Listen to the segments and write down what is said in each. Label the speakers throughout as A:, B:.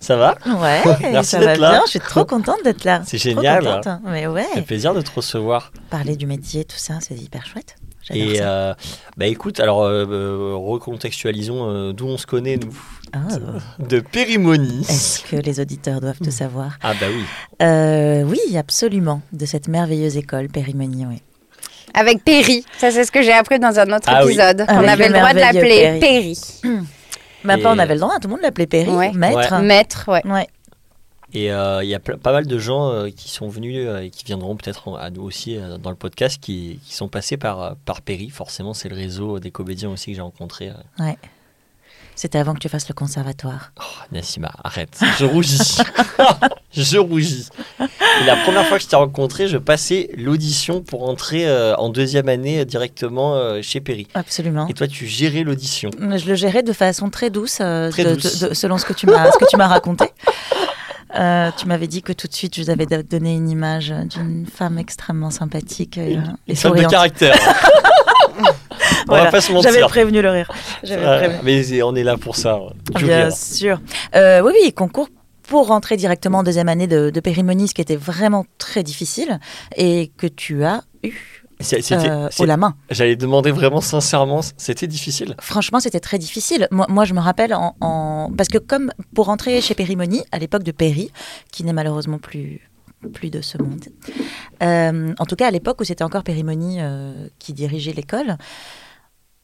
A: ça va
B: Ouais,
A: Merci
B: ça
A: d'être
B: va
A: là.
B: bien, je suis trop contente d'être là.
A: C'est
B: Je suis trop
A: génial.
B: contente, hein. Mais
A: Ça fait
B: ouais,
A: plaisir de te recevoir.
B: parler du métier, tout ça, c'est hyper chouette. J'adore
A: Et
B: ça.
A: euh, bah écoute, alors euh, euh, recontextualisons euh, d'où on se connaît nous.
B: Ah,
A: De Périmonie.
B: Est-ce que les auditeurs doivent tout savoir
A: Ah bah oui.
B: Euh, Oui, absolument, de cette merveilleuse école Périmonie, oui.
C: Avec Perry, ça c'est ce que j'ai appris dans un autre
A: Ah oui.
C: épisode. On
B: Avec
C: avait
B: le
C: le droit de l'appeler
B: merveilleux
C: Perry.
B: Maintenant,
A: Et-
B: Bah, on avait le droit, hein, tout le monde l'appelait Péri,
C: Ouais.
B: maître.
C: Maître, ouais.
B: Ouais.
A: Et euh, il y a ple- pas mal de gens euh, qui sont venus euh, et qui viendront peut-être en- à nous aussi euh, dans le podcast qui, qui sont passés par, euh, par Perry. Forcément, c'est le réseau des comédiens aussi que j'ai rencontré. euh.
B: C'était avant que tu fasses le conservatoire.
A: Oh, Nassima, arrête. Je rougis. je rougis. Et la première fois que je t'ai rencontré, je passais l'audition pour entrer euh, en deuxième année euh, directement euh, chez Perry.
B: Absolument.
A: Et toi, tu gérais l'audition.
B: Je le gérais de façon très douce, euh,
A: Très
B: de-
A: douce.
B: de- de- selon ce que tu m'as ce que tu m'as raconté. Euh, tu m'avais dit que tout de suite, je vous avais donné une image d'une femme extrêmement sympathique et, euh, et
A: Une femme de
B: souriante.
A: caractère. On va
B: Voilà.
A: pas se
B: J'avais
A: mentir.
B: prévenu le rire.
A: Ah,
B: J'avais prévenu.
A: mais c'est- on est là pour ça. Tu
B: Bien
A: verras.
B: sûr. Euh, oui, oui, concours pour rentrer directement en deuxième année de, de périmonie, ce qui était vraiment très difficile et que tu as eu
A: C'est- c'était-
B: euh,
A: c'est-
B: haut la main.
A: J'allais demander vraiment sincèrement, c'était difficile.
B: Franchement, c'était très difficile. Moi, moi, je me rappelle, en, en- parce que comme pour rentrer chez Périmonie, à l'époque de Péri, qui n'est malheureusement plus, plus de ce monde, euh, en tout cas à l'époque où c'était encore Périmonie euh, qui dirigeait l'école,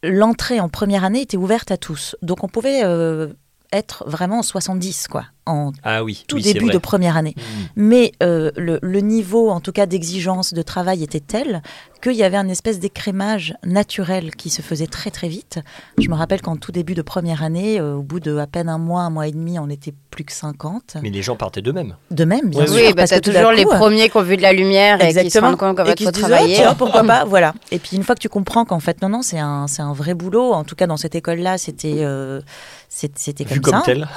B: l'entrée en première année était ouverte à tous. Donc on pouvait euh, être vraiment en 70, quoi, en
A: Ah oui,
B: tout
A: oui, c'est
B: début
A: vrai. Mm.
B: de première année. Mais euh, le, le niveau, en tout cas, d'exigence de travail était tel qu'il y avait un espèce d'écrémage naturel qui se faisait très très vite. Je me rappelle qu'en tout début de première année, euh, au bout de à peine un mois, un mois et demi, on était plus que 50.
A: Mais les gens partaient d'eux-mêmes.
B: De même, bien
A: Oui,
B: sûr.
C: Oui, bah,
B: parce
C: t'as
B: que tout d'un
C: toujours les
B: coup, euh,
C: premiers qui ont vu de la lumière et qui se
B: Exactement.
C: rendent compte qu'on va
B: et qui se
C: trop
B: disent, Ah,
C: travailler.
B: tiens, pourquoi pas, voilà. Et puis une fois que tu comprends qu'en fait, non, non, c'est un, c'est un vrai boulot, en tout cas dans cette école-là, c'était euh, c'est- c'était
A: Vu
B: comme
A: comme
B: ça. hein.
A: tel.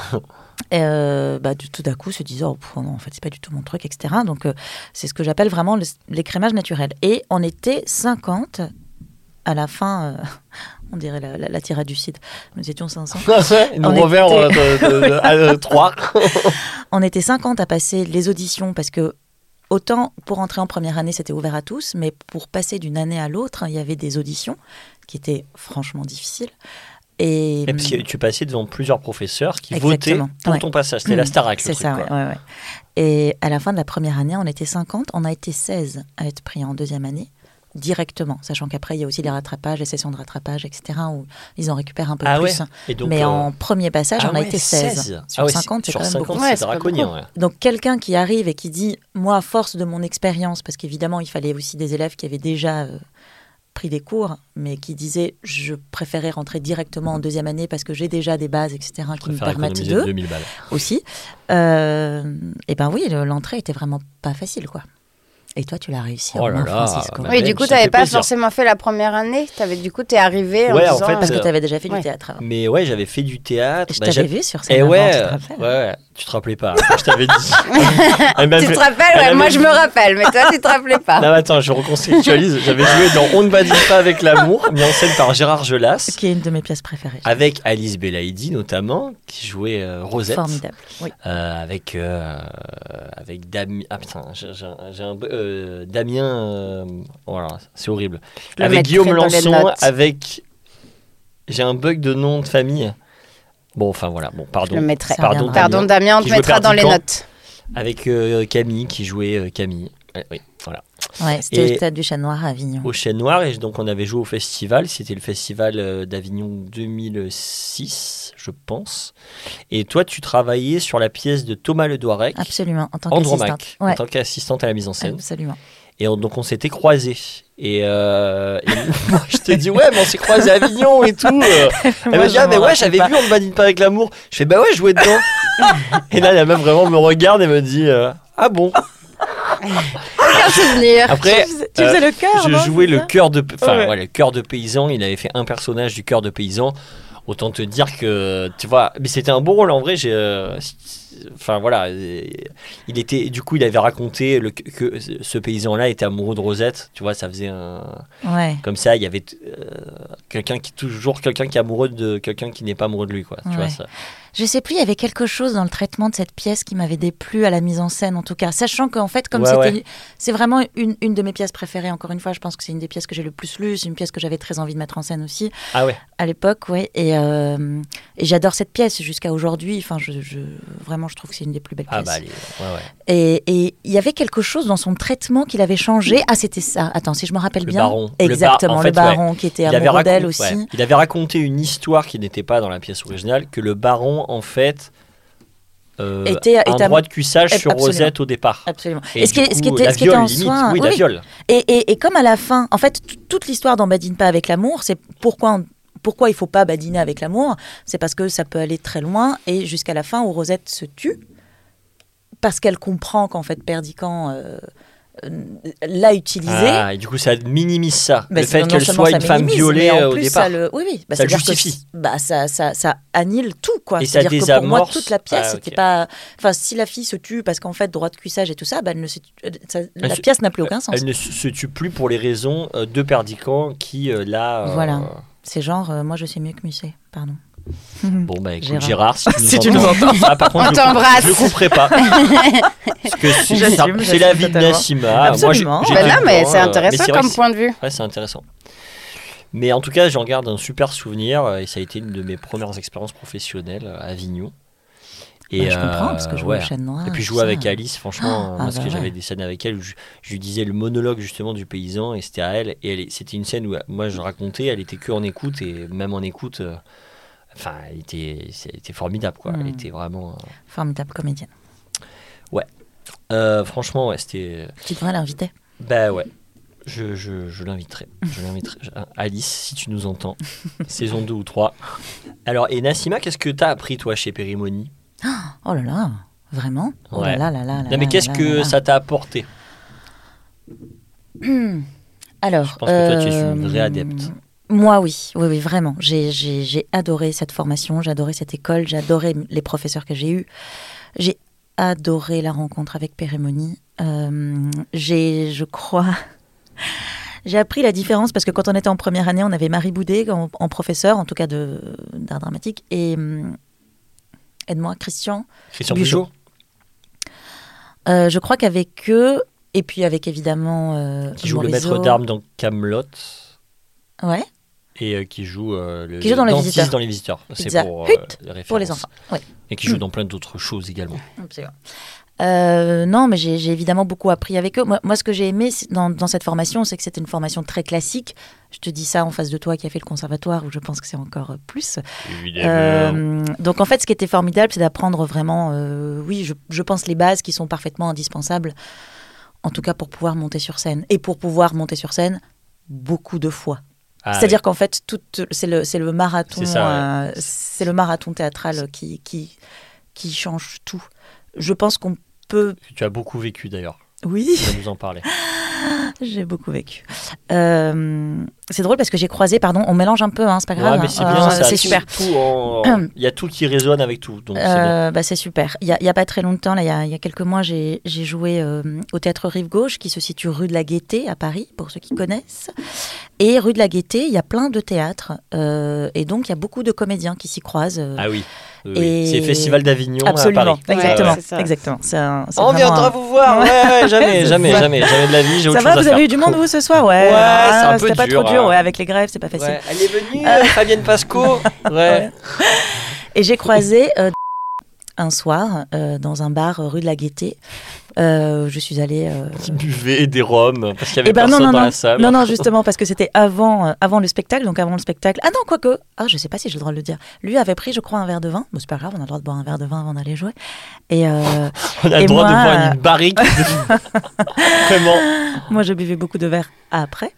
B: Et, euh, bah, du- tout à coup se disant oh, pff, non en fait c'est pas du tout mon truc etc donc euh, c'est ce que j'appelle vraiment le- l'écrémage naturel et on était 50 à la fin euh, on dirait la, la- la tirade du site nous étions 500
A: Nous
B: On
A: revers
B: était-
A: euh, de- de- de- à, euh, trois.
B: on était 50 à passer les auditions parce que autant pour entrer en première année c'était ouvert à tous mais pour passer d'une année à l'autre il y avait des auditions qui étaient franchement difficiles et,
A: Et parce que tu passais devant plusieurs professeurs qui
B: Exactement,
A: votaient pour
B: ouais. Mm.
A: ton passage. C'était la Starac, le
B: C'est
A: truc,
B: ça,
A: quoi.
B: ouais, ouais, ouais. Et à la fin de la première année, on était 50, on a été 16 à être pris en deuxième année directement, sachant qu'après, il y a aussi les rattrapages, les sessions de rattrapage, etc., où ils en récupèrent un peu
A: Ah ouais,
B: plus.
A: Et donc,
B: Mais
A: euh,
B: en premier passage,
A: ah
B: on a
A: ouais,
B: été 16. Sur
A: Ah ouais,
B: 50, c'est
A: sur
B: quand même
A: 50,
B: beaucoup.
C: Ouais,
A: c'est
C: c'est pas
A: draconien.
C: beaucoup.
A: ouais.
B: Donc quelqu'un qui arrive et qui dit, moi, à force de mon expérience, parce qu'évidemment, il fallait aussi des élèves qui avaient déjà euh, pris des cours, mais qui disaient, je préférais rentrer directement en deuxième année parce que j'ai déjà des bases, etc.,
A: Je
B: qui me
A: préfère
B: permettent
A: économiser
B: de
A: 2000 balles.
B: aussi. Euh, et ben oui, le- l'entrée était vraiment pas facile, quoi. Et toi, tu l'as réussi,
A: Oh là
B: Romain
A: là,
B: Francisco.
A: bah
C: Oui,
A: Ben,
C: du coup,
A: ça fait
C: t'avais pas
A: plaisir.
C: forcément fait la première année. T'avais, du coup, t'es arrivé
A: Ouais, en
C: en disant...
A: fait,
C: euh,
B: Parce que tu avais déjà fait
C: Ouais.
B: du théâtre avant.
A: Mais ouais, j'avais fait du théâtre.
B: Et je
A: bah, j'avais-
B: t'avais vu sur
A: Bah, Eh
B: scène
A: ouais,
B: avant, tu te rappelles
A: ouais, ouais. tu te rappelais pas, je t'avais dit. Eh ben, Elle m'a
C: Tu
A: fait-
C: te rappelles
A: Elle
C: ouais,
A: avait
C: Moi, je
A: dit-
C: me rappelle, mais toi, tu te rappelais pas.
A: Non, mais attends, je reconceptualise. J'avais joué dans On ne badine pas avec l'amour, mis en scène par Gérard
B: Ce
A: Gelas,
B: qui est une de mes pièces préférées.
A: avec Alice Belaïdi notamment, qui jouait euh, Rosette,
B: Formidable. Oui.
A: euh, avec euh, avec Damien. Ah putain, j'ai j'ai un- j'ai un b- euh, Damien. euh, voilà, c'est horrible.
C: Le
A: avec
C: mettrai
A: Guillaume
C: dans les
A: Lançon,
C: notes.
A: avec j'ai un bug de nom de famille. Bon, enfin voilà, bon,
C: Je le
A: pardon.
C: mettrai.
B: Ça reviendra.
A: Damien.
C: Pardon, Damien, on
A: Qui
C: te
A: jouait
C: mettra dans les
A: Perdican.
C: notes.
A: Avec euh, Camille qui jouait euh, Camille. Ouais, oui, voilà.
B: Ouais, c'était
A: Et-
B: au stade du Chat Noir à Avignon.
A: au Chêne Noir et donc on avait joué au festival. C'était le festival euh, d'Avignon 2006, je pense. Et toi, tu travaillais sur la pièce de Thomas Le Douarec,
B: Absolument, en tant qu'assistante.
A: Andromaque, en
B: Ouais,
A: tant qu'assistante à la mise en scène. Eh
B: absolument.
A: Et on- donc on s'était croisés. Et, euh, et moi, je t'ai dit, ouais, mais on s'est croisés à Avignon et tout. euh. Elle
B: Moi,
A: m'a dit,
B: je
A: ah,
B: me
A: mais ouais,
B: rappelle
A: j'avais
B: pas.
A: vu, on ne badine pas avec l'amour. Je fais, bah ouais, je jouais dedans. et là, la meuf vraiment me regarde et me dit, euh, ah bon.
C: Aucun souvenir.
A: Après,
B: tu faisais, tu faisais le cœur,
A: Euh, je
B: non,
A: jouais
B: Ah, c'est
A: le
B: ça
A: cœur de, enfin,
B: Ouais.
A: ouais, le cœur de paysan. Il avait fait un personnage du cœur de paysan. Autant te dire que, tu vois, mais c'était un bon rôle en vrai. J'ai, euh, enfin voilà, euh, il était, du coup, il avait raconté le, que ce paysan-là était amoureux de Rosette. Tu vois, ça faisait un,
B: Ouais.
A: comme ça. Il y avait euh, quelqu'un qui toujours quelqu'un qui est amoureux de quelqu'un qui n'est pas amoureux de lui, quoi. Tu vois
B: Ouais.
A: ça.
B: Je sais plus, il y avait quelque chose dans le traitement de cette pièce qui m'avait déplu à la mise en scène, en tout cas. Sachant qu'en fait, comme
A: Ouais,
B: c'était,
A: ouais.
B: c'est vraiment une, une de mes pièces préférées. Encore une fois, je pense que c'est une des pièces que j'ai le plus lue. C'est une pièce que j'avais très envie de mettre en scène aussi
A: Ah ouais.
B: à l'époque, ouais. Et, euh, et j'adore cette pièce jusqu'à aujourd'hui. Enfin, je, je- vraiment, je trouve que c'est une des plus belles
A: Ah
B: pièces.
A: bah, allez, ouais, ouais.
B: Et et il y avait quelque chose dans son traitement qu'il avait changé. Ah, c'était ça. Attends, si je me rappelle
A: Le
B: Eh bien.
A: baron. Le bar-
B: Exactement,
A: en
B: le,
A: fait, ouais.
B: baron qui était amoureux
A: raconté-
B: d'elle aussi.
A: ouais. Il avait raconté une histoire qui n'était pas dans la pièce originale, que le baron, en fait, euh,
B: Était-
A: a un
B: était am-
A: droit de cuissage sur
B: Absolument.
A: Rosette au départ.
B: Absolument.
A: Et
B: ce qui,
A: du
B: est-
A: coup,
B: ce qui était,
A: la
B: ce qui était
A: viole,
B: en
A: limite.
B: soin.
A: Oui,
B: oui,
A: la
B: oui.
A: viole.
B: Et, et- et comme à la fin, en fait, t- toute l'histoire dans Badine pas avec l'amour, c'est pourquoi on- pourquoi il faut pas badiner avec l'amour, c'est parce que ça peut aller très loin et jusqu'à la fin où Rosette se tue parce qu'elle comprend qu'en fait Perdican euh, euh, l'a utilisé.
A: Ah, et du coup, ça minimise ça.
B: Bah,
A: le
B: c'est-
A: fait
B: non
A: qu'elle
B: seulement
A: soit
B: ça
A: une femme
B: minimise,
A: violée
B: mais en
A: euh, au
B: plus,
A: départ.
B: ça le, oui, oui, bah,
A: Ça le
B: c'est-à-dire que
A: justifie.
B: c- bah, ça, ça, ça annule tout, quoi.
A: Et ça
B: C'est-à-dire que pour moi,
A: désamorce-
B: toute la pièce,
A: Ah,
B: c'était
A: ok.
B: pas. Enfin, si la fille se tue parce qu'en fait, droit de cuissage et tout ça, bah, elle ne se- euh, ça- la
A: se-
B: pièce n'a plus aucun sens.
A: Elle ne se se tue plus pour les raisons euh, de Perdican qui, euh, là. euh,
B: Voilà. C'est genre, euh, moi, je sais mieux que Musset, pardon.
A: Bon, bah écoute, Gérard,
B: Gérard.
A: si tu nous,
B: Si tu nous
A: entends, Ah, par contre,
C: On
A: je le-
C: t'embrasse.
A: Je ne couperai pas. Parce que si-
B: J'assume,
A: ça- c'est
B: j'assume
A: la vie de
B: totalement.
A: Nassima.
B: Absolument.
A: Moi, j'ai-
C: Bah
A: j'ai
C: non,
A: été
C: mais
A: dedans,
C: c'est
A: euh,
C: intéressant
A: c'est vrai
C: comme
A: que
C: point de vue.
A: Ouais, c'est intéressant. Mais en tout cas, j'en garde un super souvenir euh, et ça a été une de mes premières expériences professionnelles euh, à Avignon.
B: Bah, je comprends, parce
A: euh,
B: que je
A: ouais.
B: vois Chêne Noire.
A: Et puis
B: tout
A: jouer
B: ça.
A: avec Alice, franchement,
B: Ah,
A: euh,
B: ah
A: parce
B: bah
A: que
B: ouais.
A: j'avais des scènes avec elle où je, je lui disais le monologue justement du paysan et c'était à elle. Et elle est- c'était une scène où euh, moi je racontais, elle était que en écoute et même en écoute, euh, enfin, elle était, c'était formidable quoi. Elle
B: Hmm.
A: était vraiment. euh,
B: Formidable comédienne.
A: euh, franchement, ouais, c'était.
B: Tu devrais l'inviter.
A: Bah ouais. Je, je, je l'inviterai. Je l'inviterai. Je- Alice, si tu nous entends, saison 2 ou 3. Alors, et Nassima, qu'est-ce que t'as appris, toi, chez Périmoni
B: Oh là là, vraiment Oh
A: Ouais.
B: là là là là. là
A: Non, mais
B: là
A: qu'est-ce
B: là
A: que
B: là là.
A: ça t'a apporté
B: Hmm. Alors, euh,
A: Je pense que toi, tu es une vraie adepte.
B: Moi, oui, oui, oui, vraiment. J'ai- J'ai j'ai adoré cette formation, j'ai adoré cette école, j'ai adoré les professeurs que j'ai eus. J'ai adoré la rencontre avec Pérémonie. Euh, j'ai, je crois, j'ai appris la différence parce que quand on était en première année, on avait Marie Boudet en, en professeur, en tout cas de- d'art dramatique, et hum, aide-moi, Christian.
A: Christian
B: Bugeaud.
A: Bugeaud
B: Euh, je crois qu'avec eux, et puis avec évidemment. euh,
A: qui joue le
B: Morisot.
A: maître d'armes dans Camelot
B: Ouais.
A: et euh, qui joue euh, le
B: Qui joue dans Les
A: dentiste
B: Visiteurs.
A: dans Les Visiteurs. C'est
B: Exact.
A: pour, euh,
B: Hut,
A: les
B: pour les
A: références.
B: enfants. Hmm. Ouais.
A: Et qui joue dans plein d'autres choses également.
B: Absolument. Euh, non, mais j'ai j'ai évidemment beaucoup appris avec eux. Moi, moi, ce que j'ai aimé c'est- dans, dans cette formation, c'est que c'était une formation très classique. Je te dis ça en face de toi qui a fait le conservatoire, où je pense que c'est encore euh, plus. Euh, donc, en fait, ce qui était formidable, c'est d'apprendre vraiment, euh, oui, je, je pense, les bases qui sont parfaitement indispensables, en tout cas pour pouvoir monter sur scène. Et pour pouvoir monter sur scène beaucoup de fois.
A: Ah,
B: C'est-à-dire qu'en fait, toute- c'est le, c'est le marathon,
A: C'est ça,
B: euh, c'est le marathon théâtral qui, qui, qui change tout. Je pense qu'on peut,
A: oui. Tu as beaucoup vécu d'ailleurs.
B: oui,
A: Tu vas nous en parler.
B: j'ai beaucoup vécu. Euh, c'est drôle parce que j'ai croisé, pardon, on mélange un peu, hein, c'est pas grave.
A: Ouais, mais c'est
B: hein.
A: bien,
B: Euh,
A: ça a
B: c'est
A: tout-
B: super.
A: tout en- Il y a tout qui résonne avec tout. Donc, c'est bien.
B: Euh, bah, c'est super. Il y a, il y a pas très longtemps, là, il y a, il y a quelques mois, j'ai j'ai joué euh, au théâtre Rive Gauche, qui se situe rue de la Gaîté à Paris, pour ceux qui connaissent. Et rue de la Gaîté, il y a plein de théâtres, euh, et donc il y a beaucoup de comédiens qui s'y croisent. euh,
A: Ah oui. Oui,
B: Et-
A: oui. C'est Festival d'Avignon à Paris.
B: Absolument,
A: Ouais, hein.
B: exactement,
A: ouais.
C: c'est ça.
B: exactement. C'est un- c'est
A: On
B: vraiment
A: viendra
B: un-
A: vous voir. Ouais, ouais, jamais,
B: C'est
A: jamais,
B: ça.
A: jamais, jamais de la vie. J'ai
B: Ça
A: autre
B: va,
A: chose
B: vous
A: à
B: avez
A: faire.
B: eu du monde vous ce soir,
A: Ouais,
B: ouais.
A: c'est un peu
B: c'était pas
A: dur,
B: trop dur,
A: hein.
B: ouais. Avec les grèves, c'est pas facile.
A: Ouais, Ah. elle est venue, euh, Fabienne Pasco. Ouais.
B: Et j'ai croisé euh, un soir euh, dans un bar euh, rue de la Gaîté. Euh, je suis allée. euh,
A: Qui buvait des rhums parce qu'il y avait
B: eh ben non,
A: personne
B: non,
A: dans
B: non,
A: la salle.
B: non, non, justement, parce que c'était avant, euh, avant le spectacle, donc avant le spectacle. Ah non, quoique, ah, je sais pas si j'ai le droit de le dire. Lui avait pris, je crois, un verre de vin. Bon, c'est pas grave, on a le droit de boire un verre de vin avant d'aller jouer. Et euh,
A: On a
B: Et
A: le droit
B: moi,
A: de voir
B: euh,
A: une barrique. de- Vraiment.
B: moi, je buvais beaucoup de verres après.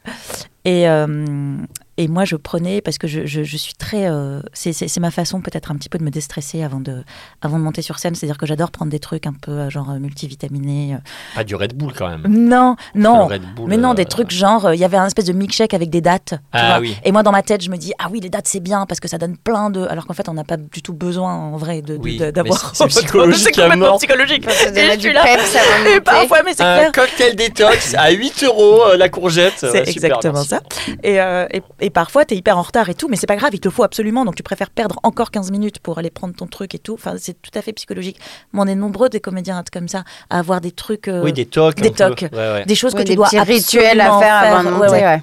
B: Et, euh, et moi, je prenais, parce que je, je- je suis très. euh, c'est- c'est c'est ma façon, peut-être, un petit peu de me déstresser avant de, avant de monter sur scène. C'est-à-dire que j'adore prendre des trucs un peu, euh, genre, euh, multivitaminés. euh.
A: Pas du Red Bull quand même.
B: Non, non.
A: Le Red Bull,
B: Mais non,
A: euh,
B: des trucs genre, euh, il y avait un espèce de milkshake avec des dates. tu
A: Ah
B: vois.
A: oui.
B: Et moi, dans ma tête, je me dis, ah oui, les dates, c'est bien parce que ça donne plein de. Alors qu'en fait, on n'a pas du tout besoin, en vrai, de- de-
A: Oui,
B: de-
A: mais
B: d'avoir.
A: c'est- c'est psychologique
B: C'est complètement
A: à mort. Euh,
B: psychologique.
C: Faut se
B: Et
C: donner
B: je
C: du
B: suis là.
C: peps avant de
B: Et
C: monter.
B: parfois, mais c'est
A: Un
B: clair.
A: cocktail détox à 8 euros euh, la courgette.
B: C'est exactement ça. Et, euh, et, et parfois, tu es hyper en retard et tout, mais c'est pas grave, il te faut absolument. Donc, tu préfères perdre encore 15 minutes pour aller prendre ton truc et tout. Enfin, c'est tout à fait psychologique. Mais on est nombreux, des comédiens à être comme ça, à avoir des trucs. euh,
A: Oui, des tocs. un
B: Des
A: peu.
B: tocs.
A: Ouais, ouais.
B: des choses
C: Ouais,
B: que
C: des
B: tu dois
C: petits rituels à
B: absolument
C: faire, avant de
B: Ouais,
C: monter.
B: ouais.
C: ouais.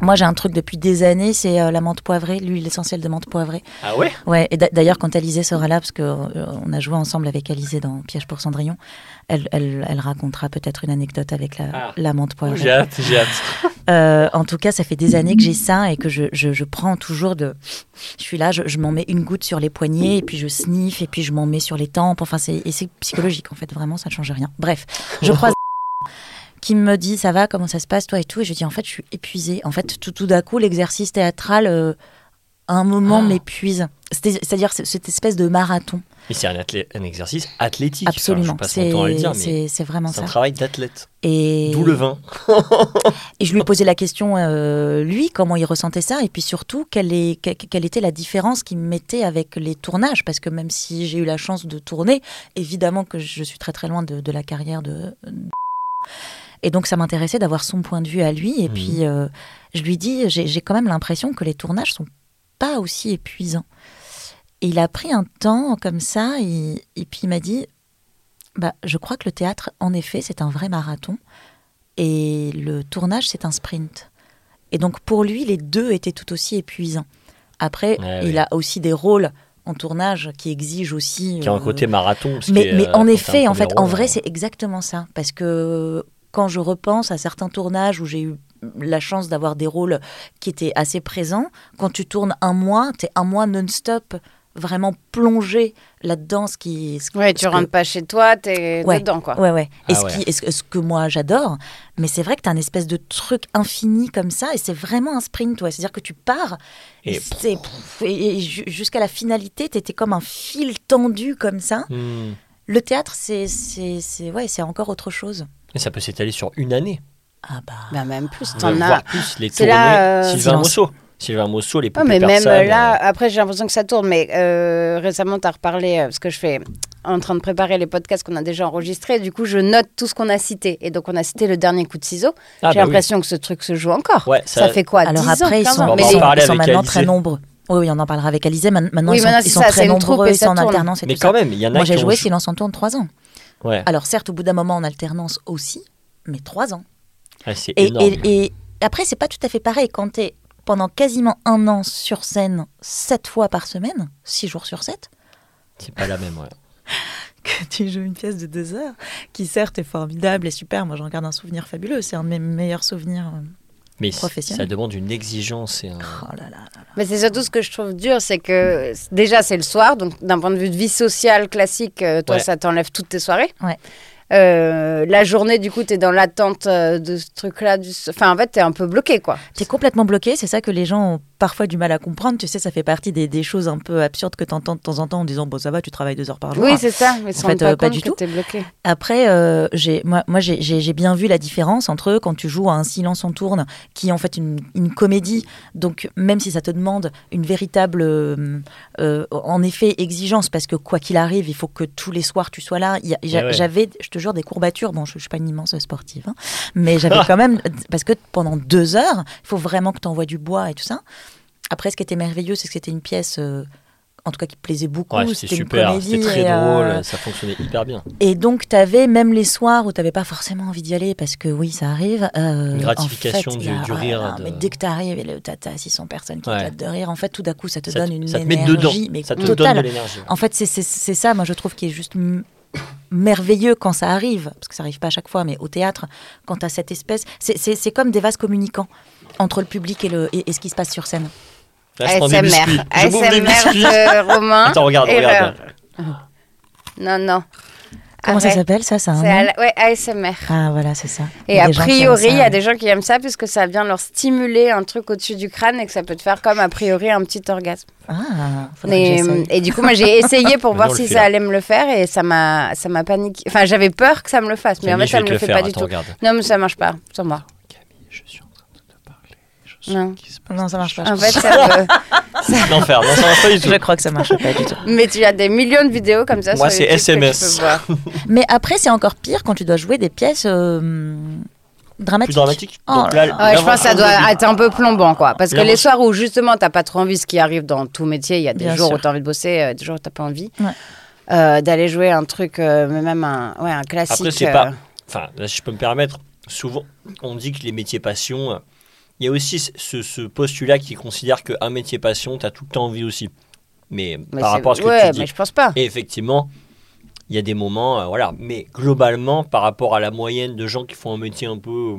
B: Moi, j'ai un truc depuis des années, c'est euh, la menthe poivrée, l'huile essentielle de menthe poivrée.
A: Ah ouais
B: Ouais, et d'a- d'ailleurs, quand Alizée sera là, parce qu'on a joué ensemble avec Alizée dans Piège pour Cendrillon, elle, elle, elle racontera peut-être une anecdote avec la,
A: Ah.
B: la menthe
A: J'ai
B: poivrée.
A: hâte, j'ai hâte.
B: Euh, en tout cas, ça fait des années que j'ai ça et que je, je, je prends toujours de. Je suis là, je, je m'en mets une goutte sur les poignets, et puis je sniffe, et puis je m'en mets sur les tempes. Enfin, c'est et c'est psychologique, en fait, vraiment, ça ne change rien. Bref, je croise. qui me dit ça va comment ça se passe toi et tout et je dis en fait je suis épuisée en fait tout tout d'un coup l'exercice théâtral euh, à un moment
A: Oh.
B: m'épuise C'était- c'est-à-dire c- cette espèce de marathon
A: Mais c'est un, athlé- un exercice athlétique. Enfin,
B: absolument
A: je passe mon
B: c'est
A: temps à le dire, mais
B: c'est- c'est vraiment
A: c'est
B: ça
A: un travail d'athlète.
B: et
A: D'où le vin.
B: et je lui posais la question euh, lui comment il ressentait ça et puis surtout quelle est que- quelle était la différence qu'il mettait avec les tournages parce que même si j'ai eu la chance de tourner évidemment que je suis très très loin de, de la carrière de, de- et donc ça m'intéressait d'avoir son point de vue à lui et
A: Mhm.
B: puis euh, je lui dis j'ai j'ai quand même l'impression que les tournages sont pas aussi épuisants et il a pris un temps comme ça et, et puis il m'a dit bah je crois que le théâtre en effet c'est un vrai marathon et le tournage c'est un sprint et donc pour lui les deux étaient tout aussi épuisants après
A: Ouais,
B: il
A: ouais.
B: a aussi des rôles en tournage qui exigent aussi
A: Qui a un
B: euh,
A: côté marathon. ce qui
B: mais,
A: est,
B: mais
A: euh, quand
B: en
A: t'as un
B: effet, en
A: premier
B: fait, en
A: rôle,
B: vrai,
A: euh,
B: c'est exactement ça. Parce que quand je repense à certains tournages où j'ai eu la chance d'avoir des rôles qui étaient assez présents, quand tu tournes un mois, t'es un mois non-stop, vraiment plongé là-dedans, ce qui... ce-
C: Ouais, tu
B: ce que-
C: rentres pas chez toi, t'es
B: Ouais.
C: dedans, quoi.
B: Ouais, ouais.
A: Ah
B: et ce,
A: ouais.
B: qui- et ce- ce que moi j'adore, mais c'est vrai que t'as un espèce de truc infini comme ça, et c'est vraiment un sprint, ouais. C'est-à-dire que tu pars,
A: Et
B: et, c'est- et- et ju- jusqu'à la finalité, t'étais comme un fil tendu comme ça.
A: hmm.
B: Le théâtre, c'est c'est c'est- ouais, c'est encore autre chose.
A: Et ça peut s'étaler sur une année.
B: Ah bah.
C: Bah, même plus,
A: Euh,
C: t'en as.
A: voire plus les
C: C'est
A: tournées.
C: là, euh,
A: Sylvain
B: silence.
A: Mosso. Sylvain Mosso, les
C: Non,
A: poupées
C: mais même
A: personnes,
C: euh, là, après, j'ai l'impression que ça tourne. Mais euh, récemment, tu as reparlé, euh, parce que je fais en train de préparer les podcasts qu'on a déjà enregistrés. Du coup, je note tout ce qu'on a cité. Et donc, on a cité le dernier coup de ciseau.
A: euh, ah,
C: j'ai
A: bah oui.
C: l'impression que ce truc se joue encore.
A: Ouais,
C: ça...
A: ça-
C: fait quoi
B: Alors
C: 10
B: après,
C: ans,
B: ils
C: 15
B: sont,
C: ans
A: On va
B: mais
A: en
B: ils-
A: parler
B: ils sont
A: avec
B: maintenant
A: Alizée.
B: très nombreux. Oui, oui, on en parlera avec Alizée. Man- Maintenant,
C: Oui,
B: ils sont,
C: maintenant, c'est
B: ils sont
C: ça, c'est
B: très
C: une troupe
B: nombreux,
C: et
B: ils sont
C: ça
B: en
C: tourne.
B: alternance et
A: Mais
B: tout
A: quand
B: ça.
A: même, il y en a
B: Moi,
A: qui
B: j'ai
A: ont
B: joué
A: jou-
B: Silence en tourne trois ans.
A: Ouais,
B: Alors certes, au bout d'un moment, en alternance aussi, mais trois ans.
A: ouais, c'est
B: Et,
A: énorme.
B: et- et après, c'est pas tout à fait pareil quand t'es pendant quasiment un an sur scène, sept fois par semaine, six jours sur sept.
A: C'est pas la même, ouais.
B: que tu joues une pièce de deux heures, qui certes est formidable et super. Moi, j'en garde un souvenir fabuleux. C'est un de mes meilleurs souvenirs.
A: Mais c-
B: Professionnel.
A: ça demande une exigence et un...
B: Oh là là.
C: Mais c'est surtout ce que je trouve dur, c'est que déjà c'est le soir, donc d'un point de vue de vie sociale classique, euh, toi
A: Ouais.
C: ça t'enlève toutes tes soirées.
B: Ouais.
C: Euh, la journée, du coup, t'es dans l'attente euh, de ce truc-là. Du... so- Enfin, en fait, t'es un peu bloqué, quoi.
B: T'es complètement bloqué, c'est ça que les gens ont parfois du mal à comprendre. Tu sais, ça fait partie des, des choses un peu absurdes que t'entends de temps en temps en disant Bon, ça va, tu travailles deux heures par jour.
C: Oui, c'est ça. Mais
B: En fait, euh, pas du tout.
C: T'es bloqué.
B: Après, euh, j'ai- moi, moi j'ai- j'ai j'ai bien vu la différence entre quand tu joues à un silence en tourne, qui est en fait une, une comédie. Donc, même si ça te demande une véritable, euh, euh, en effet, exigence, parce que quoi qu'il arrive, il faut que tous les soirs tu sois là. Il y a- j'a-
A: ouais.
B: J'avais, je te jure, des courbatures. Bon, je, je suis pas une immense sportive, hein, mais j'avais quand même, parce que pendant deux heures, il faut vraiment que tu envoies du bois et tout ça. Après, ce qui était merveilleux, c'est que c'était une pièce. euh, en tout cas qui plaisait beaucoup.
A: Ouais, c'était
B: c'était une
A: super,
B: comédie
A: c'était très
B: et,
A: drôle,
B: euh,
A: ça fonctionnait hyper bien.
B: Et donc, tu avais même les soirs où tu pas forcément envie d'y aller, parce que oui, ça arrive. euh,
A: Une gratification
B: en fait,
A: du-
B: il y a-
A: du
B: oh là
A: rire
B: là,
A: de-
B: Mais dès que tu arrives et le- t'as t'as 600 personnes qui
A: Ouais.
B: éclatent de rire, en fait, tout d'un coup, ça te
A: Ça te,
B: donne une
A: ça te met
B: énergie
A: dedans,
B: mais
A: ça te donne de
B: totale.
A: l'énergie.
B: En fait, c'est- c'est c'est ça, moi, je trouve, qui est juste m- merveilleux quand ça arrive, parce que ça arrive pas à chaque fois, mais au théâtre, quand tu cette espèce. c'est- C'est c'est comme des vases communicants entre le public et, le, et- et ce qui se passe sur scène.
A: Là, je prends des
C: ASMR.
A: biscuits, je bouffe des
C: ASMR
A: biscuits.
C: de euh, Romain.
A: Attends, regarde,
C: et
A: regarde.
C: Veuve. Non, non.
B: Comment ça
C: Arrête.
B: s'appelle, ça, ça a un
C: Ah C'est
B: nom
C: à la- ouais, ASMR.
B: Ah, voilà, c'est ça. Il
C: Et
B: y
C: a
B: des gens qui aiment
C: priori,
B: ça,
C: il y a
B: ouais.
C: des gens qui aiment ça puisque ça vient leur stimuler un truc au-dessus du crâne et que ça peut te faire comme a priori un petit orgasme.
B: Ah, faudrait que
C: Mais, euh,
B: j'essaye.
C: et du coup, moi j'ai essayé
A: Maintenant,
C: pour
A: on
C: voir
A: le
C: si
A: fait,
C: ça
A: là.
C: allait me le faire et ça m'a ça m'a paniqué. Enfin, j'avais peur que ça me le fasse, mais en
A: Camille,
C: fait
A: je
C: ça
A: vais
C: me
A: te
C: le
A: le
C: fait
A: faire,
C: pas du
A: attends,
C: tout.
A: regarde.
C: Non, mais ça marche pas, sans moi.
A: Camille, je suis en train de te parler. Je
C: Non.
A: sens qu'il
C: hum,
A: se passe
B: Non, ça marche pas. je
C: En fait, ça peut-
A: un enfer, non, ça marche pas du tout.
B: Je crois que ça marche pas du tout.
C: mais tu as des millions de vidéos comme ça
A: Moi,
C: sur
A: c'est
C: YouTube que tu
A: SMS.
C: peux voir.
B: Mais après, c'est encore pire quand tu dois jouer des pièces euh, dramatiques.
A: Plus dramatique.
B: Oh
A: Donc
B: là
A: là,
B: là.
C: Ouais, je pense que ça
A: l'invention
C: doit
A: de-
C: être un peu plombant, quoi. Parce que
A: L'invention-
C: les soirs où justement t'as pas trop envie, ce qui arrive dans tout métier, il y a des
B: Bien
C: jours
B: sûr.
C: où t'as envie de bosser, euh, des jours où t'as pas envie.
B: Ouais.
C: Euh, d'aller jouer un truc, euh, mais même un, ouais, un classique.
A: Après, c'est
C: euh,
A: pas. Enfin, là, si je peux me permettre, souvent, on dit que les métiers passion. euh, Il y a aussi ce- ce, ce postulat qui considère qu'un métier passion, tu as tout le temps envie aussi. Mais,
C: mais
A: par
C: c'est-
A: rapport à ce que
C: ouais,
A: tu
C: mais
A: dis.
C: je pense pas.
A: Et effectivement, il y a des moments, euh, voilà. Mais globalement, par rapport à la moyenne de gens qui font un métier un peu. euh,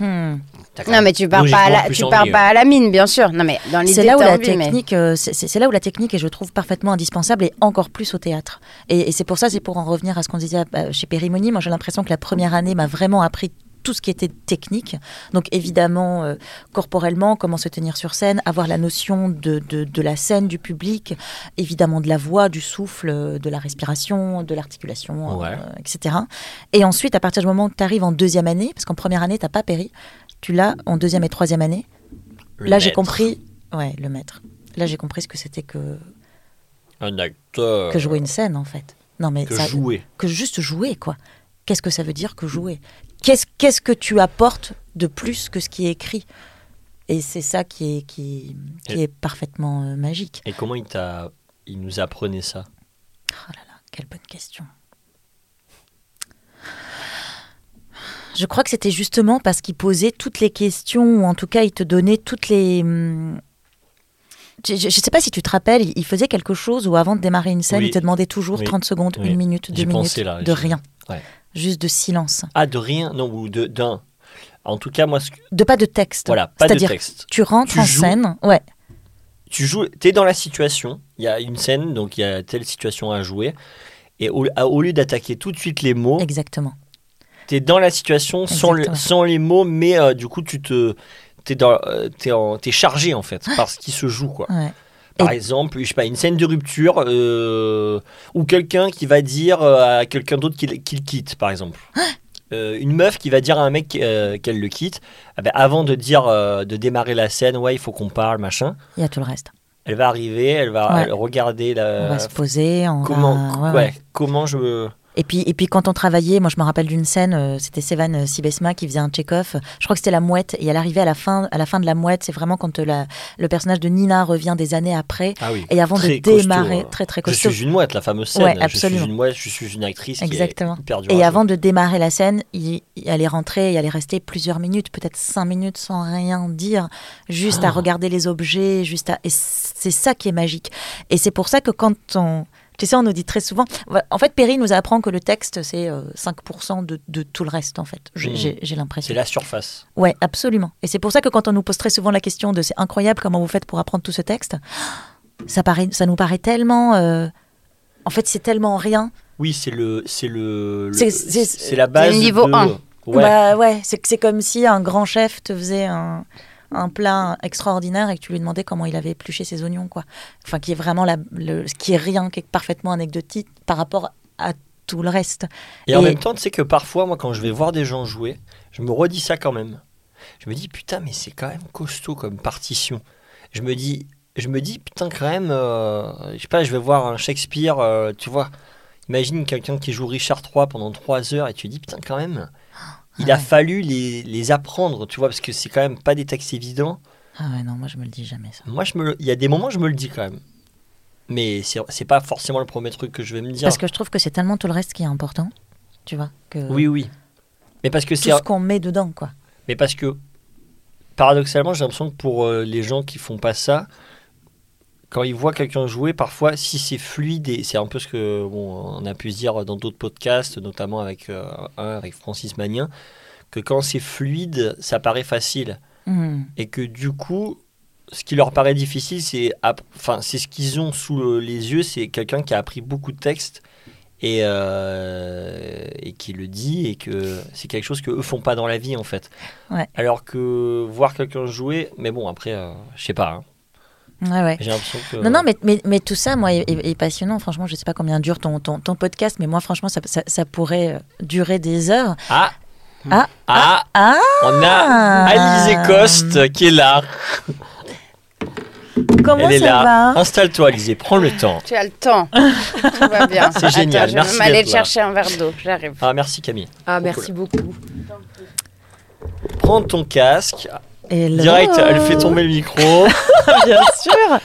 B: Hmm.
A: t'as quand
C: Non,
A: même
C: mais tu pars pas à la,
A: logiquement
C: tu
A: plus
C: pars
A: envie,
C: pas à la mine, bien sûr. Non, mais dans l'idée,
B: C'est là où
C: t'as
B: la
C: envie, mais-
B: technique, euh, c'est- c'est c'est là où la technique est, je trouve, parfaitement indispensable et encore plus au théâtre. Et, et c'est pour ça, c'est pour en revenir à ce qu'on disait euh, chez Périmony. Moi, j'ai l'impression que la première année m'a vraiment appris tout ce qui était technique. Donc évidemment, euh, corporellement, comment se tenir sur scène, avoir la notion de, de- de la scène, du public, évidemment de la voix, du souffle, euh, de la respiration, de l'articulation, euh,
A: Ouais.
B: etc. Et ensuite, à partir du moment où tu arrives en deuxième année, parce qu'en première année, t'as pas péri, tu l'as en deuxième et troisième année.
A: le
B: Là, j'ai
A: maître,
B: compris. Ouais, le maître. Là, j'ai compris ce que c'était que,
A: Un acteur.
B: que jouer une scène, en fait. Non, mais
A: Euh, Que
B: ça-
A: jouer.
B: que juste jouer, quoi. Qu'est-ce que ça veut dire que jouer Qu'est-ce qu'est-ce que tu apportes de plus que ce qui est écrit Et c'est ça qui est, qui, qui
A: Et-
B: est parfaitement euh, magique.
A: Et comment il t'a. Il nous apprenait ça
B: Oh là là, quelle bonne question. Je crois que c'était justement parce qu'il posait toutes les questions, ou en tout cas, il te donnait toutes les. hum, Je ne sais pas si tu te rappelles, il- il faisait quelque chose où avant de démarrer une scène,
A: Oui.
B: il te demandait toujours
A: Oui.
B: 30 secondes,
A: Oui.
B: une minute, deux
A: J'y
B: minutes,
A: pensais, là,
B: de
A: j'y-
B: rien.
A: ouais.
B: Juste de silence.
A: Ah, de rien Non, ou de- d'un. En tout cas, moi, ce que-
B: De pas de texte.
A: voilà, pas de
B: C'est-à-dire,
A: texte.
B: tu rentres
A: Tu
B: en
A: joues.
B: scène, ouais,
A: tu joues, t'es dans la situation, il y a une scène, donc il y a telle situation à jouer, et au, à- au lieu d'attaquer tout de suite les mots,
B: exactement.
A: t'es dans la situation sans, le-
B: Exactement.
A: sans les mots, mais euh, du coup tu te, t'es dans, euh, t'es en- t'es chargé en fait par ce qui se joue quoi.
B: Ouais.
A: Par
B: Et-
A: exemple, je sais pas, une scène de rupture euh, ou quelqu'un qui va dire euh, à quelqu'un d'autre qu'il qu'il quitte, par exemple.
B: Ah
A: Euh, une meuf qui va dire à un mec euh, qu'elle le quitte, ah ben, avant de dire, euh, de démarrer la scène, ouais, il faut qu'on parle, machin.
B: Il y a tout le reste.
A: Elle va arriver, elle va
B: Ouais.
A: elle- regarder
B: on va
A: la.
B: se poser, on
A: Euh, Comment,
B: va- ouais, ouais.
A: ouais, comment je me.
B: Et puis, et puis quand on travaillait, moi je me rappelle d'une scène, euh, c'était Sévan euh, Sibesma qui faisait un check-off. Je crois que c'était la mouette. Et elle arrivait à la fin, à la fin de la mouette. C'est vraiment quand euh, la, le personnage de Nina revient des années après.
A: Ah oui.
B: Et avant de démarrer, très
A: hein.
B: très
A: Je
B: costaud.
A: suis une mouette, la fameuse scène.
B: Ouais,
A: Je
B: absolument.
A: suis une mouette, je suis une actrice. qui est
B: Exactement.
A: hyper dure à
B: Et
A: jouer.
B: avant de démarrer la scène, il, il allait rentrer, il allait rester plusieurs minutes, peut-être cinq minutes sans rien dire, juste à regarder les objets, juste à. Et c'est ça qui est magique. Et c'est pour ça que quand on. Tu sais, on nous dit très souvent. voilà, En fait, Perry nous apprend que le texte, c'est euh, 5% de, de tout le reste, en fait. J'ai-
A: Mhm.
B: J'ai j'ai l'impression.
A: C'est la surface.
B: Ouais, absolument. Et c'est pour ça que quand on nous pose très souvent la question de c'est incroyable comment vous faites pour apprendre tout ce texte, ça, paraît, ça nous paraît tellement. euh, en fait, c'est tellement rien.
A: Oui, c'est le. C'est le. le-
B: C'est- c'est-
A: C'est la base.
C: le niveau
A: de-
C: un.
A: Ouais.
B: Bah ouais, c'est c'est comme si un grand chef te faisait un, un plat extraordinaire et que tu lui demandais comment il avait épluché ses oignons, quoi. Enfin, qui est vraiment la, le, ce qui est rien, qui est parfaitement anecdotique par rapport à tout le reste.
A: et, en
B: et-
A: même temps, tu sais que parfois, moi, quand je vais voir des gens jouer, je me redis ça quand même. Je me dis, putain, mais c'est quand même costaud comme partition. Je me dis, je me dis putain, quand même, euh, je sais pas, je vais voir un Shakespeare, euh, tu vois. Imagine quelqu'un qui joue Richard III pendant 3 heures et tu dis, putain, quand même, il a
B: Ouais.
A: fallu les, les apprendre, tu vois, parce que c'est quand même pas des textes évidents.
B: Ah ouais, non, moi je me le dis jamais ça.
A: Moi, je me, le- il y a des moments, je me le dis quand même. mais c'est c'est pas forcément le premier truc que je vais me dire.
B: Parce que je trouve que c'est tellement tout le reste qui est important, tu vois, que
A: Oui, oui. Mais parce que
B: tout
A: c'est
B: ce qu'on met dedans, quoi.
A: Mais parce que, paradoxalement, j'ai l'impression que pour euh, les gens qui font pas ça, quand ils voient quelqu'un jouer, parfois, si c'est fluide, et c'est un peu ce que bon, on a pu se dire dans d'autres podcasts, notamment avec, euh, un avec Francis Magnien, que quand c'est fluide, ça paraît facile.
B: Hmm.
A: Et que du coup, ce qui leur paraît difficile, c'est app- enfin, c'est ce qu'ils ont sous le- les yeux, c'est quelqu'un qui a appris beaucoup de textes. Et, euh, et qui le dit, et que c'est quelque chose que eux font pas dans la vie en fait.
B: Ouais.
A: Alors que voir quelqu'un jouer, mais bon, après, euh, je sais pas, hein.
B: Ouais, ouais.
A: j'ai l'impression que.
B: Non, non, mais, mais, mais tout ça, moi, est, est- est passionnant. Franchement, je sais pas combien dure ton, ton, ton podcast, mais moi, franchement, ça, ça, ça pourrait euh, durer des heures.
A: Ah
B: Ah,
A: Ah
B: Ah
A: On a Alizé Coste qui est là.
B: Comment
A: Elle est
B: ça
A: là.
B: va hein
A: Installe-toi, Alizé, prends le temps.
C: Tu as le temps. Tout va bien.
A: C'est génial,
C: Attends, je vais
A: merci
C: même aller
A: d'être là.
C: chercher un verre d'eau. J'arrive.
A: Ah, merci Camille.
D: Ah, merci beaucoup.
A: Prends ton casque.
B: Hello.
A: Direct, elle
B: euh,
A: fait tomber le micro.
B: Bien sûr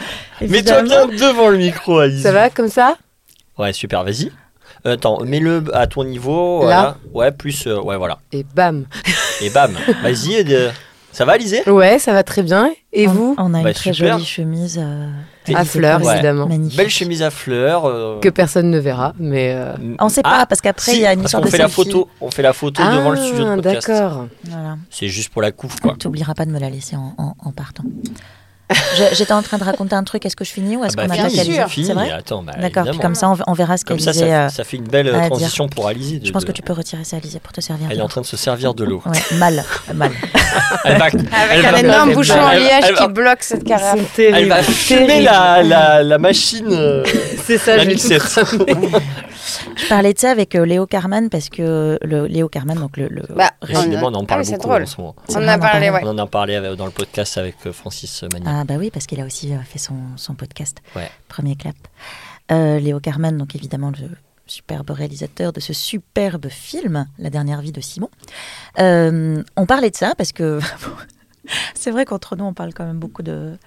A: Mets-toi bien devant le micro, Alizé.
D: Ça va comme ça
A: Ouais, super, vas-y. Euh, Attends, mets-le à ton niveau. voilà. Ouais, plus. euh, ouais, voilà.
D: Et bam
A: Et bam. Vas-y. et de- Ça va, Alizé
B: Ah,
D: Ouais, ça va très bien. Et vous
B: On a une
A: Bah,
B: très
A: super.
B: jolie chemise. euh,
A: T'es-
D: À fleurs,
A: Ouais.
D: évidemment.
B: Magnifique.
A: Belle chemise à fleurs. euh,
D: Que personne ne verra, mais... euh,
B: On sait pas,
A: Ah,
B: parce qu'après,
A: si,
B: il y a une
A: parce
B: histoire
A: qu'on
B: de
A: fait la
B: selfie.
A: photo, on fait la photo devant le studio de
D: Ah,
A: podcast.
D: d'accord.
B: Voilà.
A: C'est juste pour la couve, quoi.
B: T'oublieras pas de me la laisser en, en- en partant. Je- J'étais en train de raconter un truc. Est-ce que je finis ou est-ce
A: Ah
B: qu'on
A: bah,
B: attaque
A: fini,
C: fini,
B: Alizé
A: fini,
B: C'est vrai
A: Attends, bah,
B: D'accord, puis
A: évidemment.
B: comme ça, on, on verra ce
A: Comme ça, ça,
B: qu'Alizé... euh,
A: ça fait une belle euh,
B: à dire.
A: transition pour Alizé. de-
B: Je pense
A: de-
B: que tu peux retirer ça, Alizé, pour te servir.
A: Elle est en train de se servir de l'eau.
B: Ouais, mal, mal.
A: Elle va, elle
C: Avec
A: va-
C: un énorme
A: elle-
C: bouchon en
A: elle-
C: liège
A: elle va-
C: qui bloque cette carafe.
D: C'est terrible.
A: Elle Ah, va fumer la, la, la machine, euh,
D: C'est ça,
A: la
D: je vais tout
A: mixette.
B: Je parlais de ça avec euh, Léo Carman parce que le, Léo Carman, donc le, le-
C: Bah,
A: Décidément, on en parle
C: Ah oui, c'est
A: beaucoup
C: drôle.
A: en ce moment.
B: c'est
C: On en
B: vraiment
C: a parlé,
B: pas mal.
C: ouais.
A: On en a parlé avec- dans le podcast avec euh, Francis Magnin.
B: Ah bah oui, parce qu'il a aussi euh, fait son, son podcast.
A: Ouais.
B: Premier clap. Euh, Léo Carman, donc évidemment le superbe réalisateur de ce superbe film, La dernière vie de Simon. Euh, on parlait de ça parce que c'est vrai qu'entre nous, on parle quand même beaucoup de.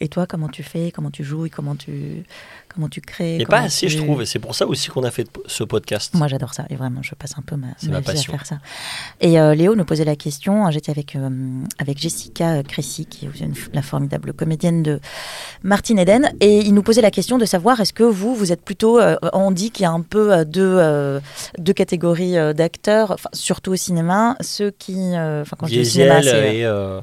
B: Et toi, comment tu fais Comment tu joues et Comment tu comment tu crées
A: Mais pas
B: comment
A: assez, je
B: tu-
A: trouve. Et c'est pour ça aussi qu'on a fait ce podcast.
B: Moi, j'adore ça. Et vraiment, je passe un peu ma,
A: C'est
B: ma
A: ma
B: vie à
A: passion.
B: faire ça. Et euh, Léo nous posait la question. J'étais avec, euh, avec Jessica Cressy, qui est une- la formidable comédienne de Martine Eden. Et il nous posait la question de savoir est-ce que vous, vous êtes plutôt. euh, on dit qu'il y a un peu euh, deux, euh, deux catégories euh, d'acteurs, enfin, surtout au cinéma. Ceux qui. euh, Enfin, quand je dis au cinéma,
A: Diesel
B: c'est
A: et. euh,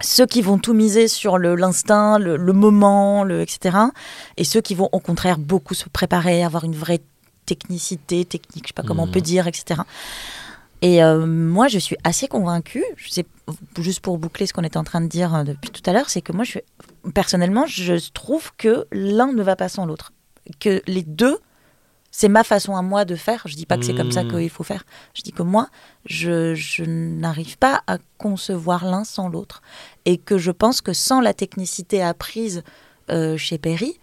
B: ceux qui vont tout miser sur le- l'instinct, le, le moment, le, etc. Et ceux qui vont au contraire beaucoup se préparer, avoir une vraie technicité, technique, je sais pas comment on
A: Mhm.
B: peut dire, etc. Et euh, moi, je suis assez convaincue, je sais, juste pour boucler ce qu'on était en train de dire euh, depuis tout à l'heure, c'est que moi, je, suis- personnellement, je trouve que l'un ne va pas sans l'autre. Que les deux, c'est ma façon à moi de faire. Je dis pas que c'est comme ça
A: Mhm.
B: qu'il faut faire. Je dis que moi, je, je n'arrive pas à concevoir l'un sans l'autre. Et que je pense que sans la technicité apprise euh, chez Perry,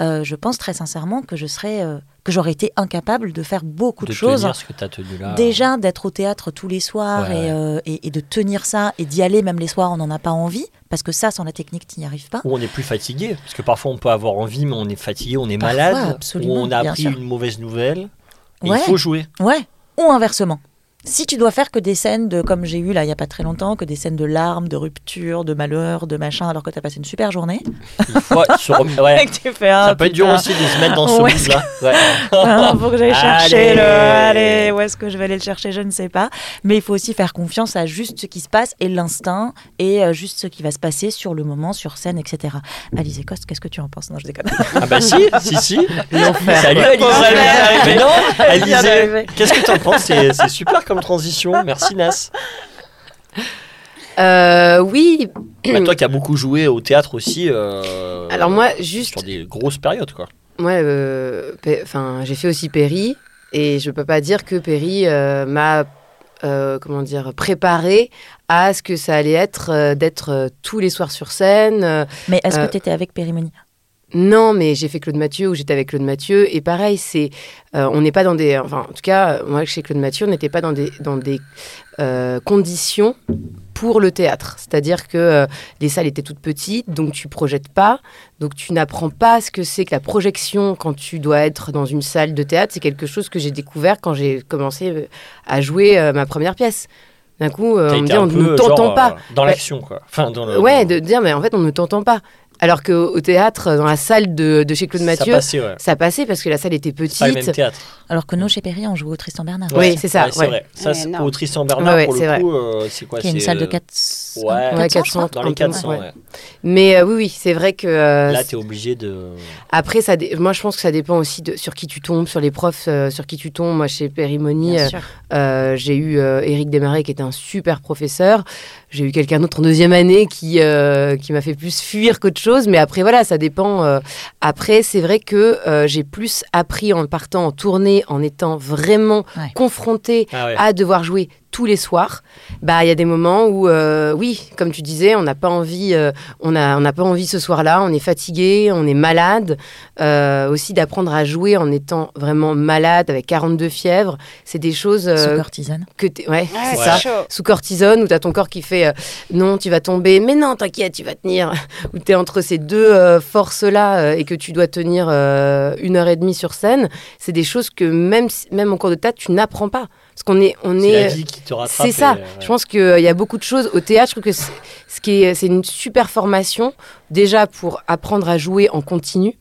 B: euh, je pense très sincèrement que je serais, euh, que j'aurais été incapable de faire beaucoup de,
A: de
B: choses. hein.
A: tenir ce que t'as tenu là.
B: Déjà d'être au théâtre tous les soirs
A: Ouais, ouais.
B: et, euh, et- et de tenir ça et d'y aller même les soirs, on n'en a pas envie parce que ça, sans la technique, tu n'y arrives pas.
A: Où on est plus fatigué. Parce que parfois, on peut avoir envie, mais on est fatigué, on est
B: Parfois,
A: malade.
B: absolument,
A: ou on a
B: bien
A: appris
B: sûr.
A: une mauvaise nouvelle. Et
B: Ouais.
A: il faut jouer.
B: Ouais. Ou inversement. Si tu dois faire que des scènes de, comme j'ai eu là il n'y a pas très longtemps, que des scènes de larmes, de rupture, de malheur, de machin, alors que tu as passé une super journée,
A: Il faut se rem- ouais.
B: et que tu fais un.
A: Ça peut être dur aussi de se mettre dans ce
B: Où est-ce
A: mood là. Ouais.
B: Hein, faut que j'aille chercher
A: Allez.
B: le. Allez, où est-ce que je vais aller le chercher Je ne sais pas. Mais il faut aussi faire confiance à juste ce qui se passe et l'instinct et euh, juste ce qui va se passer sur le moment, sur scène, etc. Alizé Coste, qu'est-ce que tu en penses Non, je déconne.
A: Ah bah si, si, si.
D: L'enfer.
A: Salut Alizé. Mais non,
B: Elle vient
A: Alizé.
B: d'arriver.
A: Qu'est-ce que t'en penses C'est c'est super comme transition. Merci Nas.
D: Euh, oui.
A: Bah, toi qui as beaucoup joué au théâtre aussi. euh,
D: Alors moi, juste...
A: Sur des grosses périodes quoi.
D: Moi, euh, Pe- enfin, j'ai fait aussi Perry et je peux pas dire que Perry euh, m'a euh, comment dire préparé à ce que ça allait être euh, d'être euh, tous les soirs sur scène. euh,
B: Mais est-ce
D: Euh,
B: que tu étais avec Périmony
D: Non, mais j'ai fait Claude Mathieu ou j'étais avec Claude Mathieu. Et pareil, c'est, euh, on n'est pas dans des. Enfin, en tout cas, euh, moi, chez Claude Mathieu, on n'était pas dans des, dans des euh, conditions pour le théâtre. C'est-à-dire que euh, les salles étaient toutes petites, donc tu projettes pas. Donc tu n'apprends pas ce que c'est que la projection quand tu dois être dans une salle de théâtre. C'est quelque chose que j'ai découvert quand j'ai commencé euh, à jouer euh, ma première pièce. D'un coup, euh,
A: T'as
D: on me
A: été
D: dit, on
A: un peu,
D: ne t'entend
A: genre,
D: pas.
A: euh, Dans l'action, quoi. Enfin, dans le.
D: Ouais, de dire, mais en fait, on ne t'entend pas. Alors qu'au au théâtre, dans la salle de, de chez Claude Mathieu,
A: Ça passait, ouais.
D: ça passait parce que la salle était
A: C'est Pas le même
D: petite.
A: théâtre.
B: Alors que nous, chez Perry, on joue au Tristan Bernard.
D: Oui, c'est ça,
A: c'est
D: ouais.
A: vrai. Ça,
C: Ouais,
A: c'est
C: énorme.
A: au Tristan Bernard,
D: Ouais, ouais,
A: pour
D: c'est
A: le
D: vrai.
A: coup, euh, c'est quoi
B: Qui est une
A: c'est,
B: salle de
A: euh,
B: 400.
A: Ouais.
D: Ouais,
B: 400, je crois.
D: 400,
A: Dans les 400,
D: ouais.
A: ouais.
D: Mais euh, oui, oui, c'est vrai que euh,
A: Là, t'es obligé de.
D: Après, ça dé- moi, je pense que ça dépend aussi de sur qui tu tombes, sur les profs, euh, sur qui tu tombes. Moi, chez Périmony,
C: Bien
D: euh,
C: sûr.
D: euh, j'ai eu euh, Éric Desmarais, qui était un super professeur. J'ai eu quelqu'un d'autre en deuxième année qui, euh, qui m'a fait plus fuir qu'autre chose. Mais après, voilà, ça dépend. euh. Après, c'est vrai que euh, j'ai plus appris en partant en tournée, en étant vraiment
B: Ouais.
D: confrontée
A: Ah ouais.
D: à devoir jouer tous les soirs, bah il y a des moments où euh, oui, comme tu disais, on n'a pas envie, euh, on a- on n'a pas envie ce soir-là, on est fatigué, on est malade. Euh, aussi d'apprendre à jouer en étant vraiment malade avec 42 fièvres, c'est des choses euh,
B: Sous cortisane.
D: que t'es- ouais, c'est
A: ouais.
D: ça.
C: Ah chaud.
D: Sous cortisone, où t'as ton corps qui fait euh, non, tu vas tomber, mais non, t'inquiète, tu vas tenir. où t'es entre ces deux euh, forces-là euh, et que tu dois tenir euh, une heure et demie sur scène, c'est des choses que même, si- même en cours de théâtre, tu n'apprends pas. Parce qu'on est, on
A: C'est
D: est,
A: la vie qui te rattrape.
D: c'est ça.
A: et, euh, ouais.
D: Je pense qu'il y a beaucoup de choses au théâtre. Je trouve que c'est- ce qui est, c'est une super formation déjà pour apprendre à jouer en continu.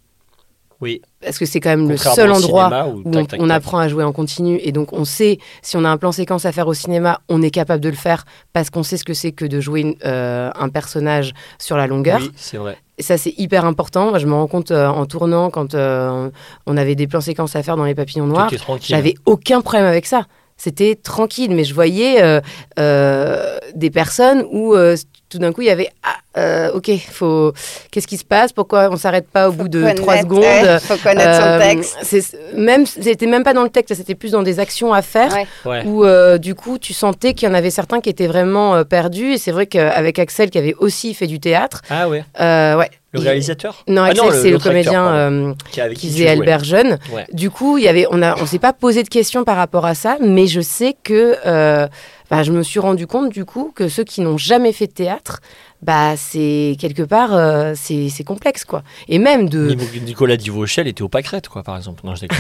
A: Oui.
D: Parce que c'est quand même le
A: Contrairement
D: seul
A: au
D: endroit
A: cinéma
D: où
A: tac,
D: on,
A: tac,
D: on
A: tac.
D: apprend à jouer en continu et donc on sait si on a un plan séquence à faire au cinéma, on est capable de le faire parce qu'on sait ce que c'est que de jouer une- euh, un personnage sur la longueur.
A: Oui, c'est vrai.
D: Et ça, c'est hyper important. Moi, je me rends compte euh, en tournant quand euh, on avait des plans séquences à faire dans Les Papillons Noirs.
A: Tout est tranquille.
D: J'avais aucun problème avec ça. C'était tranquille, mais je voyais euh, euh, des personnes où euh, tout d'un coup il y avait ah euh, ok faut qu'est-ce qui se passe pourquoi on s'arrête pas au bout de Euh, trois secondes
C: faut connaître
D: Euh,
C: son texte.
D: c'est- même c'était même pas dans le texte c'était plus dans des actions à faire
C: Ouais.
A: Ouais.
D: où euh, du coup tu sentais qu'il y en avait certains qui étaient vraiment euh, perdus et c'est vrai qu'avec Axel qui avait aussi fait du théâtre
A: Ah ouais.
D: euh, ouais
A: Le
D: il-
A: réalisateur
D: non
A: Ah
D: Axel
A: non, le-
D: c'est le,
A: l'autre acteur,
D: comédien
A: pardon.
D: euh,
A: qui, avec
D: qui
A: tu
D: faisait
A: jouais.
D: Albert Jeune
A: Ouais.
D: du coup, il y avait, on a, on s'est pas posé de questions par rapport à ça, mais je sais que, euh, bah, je me suis rendu compte du coup que ceux qui n'ont jamais fait de théâtre, bah, c'est quelque part, euh, c'est c'est complexe quoi. Et même de,
A: Nico- Nicolas Duvauchel était au pâquerette, quoi, par exemple. Non, je déconne.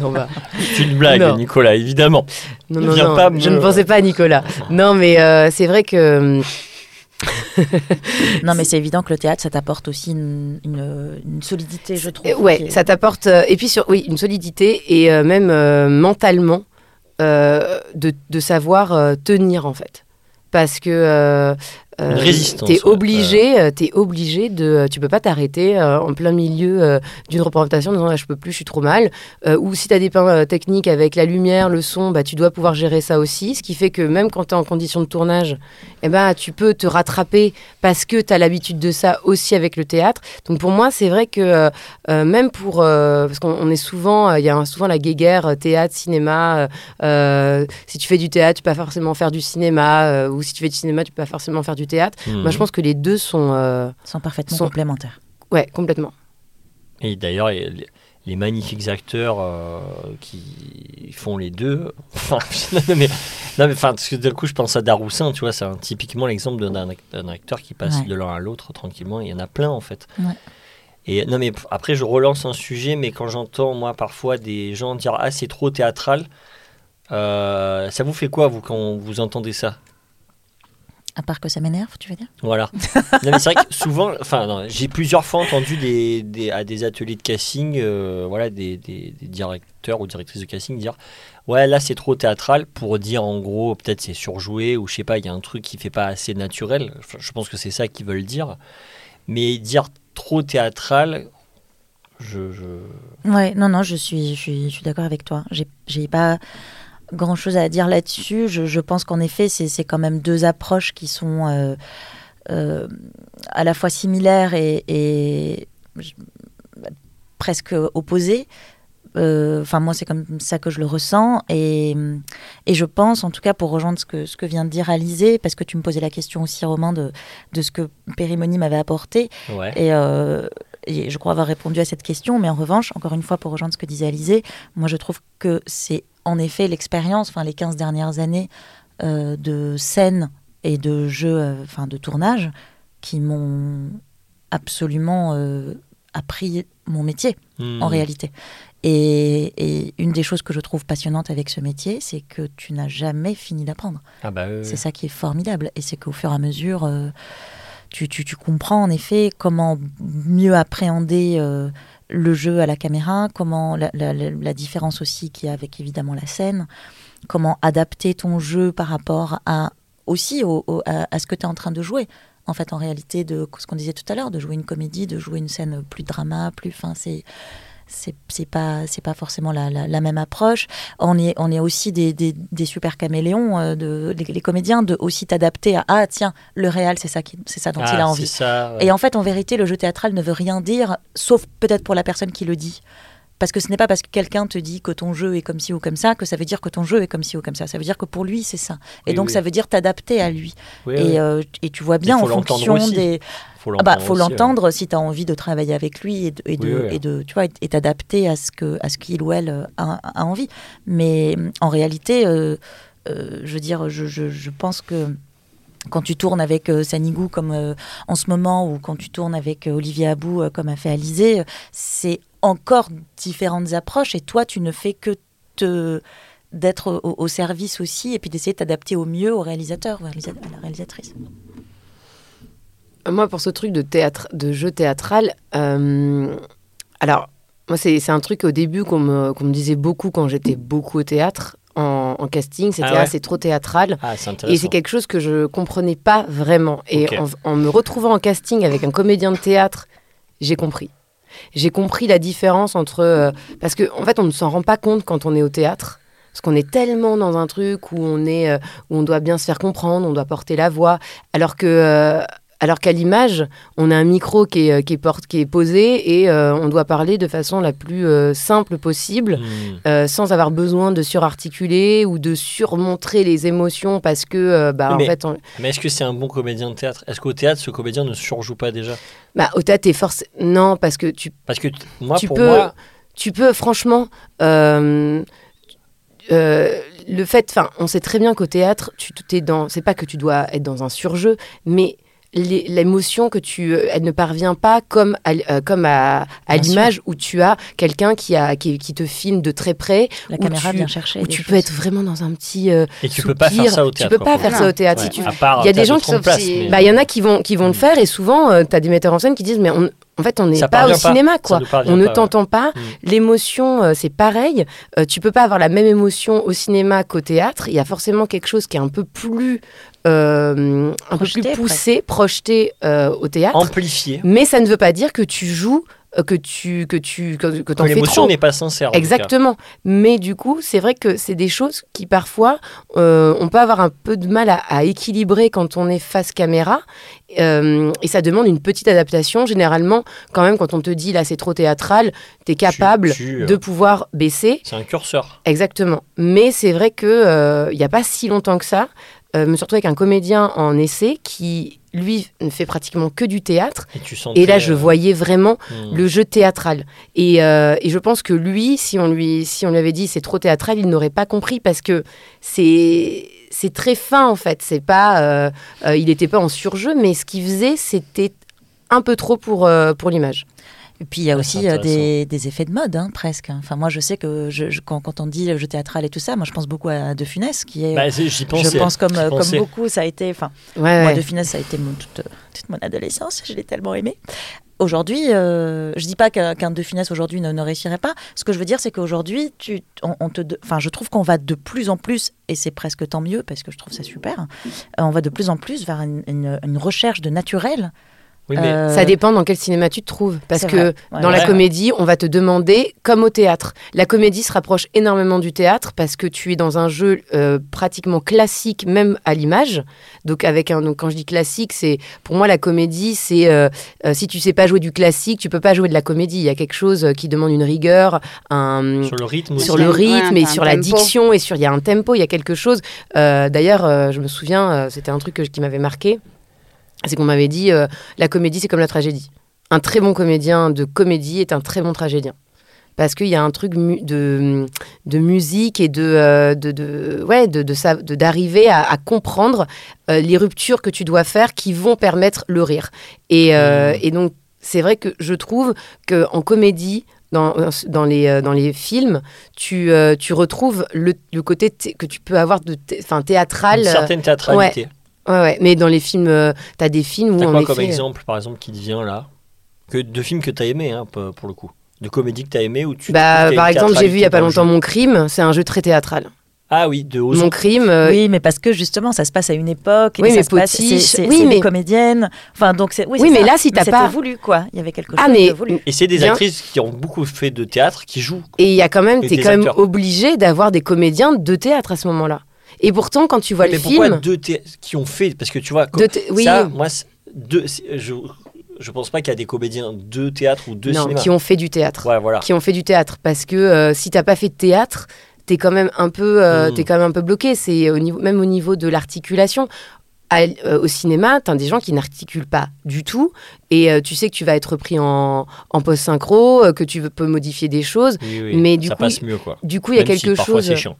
D: non, bah,
A: C'est une blague,
D: Non.
A: Nicolas, évidemment.
D: non,
A: Il
D: non,
A: vient
D: non,
A: pas me-
D: je ne pensais pas à Nicolas. Non, mais euh, c'est vrai que,
B: Non, mais c'est évident que le théâtre, ça t'apporte aussi une, une- une solidité, je trouve.
D: euh, ouais,
B: qui-
D: ça t'apporte, euh, et puis sur, oui, une solidité et euh, même euh, mentalement euh, de, de savoir euh, tenir en fait, parce que. euh,
A: Une résistance,
D: T'es
A: ouais.
D: obligé, euh, t'es obligé de, tu peux pas t'arrêter euh, en plein milieu euh, d'une représentation en disant Ah, je peux plus, je suis trop mal. Euh, ou si t'as des pains euh, techniques avec la lumière, le son, bah tu dois pouvoir gérer ça aussi. Ce qui fait que même quand t'es en condition de tournage, eh ben tu peux te rattraper parce que t'as l'habitude de ça aussi avec le théâtre. Donc pour moi, c'est vrai que euh, euh, même pour, euh, parce qu'on on est souvent, euh, il y a un- souvent la guéguerre euh, théâtre, cinéma. euh, euh, si tu fais du théâtre, tu peux pas forcément faire du cinéma, euh, ou si tu fais du cinéma, tu peux pas forcément faire du théâtre. Moi,
A: Mhm.
D: je pense que les deux sont euh,
B: sont parfaitement
D: Sont-
B: complémentaires.
D: ouais, complètement.
A: Et d'ailleurs, les, les- les magnifiques acteurs euh, qui font les deux. Enfin, non, mais, non, mais, enfin, parce que d'un coup, je pense à Daroussin, tu vois, c'est un- typiquement l'exemple d'un- d'un ac- d'un acteur qui passe
B: Ouais.
A: de l'un à l'autre tranquillement. Il y en a plein, en fait.
B: Ouais.
A: Et non, mais p- après, je relance un sujet, mais quand j'entends, moi, parfois, des gens dire Ah, c'est trop théâtral. euh, ça vous fait quoi, vous, quand vous entendez ça
B: À part que ça m'énerve, tu veux dire
A: Voilà. Non, mais c'est vrai que souvent, enfin, non, j'ai plusieurs fois entendu des, des- à des ateliers de casting, euh, voilà, des, des- des directeurs ou directrices de casting dire Ouais, là c'est trop théâtral pour dire en gros, peut-être c'est surjoué ou je sais pas, il y a un truc qui fait pas assez naturel. Enfin, je pense que c'est ça qu'ils veulent dire. Mais dire trop théâtral, je. je...
B: Ouais, non, non, je suis, je suis, je suis d'accord avec toi. J'ai- J'ai pas grand chose à dire là-dessus. Je, je pense qu'en effet, c'est c'est quand même deux approches qui sont euh, euh, à la fois similaires et, et je- presque opposées. Euh, Enfin, moi, c'est comme ça que je le ressens. Et, et je pense, en tout cas, pour rejoindre ce que, ce que vient de dire Alizé, parce que tu me posais la question aussi, Romain, de, de ce que Périmony m'avait apporté.
A: Ouais.
B: Et, euh, Et je crois avoir répondu à cette question, mais en revanche, encore une fois, pour rejoindre ce que disait Alizé, moi je trouve que c'est en effet l'expérience, enfin les 15 dernières années euh, de scène et de jeux, euh, enfin de tournage, qui m'ont absolument euh, appris mon métier
A: Hmm. Mmh.
B: en réalité. Et, et une des choses que je trouve passionnante avec ce métier, c'est que tu n'as jamais fini d'apprendre.
A: Ah bah, euh,
B: C'est ça qui est formidable. Et c'est qu'au fur et à mesure, euh, tu, tu- tu comprends en effet comment mieux appréhender euh, le jeu à la caméra, comment la, la- la- la différence aussi qu'il y a avec évidemment la scène, comment adapter ton jeu par rapport à aussi au- au- à, à ce que tu es en train de jouer. En fait, en réalité, de ce qu'on disait tout à l'heure, de jouer une comédie, de jouer une scène plus drama, plus. Enfin, c'est c'est c'est pas c'est pas forcément la, la- la même approche on est on est aussi des, des- des super caméléons euh, de les, les comédiens de aussi t'adapter à ah tiens le réel c'est ça qui c'est ça dont
A: ah,
B: il a
A: c'est
B: envie
A: ça, ouais.
B: et en fait en vérité le jeu théâtral ne veut rien dire sauf peut-être pour la personne qui le dit parce que ce n'est pas parce que quelqu'un te dit que ton jeu est comme ci ou comme ça que ça veut dire que ton jeu est comme ci ou comme ça ça veut dire que pour lui c'est ça et
A: Oui,
B: donc
A: oui.
B: ça veut dire t'adapter à lui
A: Oui, oui,
B: et, euh, et tu vois bien
A: faut
B: en
A: l'entendre
B: fonction
A: aussi.
B: des
A: faut
B: ah
A: l'entendre.
B: bah, faut
A: aussi, ouais.
B: l'entendre si tu as envie de travailler avec lui et de, et de,
A: Oui, hein. oui.
B: et de- tu vois, et t'adapter à ce que à ce qu'il ou elle euh, a, a envie. Mais euh, en réalité, euh, euh, je veux dire, je, je- je pense que quand tu tournes avec euh, Sanigou comme euh, en ce moment ou quand tu tournes avec euh, Olivier Abou euh, comme a fait Alizé, euh, c'est encore différentes approches et toi, tu ne fais que te d'être au, au service aussi et puis d'essayer de t'adapter au mieux au réalisateur ou à la réalisa- à la réalisatrice.
D: Moi, pour ce truc de théâtre, de jeu théâtral, euh, alors, moi, c'est c'est un truc au début qu'on me, qu'on me disait beaucoup quand j'étais beaucoup au théâtre, en, en casting, c'était
A: Ah ouais.
D: Ah, c'est trop théâtral.
A: Ah, c'est intéressant.
D: Et c'est quelque chose que je comprenais pas vraiment. Et
A: Ok.
D: en, en me retrouvant en casting avec un comédien de théâtre, j'ai compris. J'ai compris la différence entre. euh, parce qu'en en fait, on ne s'en rend pas compte quand on est au théâtre. Parce qu'on est tellement dans un truc où on, est, euh, où on doit bien se faire comprendre, on doit porter la voix. Alors que. euh, alors qu'à l'image, on a un micro qui est, euh, qui est, porte, qui est posé et euh, on doit parler de façon la plus euh, simple possible
A: Hmm.
D: euh, sans avoir besoin de surarticuler ou de surmontrer les émotions parce que euh, bah, en
A: Mais-
D: fait on-
A: Mais est-ce que c'est un bon comédien de théâtre Est-ce qu'au théâtre, ce comédien ne surjoue pas déjà
D: bah, au théâtre t'es forcé non parce que tu,
A: Parce que t- moi,
D: tu
A: pour
D: peux
A: moi,
D: tu peux franchement euh, euh, le fait enfin on sait très bien qu'au théâtre tu t'es dans c'est pas que tu dois être dans un surjeu mais les- l'émotion que tu euh, elle ne parvient pas comme à, l- euh, comme à, à
B: Bien sûr.
D: l'image où tu as quelqu'un qui a qui, qui te filme de très près
B: La
D: Où
B: caméra
D: tu-
B: vient chercher.
D: où
B: des
D: tu peux
B: choses.
D: être vraiment dans un petit euh,
A: et tu peux pas
D: soupir.
A: faire ça au
D: tu
A: théâtre.
D: peux
A: quoi,
D: pas
A: pour
D: faire ça au théâtre
A: Ouais,
D: si tu
A: à part,
D: Il y a
A: euh,
D: des
A: théâtre de
D: gens qui sont.
A: trente places,
D: c'est-
A: mais Mm.
D: bah, il y en a qui vont, qui vont le faire et souvent, euh, t'as des metteurs en scène qui disent, mais on- en fait, on n'est
A: Ça
D: pas au
A: parvient pas.
D: cinéma,
A: Ça
D: quoi.
A: ne parvient
D: on ne
A: pas, ouais.
D: t'entend pas.
A: Mm.
D: L'émotion, euh, c'est pareil. Euh, tu peux pas avoir la même émotion au cinéma qu'au théâtre. Il y a forcément quelque chose qui est un peu plus, euh,
B: Projeté,
D: un peu plus
B: presque.
D: poussé, projeté euh, au théâtre.
A: amplifié.
D: Mais ça ne veut pas dire que tu joues, euh, que tu, que tu, que, que
A: Que
D: t'en fais
A: l'émotion
D: trop.
A: n'est pas sincère. en tout cas.
D: Exactement. Mais du coup, c'est vrai que c'est des choses qui parfois, euh, on peut avoir un peu de mal à, à équilibrer quand on est face caméra. Euh, et ça demande une petite adaptation. Généralement, quand même, quand on te dit là c'est trop théâtral, tu es capable
A: tu, euh,
D: de pouvoir baisser.
A: C'est un curseur.
D: Exactement. Mais c'est vrai que euh, il n'y a pas si longtemps que ça, euh, me surtout avec un comédien en essai qui, lui, ne fait pratiquement que du théâtre.
A: Et tu sentais,
D: Et là, je
A: euh,
D: voyais vraiment
A: hmm.
D: le jeu théâtral. Et, euh, et je pense que lui, si on lui, si on lui avait dit c'est trop théâtral, il n'aurait pas compris parce que c'est c'est très fin en fait. C'est pas, euh, euh, il n'était pas en surjeu, mais ce qu'il faisait, c'était un peu trop pour euh, pour l'image.
B: Et puis il y a
A: Ah,
B: aussi
A: c'est
B: euh, des, des effets de mode, hein, presque. Enfin, moi, je sais que je, je- quand, quand on dit le jeu théâtral et tout ça, moi, je pense beaucoup à De Funès, qui est.
A: Bah, c'est- j'y pensais.
B: je pense comme,
A: j'y
B: euh, comme
A: pensais.
B: beaucoup, ça a été. Enfin,
D: Ouais,
B: moi,
D: ouais.
B: De Funès, ça a été mon- toute, euh, toute mon adolescence. Je l'ai tellement aimé. Aujourd'hui, euh, je dis pas qu'un qu'un De Funès aujourd'hui ne, ne réussirait pas. Ce que je veux dire, c'est qu'aujourd'hui, tu, on, on te, de- enfin, je trouve qu'on va de plus en plus, et c'est presque tant mieux parce que je trouve ça super. euh, on va de plus en plus vers une, une- une recherche de naturel.
A: Oui, mais
B: Euh,
D: Ça dépend dans quel cinéma tu te trouves. Parce
B: c'est
D: que
B: vrai. Ouais,
D: dans
A: ouais.
D: la comédie, on va te demander, comme au théâtre. La comédie se rapproche énormément du théâtre parce que tu es dans un jeu euh, pratiquement classique, même à l'image. Donc, avec un, donc, quand je dis classique, c'est pour moi la comédie, c'est euh, euh, si tu sais pas jouer du classique, tu peux pas jouer de la comédie. Il y a quelque chose euh, qui demande une rigueur, un,
A: sur le rythme aussi.
D: euh, sur le
C: Ouais,
D: rythme et
C: t'as un
D: sur la
C: tempo.
D: diction et sur il y a un tempo, il y a quelque chose. Euh, D'ailleurs, euh, je me souviens, euh, c'était un truc que je- qui m'avait marqué, c'est qu'on m'avait dit euh, la comédie c'est comme la tragédie. un très bon comédien de comédie est un très bon tragédien. Parce qu'il y a un truc mu- de, de musique et de, euh, de, de- ouais, de, de sa- de- d'arriver à, à comprendre euh, les ruptures que tu dois faire qui vont permettre le rire. Et, euh, et donc, c'est vrai que je trouve qu'en comédie, dans, dans, les, euh, dans les films, tu, euh, tu retrouves le, le côté thé- que tu peux avoir de thé- enfin, théâtral. euh,
A: Une certaine théâtralité.
D: Ouais, ouais. Mais dans les films, euh, t'as des films où
A: T'as
D: en
A: quoi
D: effet,
A: comme exemple, par exemple, qui te vient là que, De films que t'as aimé, hein, p- pour le coup. De comédies que t'as aimé ou tu.
D: Bah,
A: trouves qu'il y a
D: par
A: une
D: exemple, j'ai vu il y a pas
A: théâtralité dans le
D: longtemps
A: jeu.
D: Mon Crime, c'est un jeu très théâtral.
A: Ah oui, de Ozon.
D: Mon Crime, euh,
B: Oui, mais parce que justement, ça se passe à une époque.
D: Oui,
B: et ça
D: mais
B: se passe, c'est,
D: Potiche,
B: c'est-
D: oui,
B: c'est
D: mais-
B: des comédiennes. Enfin, donc c'est, oui,
D: Oui,
B: c'est
D: mais
B: ça.
D: là, si t'as
B: c'était
D: pas-
B: voulu, quoi. Il y avait quelque chose
D: Ah, mais-
B: de voulu.
A: Et c'est des
D: Bien.
A: actrices qui ont beaucoup fait de théâtre, qui jouent.
D: et il y a quand même,
A: Et
D: t'es
A: des
D: quand même
A: acteurs.
D: obligé d'avoir des comédiens de théâtre à ce moment-là. Et pourtant, quand tu vois
A: mais
D: Bah, le
A: pourquoi
D: film,
A: deux thé- qui ont fait Parce que tu vois,
D: de thé- oui,
A: ça, moi, c'est- deux, c'est- je, je pense pas qu'il y a des comédiens de théâtre ou de
D: non,
A: cinéma.
D: qui ont fait du théâtre,
A: Ouais, voilà.
D: qui ont fait du théâtre, parce que euh, si t'as pas fait de théâtre, t'es quand même un peu, euh,
A: Mm.
D: t'es quand même un peu bloqué. C'est au niveau, même au niveau de l'articulation. À- euh, au cinéma, t'as des gens qui n'articulent pas du tout, et euh, tu sais que tu vas être pris en, en post-synchro, euh, que tu peux modifier des choses.
A: Oui, oui,
D: Mais du
A: ça
D: coup,
A: passe mieux, quoi.
D: Du coup, il y a
A: Même si
D: quelque
A: parfois,
D: chose.
A: c'est chiant,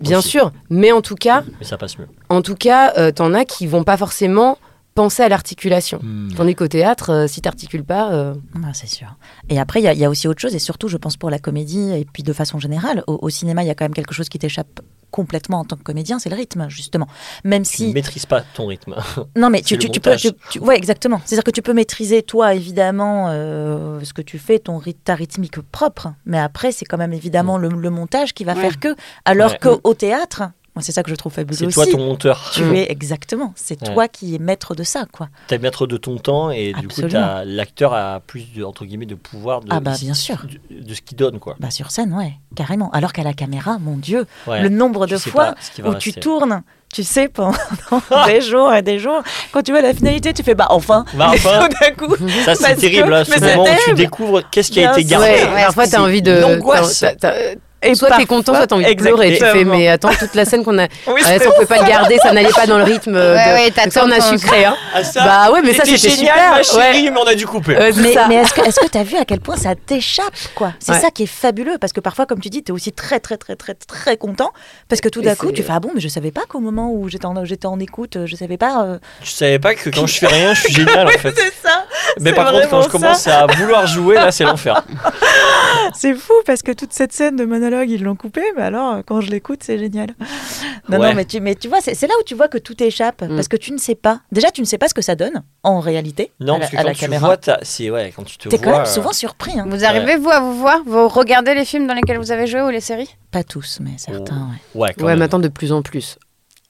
D: Bien
A: aussi.
D: sûr, mais en tout cas,
A: mais ça passe mieux.
D: en tout cas, euh, t'en as qui vont pas forcément penser à l'articulation. Tandis qu'au théâtre, euh, si t'articules pas, euh,
B: Ah, c'est sûr. Et après, il y, a- il y a aussi autre chose, et surtout, je pense pour la comédie, et puis de façon générale, au, au cinéma, il y a quand même quelque chose qui t'échappe complètement en tant que comédien, c'est le rythme, justement. Même
A: Tu
B: si.
A: ne maîtrises pas ton rythme.
B: Non, mais
A: C'est
B: tu,
A: le
B: tu- tu peux.
A: montage.
B: tu- tu- ouais, exactement. C'est-à-dire que tu peux maîtriser, toi, évidemment, euh, ce que tu fais, ton, ryth- ta rythmique propre. Mais après, c'est quand même évidemment le, le montage qui va
C: Ouais.
B: faire que.
A: Mm.
B: Alors
A: Ouais. Mm.
B: qu'au au théâtre, moi, c'est ça que je trouve fabuleux
A: C'est
B: aussi.
A: toi ton monteur.
B: Tu es exactement. C'est
A: Ouais.
B: toi qui es maître de ça, quoi.
A: T'es maître de ton temps et du coup,
B: Absolument.
A: t'as- l'acteur a plus de, entre guillemets, de pouvoir de,
B: Ah bah, bien sûr.
A: de, de ce qu'il donne, quoi.
B: Bah, sur scène, ouais, carrément. Alors qu'à la caméra, mon Dieu,
A: Ouais.
B: le nombre
A: Tu
B: de
A: sais
B: fois
A: pas ce qui va
B: où tu
A: rester.
B: tournes, tu sais, pendant des jours et des jours, quand tu vois la finalité, tu fais bah enfin,
A: Bah,
B: Et
A: enfin.
B: tout d'un coup,
A: Ça, c'est
B: parce
A: terrible,
B: que-
A: là, ce
B: mais c'est
A: moment où tu
B: terrible.
A: découvres qu'est-ce qui a
B: Bien
A: été
B: sûr.
A: gardé.
D: ouais,
B: ouais,
D: parfois t'as envie de,
B: l'angoisse.
D: t'as- t'as-
B: et
D: soit t'es content, soit t'as envie de pleurer. Tu fais, mais attends, toute la scène qu'on a, Ouais, ça, on peut pas le garder, ça n'allait pas dans le rythme. euh,
C: Ouais,
D: de-
C: ouais,
D: Donc ça, on a
C: t'attends ton-
D: sucré. Hein.
A: Ah, ça,
D: Bah ouais, mais ça
A: c'était
D: c'était
A: génial,
D: super.
A: ma
D: ouais.
A: chérie, mais on a dû couper.
D: Ouais, c'est
B: Mais,
D: ça.
B: mais est-ce que est-ce que t'as vu à quel point ça t'échappe quoi C'est
D: Ouais.
B: ça qui est fabuleux parce que parfois comme tu dis t'es aussi très très très très très content parce que tout
D: Et
B: d'un coup
D: c'est-
B: tu fais ah bon mais je savais pas qu'au moment où j'étais en, j'étais en écoute je savais pas euh,
A: Je savais pas que quand je fais rien, je suis génial, en fait.
B: c'est ça
A: Mais
B: c'est
A: par contre, quand
B: vraiment
A: je commence à vouloir jouer, là, c'est l'enfer.
B: C'est fou parce que toute cette scène de monologue, ils l'ont coupée, mais alors euh, quand je l'écoute, c'est génial. Non,
A: Ouais.
B: non, mais tu, mais tu vois, c'est c'est là où tu vois que tout échappe
D: Mm.
B: parce que tu ne sais pas. Déjà, tu ne sais pas ce que ça donne en réalité
A: Non,
B: à la,
A: parce que
B: à la
A: quand tu
B: caméra.
A: vois, t'as- c'est ouais, quand tu te
B: T'es
A: vois.
B: quand même
A: euh,
B: souvent surpris, hein.
C: Vous arrivez, vous, à vous voir Vous regardez les films dans lesquels vous avez joué ou les séries
B: pas tous, mais certains. ouais.
A: euh, Ouais, quand
D: Ouais,
A: même.
D: maintenant de plus en plus.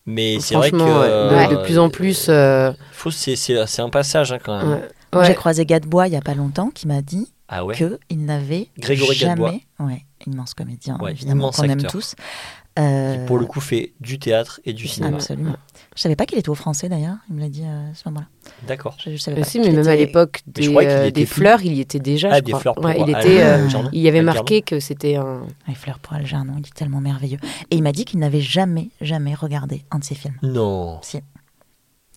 A: Mais c'est vrai que.
D: Franchement, ouais, de, de
A: euh,
D: plus en plus. euh,
A: Faut, c'est, c'est, c'est un passage hein, quand même.
D: ouais. Ouais.
B: J'ai croisé Gadebois il y a pas longtemps qui m'a dit
A: Ah ouais.
B: que il n'avait
A: Grégory Gadebois.
B: jamais, ouais, immense comédien,
A: Ouais,
B: évidemment,
A: immense
B: qu'on aime
A: acteur.
B: tous.
A: Qui,
B: Euh,
A: pour le coup fait du théâtre et
D: Ah,
A: du cinéma.
B: Absolument. Je savais pas qu'il était au français d'ailleurs. Il me l'a dit euh, à ce moment-là.
A: D'accord.
B: Je, je savais
D: Mais
B: pas
D: Bah si,
B: qu'il
D: mais même à
B: était-
D: l'époque
A: Mais je
D: des,
A: croyais qu'il
D: euh,
A: était
D: des
A: plus-
D: fleurs, il y était déjà.
A: Ah,
D: je
A: des
D: crois.
A: fleurs pour
D: Ouais, il
A: moi.
D: était.
A: Ah,
D: euh,
A: le jardin.
D: Il y avait
A: Algernon.
D: marqué que c'était un.
B: Les fleurs pour Algernon, il est tellement merveilleux. Et il m'a dit qu'il n'avait jamais, jamais regardé un de ses films.
A: Non.
B: Tu sais,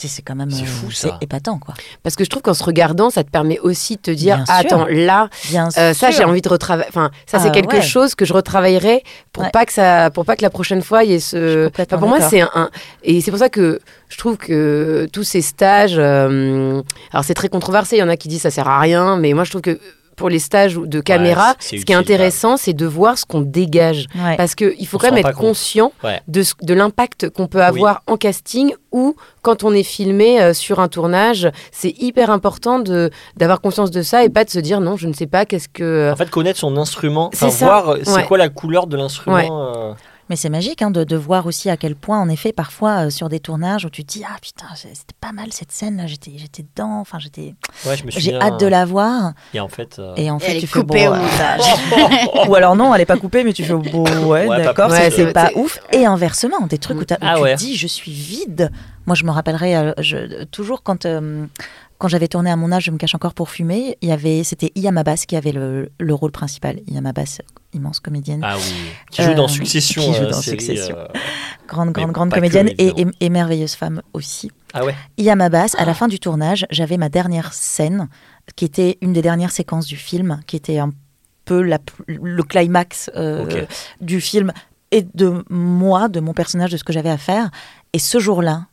B: C'est quand même
A: C'est
B: euh,
A: fou,
B: c'est
A: ça.
B: épatant, quoi.
D: Parce que je trouve qu'en se regardant, ça te permet aussi de te dire
B: Bien
D: ah,
B: sûr.
D: attends, là,
B: Bien
D: euh, ça,
B: sûr.
D: j'ai envie de retravailler. Enfin, ça, c'est
B: Ah,
D: quelque
B: ouais.
D: chose que je retravaillerai pour
B: Ouais.
D: pas que ça, pour pas que la prochaine fois il y ait
B: Je
D: ce.
B: suis complètement
D: pour moi,
B: d'accord.
D: c'est un, un- et c'est pour ça que je trouve que tous ces stages, euh, alors c'est très controversé. Il y en a qui disent ça sert à rien, mais moi, je trouve que pour les stages ou- de caméra,
A: c'est- c'est
D: ce qui est
A: utile,
D: intéressant, c'est de voir ce qu'on dégage.
B: Ouais.
D: Parce qu'il faut
A: On
D: quand
A: s'en
D: même
A: rend
D: être
A: pas compte.
D: conscient
A: Ouais.
D: de, ce- de l'impact qu'on peut avoir en casting ou quand on est filmé euh, sur un tournage. C'est hyper important de d'avoir conscience de ça et pas de se dire non, je ne sais pas, qu'est-ce que. euh,
A: En fait, connaître son instrument, enfin,
D: C'est ça.
A: voir euh, c'est
D: Ouais.
A: quoi la couleur de l'instrument. euh,
B: Mais c'est magique hein, de, de voir aussi à quel point, en effet, parfois, euh, sur des tournages où tu te dis Ah putain, c'est- c'était pas mal cette scène-là, j'étais j'étais dedans, enfin, j'étais-
A: Ouais, je me
B: j'ai
A: souviens,
B: hâte de la voir.
A: Et en fait. euh,
B: Et en fait,
C: elle est
B: tu fais
C: coupée
B: bon,
C: au
B: euh,
C: montage.
A: Oh,
B: Ou alors non, elle est pas coupée, mais tu fais bon, ouais,
A: Ouais,
B: d'accord,
A: pas
B: c'est-
A: possible.
B: c'est
D: Ouais,
B: pas
D: c'est-
B: ouf. Et inversement, des trucs où, t'as- où
A: Ah
B: tu
A: ouais.
B: te dis je suis vide. Moi, je me rappellerai euh, je- toujours quand. euh, quand j'avais tourné à mon âge, je me cache encore pour fumer. Il y avait, c'était Iyamabas qui avait le, le rôle principal. Iyamabas, immense comédienne,
A: Ah oui. Qui joue
B: Euh,
A: dans Succession.
B: qui joue
A: euh,
B: dans
A: série,
B: Succession.
A: euh,
B: grande,
A: Mais
B: grande, grande
A: pas que,
B: comédienne et,
A: évidemment.
B: et- et merveilleuse femme aussi.
A: Ah ouais
B: Yamabas, à la fin du tournage, j'avais ma dernière scène, qui était une des dernières séquences du film, qui était un peu la pl- le climax euh,
A: Ok.
B: du film et de moi, de mon personnage, de ce que j'avais à faire. Et ce jour-là,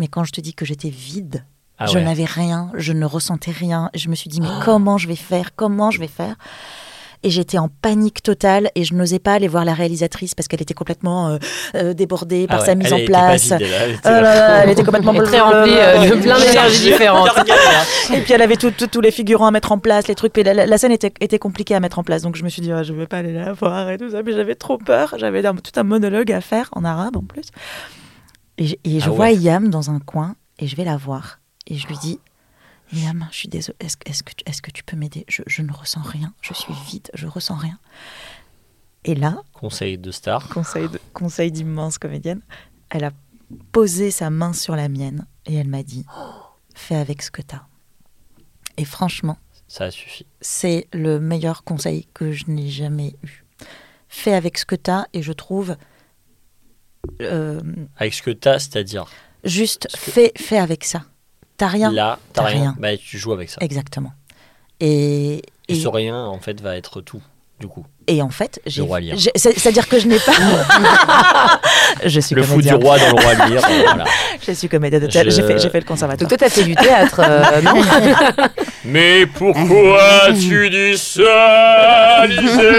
B: mais quand je te dis que j'étais vide,
A: Ah
B: je
A: ouais. Ah.
B: n'avais rien, je ne ressentais rien. Je me suis dit, mais comment je vais faire Comment je vais faire et j'étais en panique totale et je n'osais pas aller voir la réalisatrice parce qu'elle était complètement euh, euh, débordée par
A: Ah ouais,
B: sa mise
A: elle
B: en
A: était pas
B: place.
A: vide, elle, elle était-
B: Oh là là, elle était complètement
D: Et très
B: blablabla.
D: remplie euh, de plein d'énergies différentes.
B: Et puis elle avait tout- tout- tous les figurants à mettre en place, les trucs. Puis la, la- la scène était, était compliquée à mettre en place, donc je me suis dit, Ah, je ne vais pas aller la voir et tout ça. Mais j'avais trop peur. J'avais un- tout un monologue à faire en arabe en plus. Et, j- et je
A: Ah
B: vois
A: ouais.
B: Yam dans un coin et je vais la voir et je lui dis. Yam, je suis désolée. Est-ce est-ce que, tu- est-ce que tu peux m'aider je, je ne ressens rien. Je suis vide. Je ressens rien. Et là,
A: Conseil de star.
B: conseil, de- conseil d'immense comédienne, elle a posé sa main sur la mienne et elle m'a dit
A: Oh.
B: Fais avec ce que t'as. Et franchement,
A: Ça suffit.
B: c'est le meilleur conseil que je n'ai jamais eu. Fais avec ce que t'as et je trouve. euh,
A: Avec ce que t'as, c'est-à-dire
B: juste
A: Parce que-
B: fais, fais avec ça. T'as rien.
A: là, t'as
B: t'as
A: rien.
B: rien.
A: Bah, tu joues avec ça.
B: Exactement. Et,
A: Et,
B: et,
A: ce rien, en fait, va être tout, du coup.
B: et en fait, j'ai-
A: roi lire.
B: j'ai- c'est- c'est-à-dire que je n'ai pas. je suis
A: Le fou du
B: comédien.
A: roi dans le roi de lire. euh, voilà.
B: Je suis comédien de théâtre.
A: Je-
B: J'ai fait, j'ai fait le
D: Donc
B: conservatoire.
D: toi, t'as fait du théâtre, euh, non
A: Mais pourquoi tu dis ça, Lisée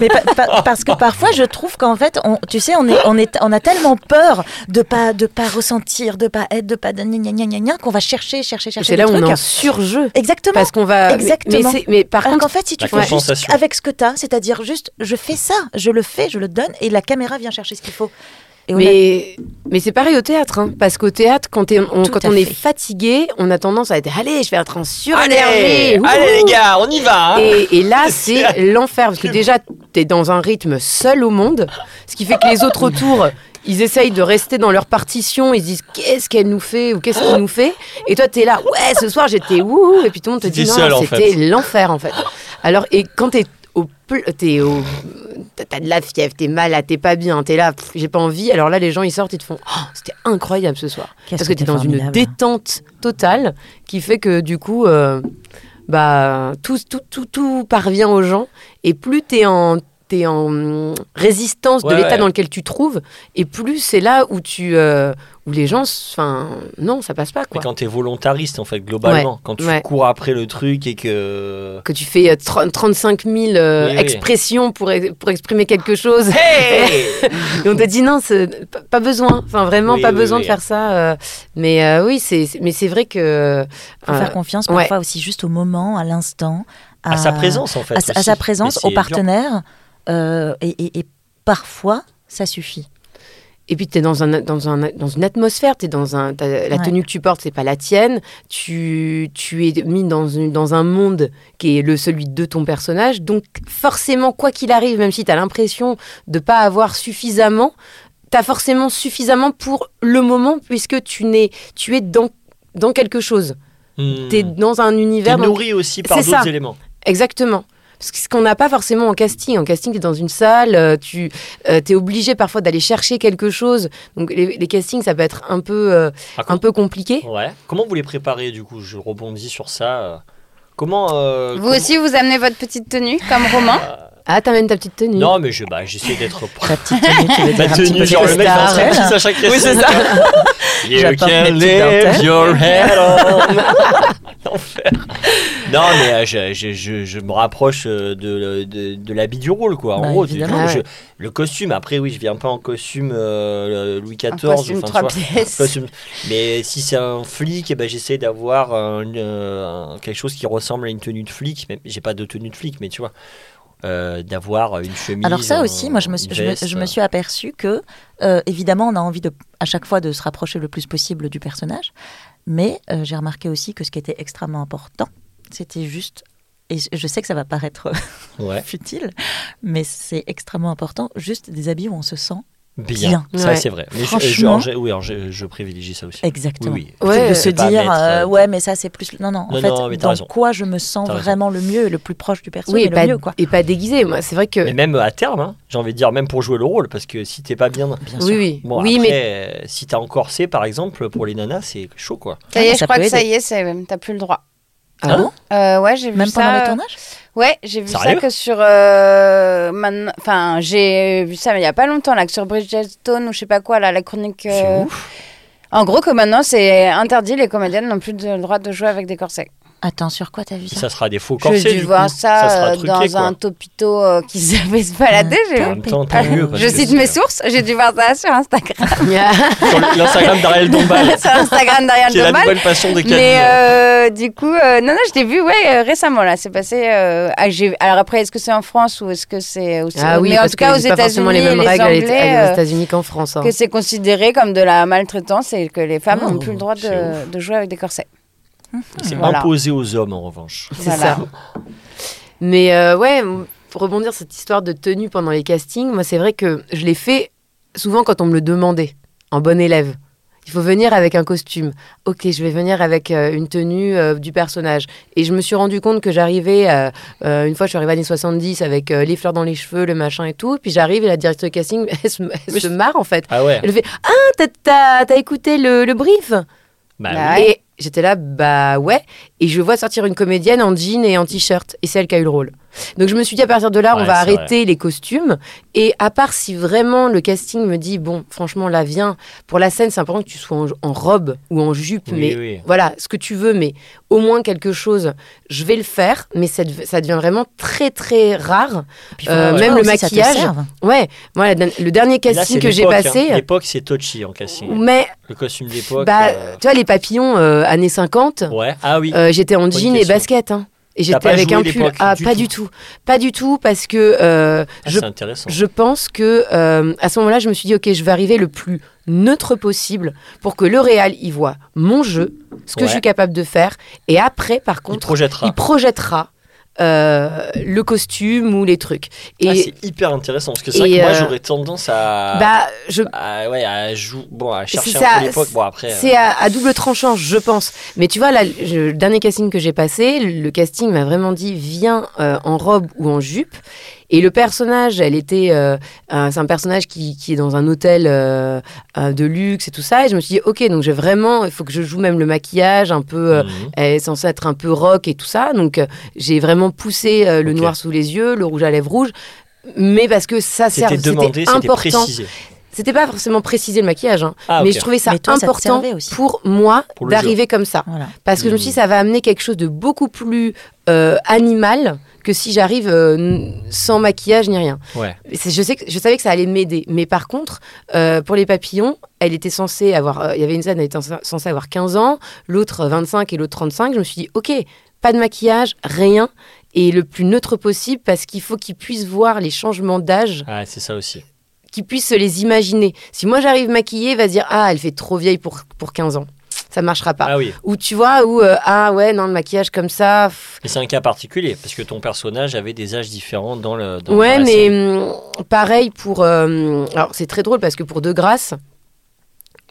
B: Mais pa- pa- parce que parfois, je trouve qu'en fait, on, tu sais, on, est, on, est, on a tellement peur de pas de pas ressentir, de pas être, de pas de gna gna gna gna gna qu'on va chercher, chercher, chercher.
D: C'est là
B: des
D: où on est
B: trucs.
D: en surjeu.
B: Exactement.
D: Parce qu'on va. mais-
B: Exactement.
D: Mais, c'est- mais par
B: Alors
D: contre,
B: qu'en fait, si tu
A: La
B: fais juste
A: compensation.
B: avec ce que tu as, c'est-à-dire juste, je fais ça, je le fais, je le donne, et la caméra vient chercher ce qu'il faut. Et on a-
D: Mais, mais c'est pareil au théâtre, hein, parce qu'au théâtre, quand, t'es- on,
B: Tout
D: quand
B: à
D: on est
B: fait.
D: fatigué, on a tendance à être allez, je vais être en
A: Allez,
D: surénergie. wouhou.
A: allez les gars, on y va hein.
D: Et, et là, c'est l'enfer, parce que déjà, t'es dans un rythme seul au monde, ce qui fait que les autres autour, ils essayent de rester dans leur partition, ils se disent qu'est-ce qu'elle nous fait ou qu'est-ce qu'il nous fait, et toi, t'es là, ouais, ce soir, j'étais wouhou, et puis tout le monde te
A: T'étais
D: dit non,
A: seul, en
D: c'était
A: fait.
D: l'enfer, en fait. Alors, et quand t'es au. pl- T'es au t'as- T'as de la fièvre, t'es malade, t'es pas bien, t'es là, pff, j'ai pas envie. Alors là, les gens ils sortent, ils te font, Oh, c'était incroyable ce soir.
B: Qu'est-ce
D: Parce que,
B: que
D: t'es
B: t'es
D: dans une
B: formidable.
D: détente totale qui fait que du coup, euh, bah, tout, tout, tout, tout parvient aux gens. Et plus t'es en, t'es en hum, résistance
A: Ouais,
D: de l'état
A: ouais.
D: dans lequel tu te trouves, et plus c'est là où tu, euh, où les gens, s- enfin, non, ça passe pas
A: Mais
D: quoi.
A: quand t'es volontariste, en fait, globalement, quand tu
D: ouais.
A: cours après le truc et que.
D: Que tu fais euh, 30 35 000 euh,
A: Oui, oui.
D: expressions pour, ex- pour exprimer quelque chose.
B: Eh,
A: Hey
D: Et on te dit non, c'est- p- pas besoin. Enfin, vraiment,
A: Oui,
D: pas
A: oui,
D: besoin
A: oui.
D: de faire ça. euh, mais euh, oui, c'est, c'est- mais c'est vrai que.
B: faut
D: euh,
B: faire confiance
D: ouais.
B: parfois aussi juste au moment, à l'instant.
A: à, sa présence, en fait.
B: euh, à, sa- à
A: aussi.
B: sa
A: Et
B: présence,
A: c'est
B: au
A: dur.
B: partenaire, euh, et, et- et parfois, ça suffit.
D: Et puis, tu es dans, un, dans, un, dans une atmosphère, t'es dans un, t'as- la
B: Ouais.
D: tenue que tu portes, c'est pas la tienne. Tu, tu es mis dans, une, dans un monde qui est le celui de ton personnage. Donc, forcément, quoi qu'il arrive, même si tu as l'impression de pas avoir suffisamment, tu as forcément suffisamment pour le moment, puisque tu, n'es, tu es dans, dans quelque chose.
A: Hmm.
D: Tu es dans un
A: T'es
D: univers. dans-
A: nourri aussi par
D: C'est ça.
A: d'autres éléments.
D: Exactement. Parce que ce qu'on n'a pas forcément en casting. En casting, tu es dans une salle, euh, tu es obligé parfois d'aller chercher quelque chose. Donc les, les castings, ça peut être un peu, euh,
A: Par
D: un peu compliqué.
A: Ah, Ouais. Comment vous les préparez du coup Je rebondis sur ça. euh. Comment euh,
C: Vous
A: comment-
C: aussi, vous amenez votre petite tenue comme Romain
D: Ah, t'amènes ta petite tenue.
A: Non, mais je, bah, j'essaie d'être propre.
B: Ta petite tenue, tu veux
A: Ma
B: dire un petit
A: tenue,
B: peu
A: genre le mec fait un
B: costard, elle.
A: striptease à chaque question.
B: Oui, c'est ça.
A: You
B: J'apporte
A: can
B: mes petites
A: leave
B: dentelles.
A: your head on. L'enfer. Non, mais euh, je, je, je, je me rapproche euh, de, de, de l'habit du rôle, quoi. En
B: Bah,
A: gros, tu-
B: évidemment.
A: je- le costume, après, oui, je viens pas en costume euh, Louis XIV.
C: Un costume
A: enfin, tu
C: trois
A: vois.
C: pièces.
A: Costume. Mais si c'est un flic, eh ben, j'essaie d'avoir un, euh, un- quelque chose qui ressemble à une tenue de flic. Même- J'ai pas de tenue de flic, mais tu vois, euh, d'avoir une chemise.
B: Alors ça
A: un-
B: aussi, moi je me, suis-
A: une
B: je me-
A: veste.
B: je me suis aperçue que, euh, évidemment, on a envie de, à chaque fois de se rapprocher le plus possible du personnage, mais euh, j'ai remarqué aussi que ce qui était extrêmement important, c'était juste, et je- je sais que ça va paraître
A: euh, Ouais.
B: futile, mais c'est extrêmement important, juste des habits où on se sent
A: bien.
B: Bien.
A: Ça,
D: Ouais.
A: c'est vrai. Mais je-
B: Franchement.
A: alors, je, oui, alors, je, je privilégie ça aussi. Oui,
B: Exactement.
A: oui.
D: Ouais,
B: Plutôt
D: euh,
B: de se
A: C'est pas
B: dire,
A: mettre,
B: euh,
A: euh,
B: ouais, mais ça c'est plus. Non, non, en
A: Non,
B: fait,
A: non, mais t'as
B: dans
A: raison.
B: quoi je me sens
A: T'as raison.
B: vraiment le mieux et le plus proche du perso,
D: Oui, bah,
B: et
D: et
B: le
D: pas,
B: mieux, quoi.
D: et pas déguisé. Moi, c'est vrai que.
A: Mais même à terme, hein, j'ai envie de dire, même pour jouer le rôle, parce que si t'es pas bien.
B: Bien
D: oui, oui.
A: Bon,
D: oui, mais.
A: après, euh, si t'as en corset, par exemple, pour les nanas, c'est chaud, quoi.
C: Ça y
B: Ah,
C: est,
B: mais
C: je
B: ça
C: crois
B: peut
C: que ça
B: aider.
C: y est, c'est- t'as plus le droit.
A: Ah bon
C: Euh, ouais, j'ai vu
B: Même
C: ça.
B: pendant le
C: euh,
B: tournage
C: Ouais, j'ai vu ça
A: Sérieux
C: que sur. euh, man- Enfin, j'ai vu ça, mais il n'y a pas longtemps, là, que sur Bridgestone ou je sais pas quoi, là, la chronique. euh,
A: C'est ouf.
C: En gros, que maintenant, c'est interdit, les comédiennes n'ont plus de- le droit de jouer avec des corsets.
B: Attends, sur quoi t'as vu ça
A: Ça sera des faux corsets.
C: J'ai dû
A: du
C: voir
A: coup.
C: ça,
A: sera
C: euh,
A: truqué,
C: dans
A: quoi.
C: un topito euh, qui savait se balader. j'ai-
A: En même temps, tant mieux, parce
C: Je
A: que
C: cite
A: c'est-
C: mes sources, j'ai dû voir ça sur Instagram.
A: Sur le- l'Instagram d'Ariel Dombal,
C: sur Instagram d'Ariane
A: qui est la
C: Dombal.
A: nouvelle passion de Camille.
C: Mais euh, du coup, euh, non, non, je l'ai vu ouais, euh, récemment, là. C'est passé. euh, ah, j'ai- alors après, est-ce que c'est en France ou est-ce que c'est. ou c'est-
D: Ah oui,
C: mais en
D: parce
C: tout cas,
D: que
C: aux
D: c'est pas forcément
C: États-Unis,
D: les
C: les,
D: mêmes règles
C: Anglais,
D: aux
C: euh,
D: États-Unis qu'en France. hein.
C: que c'est considéré comme de la maltraitance et que les femmes
D: Oh,
C: n'ont plus le droit
A: c'est
C: de, de jouer avec des corsets.
A: C'est
C: Voilà.
A: imposé aux hommes, en revanche.
D: C'est
C: Voilà.
D: ça. Mais euh, ouais, m- pour rebondir sur cette histoire de tenue pendant les castings, moi c'est vrai que je l'ai fait souvent quand on me le demandait, en bon élève. Il faut venir avec un costume. Ok, je vais venir avec euh, une tenue euh, du personnage. Et je me suis rendu compte que j'arrivais, euh, euh, une fois je suis arrivée à années 70 avec euh, les fleurs dans les cheveux, le machin et tout. Puis j'arrive et la directrice de casting, elle se, elle
A: Mais
D: se
A: je-
D: marre en fait.
A: Ah ouais
D: Elle fait Ah, t'as- t'as t'as écouté le, le brief
A: Bah
C: Bah,
A: oui.
C: Ouais.
D: et j'étais là, bah ouais. Et je vois sortir une comédienne en jean et en t-shirt. Et c'est elle qui a eu le rôle. Donc je me suis dit, à partir de là,
A: Ouais,
D: on va
A: c'est vrai.
D: arrêter les costumes. Et à part si vraiment le casting me dit, bon, franchement, là, viens. Pour la scène, c'est important que tu sois en, en robe ou en jupe.
A: Oui,
D: mais
A: oui.
D: voilà, ce que tu veux, mais au moins quelque chose, je vais le faire. Mais ça, dev- ça devient vraiment très, très rare.
B: Puis faut
D: Euh,
B: voir
D: même le
B: aussi, ça te
D: maquillage.
B: serve.
D: Ouais, moi, la- le dernier
A: Et là,
D: casting
A: c'est
D: que j'ai
A: l'époque,
D: passé. euh,
A: hein. L'époque, c'est touchy en casting.
D: Mais
A: Le costume d'époque.
D: bah,
A: euh,
D: tu vois, les papillons, euh, années 50.
A: Ouais. Ah oui.
D: Euh, j'étais en
A: Bonne
D: jean et
A: question.
D: basket. hein. Et j'étais
A: pas
D: avec
A: joué
D: un
A: l'époque
D: pull. Ah,
A: du
D: pas
A: tout.
D: du tout. Pas du tout, parce que euh,
A: Ah,
D: je,
A: c'est intéressant.
D: je pense que euh, à ce moment-là, je me suis dit, OK, je vais arriver le plus neutre possible pour que le Real y voit mon jeu, ce que
A: Ouais.
D: je suis capable de faire. Et après, par
A: Il
D: contre,
A: projettera.
D: il projettera euh, le costume ou les trucs. Et
A: Ah, c'est hyper intéressant parce que c'est vrai
D: et,
A: que moi,
D: euh,
A: j'aurais tendance à.
D: bah, je,
A: à- ouais, à, jou- bon, à chercher
D: C'est
A: un
D: ça,
A: peu l'époque.
D: c'est-
A: Bon, après. euh,
D: C'est à, à double tranchant, je pense. Mais tu vois, là, je- le dernier casting que j'ai passé, le casting m'a vraiment dit viens euh, en robe ou en jupe. Et le personnage, elle était, euh, un- c'est un personnage qui, qui est dans un hôtel euh, euh, de luxe et tout ça. Et je me suis dit ok, donc j'ai vraiment, il faut que je joue même le maquillage un peu. euh,
A: mhm.
D: elle est censée être un peu rock et tout ça. Donc euh, j'ai vraiment poussé euh, le
A: Ok.
D: noir sous les yeux, le rouge à lèvres rouge. Mais parce que ça sert,
A: C'était demandé,
D: c'était
A: c'était
D: important.
A: précisé.
D: C'était pas forcément précisé le maquillage, hein.
A: Ah,
D: mais
A: ok.
D: je trouvais ça
B: Mais toi, ça te
D: important
B: servait aussi.
D: pour moi
A: Pour le
D: d'arriver comme ça.
B: Voilà.
D: Parce que je me suis
A: Mm.
D: dit, ça va amener quelque chose de beaucoup plus euh, animal que si j'arrive euh, n- sans maquillage ni rien.
A: Ouais.
D: C'est- Je, sais que, je savais que ça allait m'aider. Mais par contre, euh, pour les papillons, elle était censée avoir. euh, Il y avait une scène, elle était ense- censée avoir 15 ans, l'autre euh, 25 et l'autre 35. Je me suis dit, OK, pas de maquillage, rien. Et le plus neutre possible parce qu'il faut qu'ils puissent voir les changements d'âge
A: Ah, c'est ça aussi.
D: qui puissent se les imaginer. Si moi j'arrive maquillée, va se dire ah elle fait trop vieille pour pour 15 ans. Ça marchera pas.
A: Ah oui.
D: Ou tu vois ou euh, ah ouais non le maquillage comme ça. pff.
A: Mais c'est un cas particulier parce que ton personnage avait des âges différents dans le. Dans, dans la
D: ouais mais
A: série.
D: hum, pareil pour euh, alors c'est très drôle parce que pour De Grâce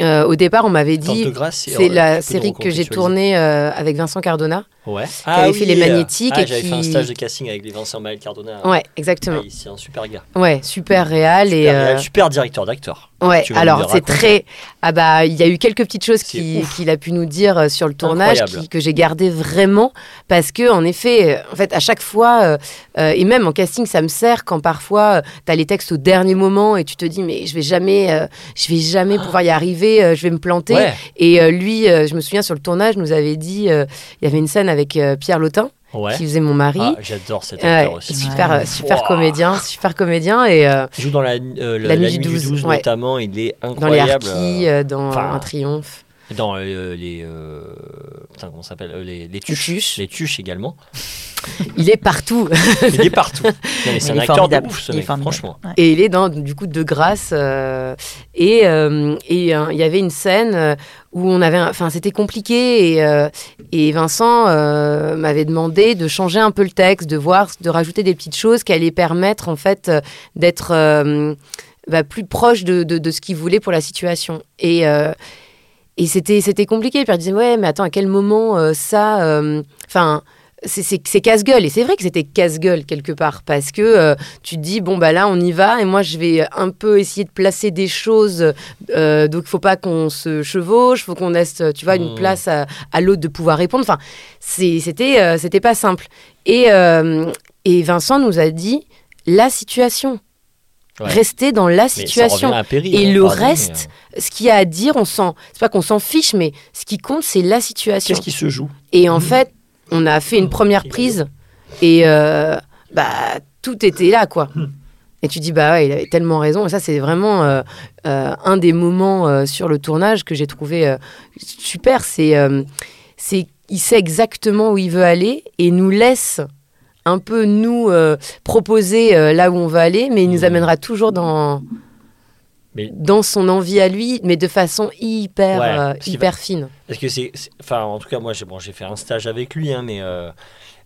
D: euh, au départ on m'avait
A: Tente de euh,
D: dit
A: grâce,
D: c'est
A: tu peux
D: la
A: nous
D: série que j'ai
A: recontextualiser.
D: tournée euh, avec Vincent Cardona.
A: Ouais.
D: avait fait les magnétiques
A: Ah,
D: et
A: j'avais
D: qui-
A: fait un stage de casting avec les Vincent Maël Cardona.
D: Ouais
A: Ah,
D: exactement.
A: il- c'est un super gars.
D: Ouais super réel et
A: Super,
D: euh,
A: super directeur d'acteur.
D: Ouais,
A: Tu vas nous les
D: alors c'est
A: raconter.
D: très. Ah bah, il y a eu quelques petites choses
A: C'est
D: qui-
A: ouf.
D: qu'il a pu nous dire euh, sur le tournage
A: Incroyable.
D: qui- que j'ai gardé vraiment parce que, en effet, euh, en fait, à chaque fois, euh, euh, et même en casting, ça me sert quand parfois tu t'as les textes au dernier moment et tu te dis, mais je vais jamais, euh, je vais jamais pouvoir y arriver, euh, je vais me planter.
A: Ouais.
D: Et euh, lui, euh, je me souviens sur le tournage, nous avait dit, euh, il y avait une scène avec euh, Pierre Lotin
A: Ouais.
D: qui faisait mon mari.
A: Ah, j'adore cet acteur
D: Ouais,
A: aussi.
D: super, euh, super
A: Ouah.
D: comédien, super comédien et euh,
A: Il joue dans la, euh, le- la
D: La nuit
A: nuit
D: du
A: du
D: 12,
A: 12
D: ouais.
A: notamment. Il est
D: dans les
A: incroyable.
D: harkis, euh, dans
A: enfin,
D: un triomphe.
A: euh, Dans euh, les. euh, putain, comment ça s'appelle euh, Les, les tuches.
D: Tuches.
A: Les tuches également.
D: Il est partout.
A: Il est partout. Non, mais c'est
B: Il
A: un
B: est
A: acteur de
B: formidable.
A: ouf, ce
B: Il est
A: mec,
B: formidable.
A: franchement.
B: Ouais.
D: Et il est dans, du coup, De Grâce. euh, et euh, et, euh, il y avait une scène euh, où on avait. un- Enfin, c'était compliqué. Et, euh, et Vincent euh, m'avait demandé de changer un peu le texte, de voir, de rajouter des petites choses qui allaient permettre, en fait, euh, d'être. euh, bah, plus proche de, de- de ce qu'il voulait pour la situation. Et, euh, et c'était c'était compliqué. Puis elle disait Ouais, mais attends, à quel moment euh, ça. euh, Enfin. c'est- c'est c'est casse-gueule. Et c'est vrai que c'était casse-gueule quelque part. Parce que euh, tu te dis, bon, bah là, on y va. Et moi, je vais un peu essayer de placer des choses. euh, donc, il faut pas qu'on se chevauche. faut qu'on laisse, tu vois, une
A: Mm.
D: place à, à l'autre de pouvoir répondre. Enfin, c'est- c'était euh, c'était pas simple. Et, euh, et Vincent nous a dit la situation.
A: Ouais.
D: Rester dans la
A: Mais ça
D: situation.
A: revient à Perry,
D: Et
A: hein,
D: le
A: pardon, mais,
D: reste,
A: euh,
D: Ce qu'il y a à dire, on s'en. C'est pas qu'on s'en fiche, mais ce qui compte, c'est la situation.
A: Qu'est-ce qui se joue
D: Et en fait, on a
A: Oh,
D: fait une première prise et euh, bah tout était là, quoi.
A: Mm.
D: Et tu dis bah ouais, il avait tellement raison. Et ça, c'est vraiment euh, euh, un des moments euh, sur le tournage que j'ai trouvé euh, super. C'est euh, c'est il sait exactement où il veut aller et nous laisse un peu nous euh, proposer euh, là où on va aller, mais il nous amènera toujours dans
A: Mm. Mais-
D: dans son envie à lui, mais de façon hyper
A: Ouais,
D: euh,
A: parce qu'il va-
D: hyper fine.
A: Parce que c'est. c'est- Enfin, en tout cas, moi, j'ai bon, j'ai fait un stage avec lui, hein, mais. euh,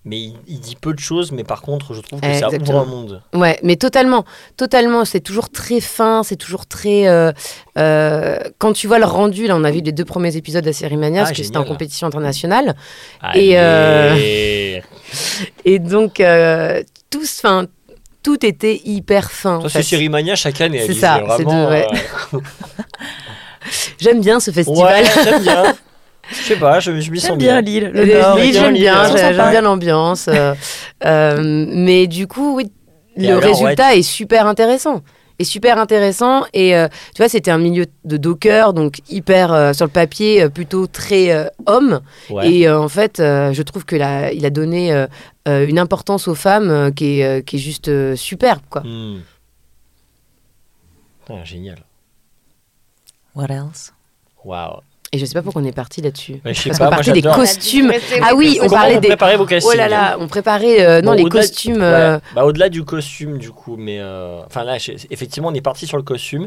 A: Mais il, il dit peu de choses, mais par contre, je trouve que ça
D: Exactement.
A: ouvre un monde.
D: Ouais, mais totalement, totalement. C'est toujours très fin, c'est toujours très. euh, euh, quand tu vois le rendu, là, on a vu les deux premiers épisodes de la série Mania,
A: Ah,
D: parce que c'était en
A: génial.
D: compétition internationale,
A: Allez.
D: euh, et donc euh, tous, fin, tout était hyper fin. en
A: Toi, c'est
D: fait.
A: Série Mania chaque année.
D: C'est
A: Alice,
D: ça, c'est
A: vraiment.
D: de- ouais.
A: euh,
D: J'aime bien ce festival.
A: Ouais, j'aime bien. Je sais pas, je, je m'y sens
B: J'aime
A: bien.
B: bien Lille.
D: Les-
B: Le Nord,
D: les-
A: Lille,
D: j'aime bien,
A: Lille,
D: j'ai-
B: sympa.
D: j'aime bien l'ambiance. euh, euh, mais du coup, oui,
A: Et
D: le
A: alors,
D: résultat est super intéressant. Est super intéressant. Et euh, tu vois, c'était un milieu de docker, donc hyper, euh, sur le papier, euh, plutôt très euh, homme.
A: Ouais.
D: Et euh, en fait, euh, je trouve que la- il a donné euh, euh, une importance aux femmes euh, qui, est, euh, qui est juste euh, superbe, quoi.
A: Hmm. Putain, génial.
B: What else
A: Waouh.
D: Et je sais pas pourquoi on est parti là-dessus.
A: Mais je sais
D: Parce
A: pas,
D: qu'on
A: moi,
D: partait des
A: j'adore.
D: costumes. Ah oui, on
A: Comment
D: parlait
A: vous
D: des.
A: préparez vos castings
D: Oh là là, on préparait euh, non
A: Bon,
D: les
A: au-delà-
D: costumes. euh,
A: Ouais. Bah, au-delà du costume, du coup, mais. euh, Enfin, là, j'ai- effectivement, on est parti sur le costume.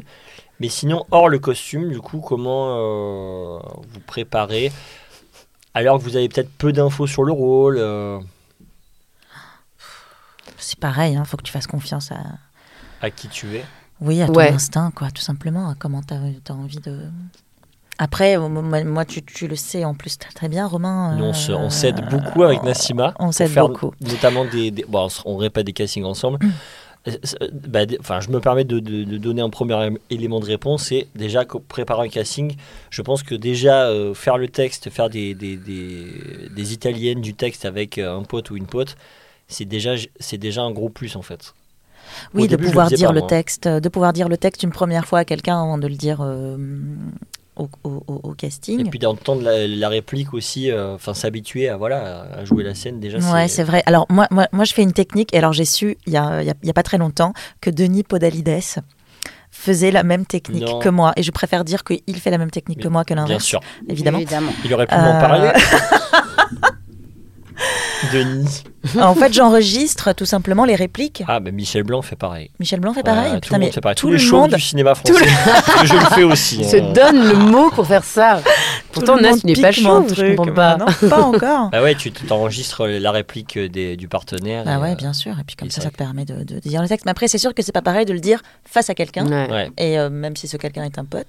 A: Mais sinon, hors le costume, du coup, comment euh, vous préparez alors que vous avez peut-être peu d'infos sur le rôle euh,
B: C'est pareil, hein, faut que tu fasses confiance à,
A: à qui tu es
B: oui, à ton
D: Ouais.
B: instinct, quoi, tout simplement, à comment tu as, envie de. Après, au moment- moi, tu, tu le sais en plus très bien, Romain.
A: Nous,
B: euh,
A: on, se- on s'aide beaucoup
D: Euh,
A: avec Nassima.
B: on
A: pour
B: s'aide
A: faire
B: beaucoup.
A: Notamment des. des- bon, on se- on répète des castings ensemble.
B: Mm.
A: Euh, c'est- euh, bah, des- Enfin, je me permets de, de- de donner un premier é- élément de réponse. C'est déjà qu'au- préparer un casting. Je pense que déjà euh, faire le texte, faire des, des, des- des italiennes du texte avec euh, un pote ou une pote, c'est déjà c'est déjà un gros plus en fait.
B: Oui,
A: Au
B: de
A: début, je le
B: pouvoir
A: faisais
B: dire
A: pas,
B: le
A: moi.
B: texte, de pouvoir dire le texte une première fois à quelqu'un avant de le dire euh, au, au- au- au
A: Et
B: casting.
A: puis d'entendre la, la réplique aussi. euh, Enfin, s'habituer à voilà à jouer la scène déjà.
B: Ouais, c'est vrai. Alors moi, moi, moi, je fais une technique. Et alors j'ai su il y a, il y a- il y a pas très longtemps que Denis Podalides faisait la même technique
A: Non.
B: que moi. Et je préfère dire qu'il fait la même technique
A: Mais
B: que moi que
A: Bien
B: l'inverse,
A: sûr.
B: évidemment.
A: Il aurait pu m'en
B: Euh.
A: parler. Denis.
B: en fait, j'enregistre tout simplement les répliques.
A: Ah, bah Michel Blanc fait pareil.
B: Michel Blanc fait pareil.
A: Ouais, Bah, tout
B: Putain,
A: le
B: mais
A: monde fait pareil.
B: tout
A: Tous les
B: le
A: shows
B: monde-
A: du cinéma français. Parce que je le fais aussi.
D: Il se
A: hein.
D: donne le mot pour faire ça. Pourtant,
B: tout le
D: Nas,
B: monde
D: tu n'es pas
B: pique mon
D: chaud, je
B: truc.
D: comprends pas.
B: Bah non, pas encore.
A: Bah ouais, tu t'enregistres euh, la réplique des- du partenaire.
B: Bah
A: et,
B: ouais,
A: euh,
B: bien sûr. Et puis comme
A: et
B: ça,
A: c'est
B: ça
A: vrai
B: te permet de, de dire le texte. Mais après, c'est sûr que c'est pas pareil de le dire face à quelqu'un.
D: Ouais.
A: Ouais.
B: Et euh, même si ce quelqu'un est un pote.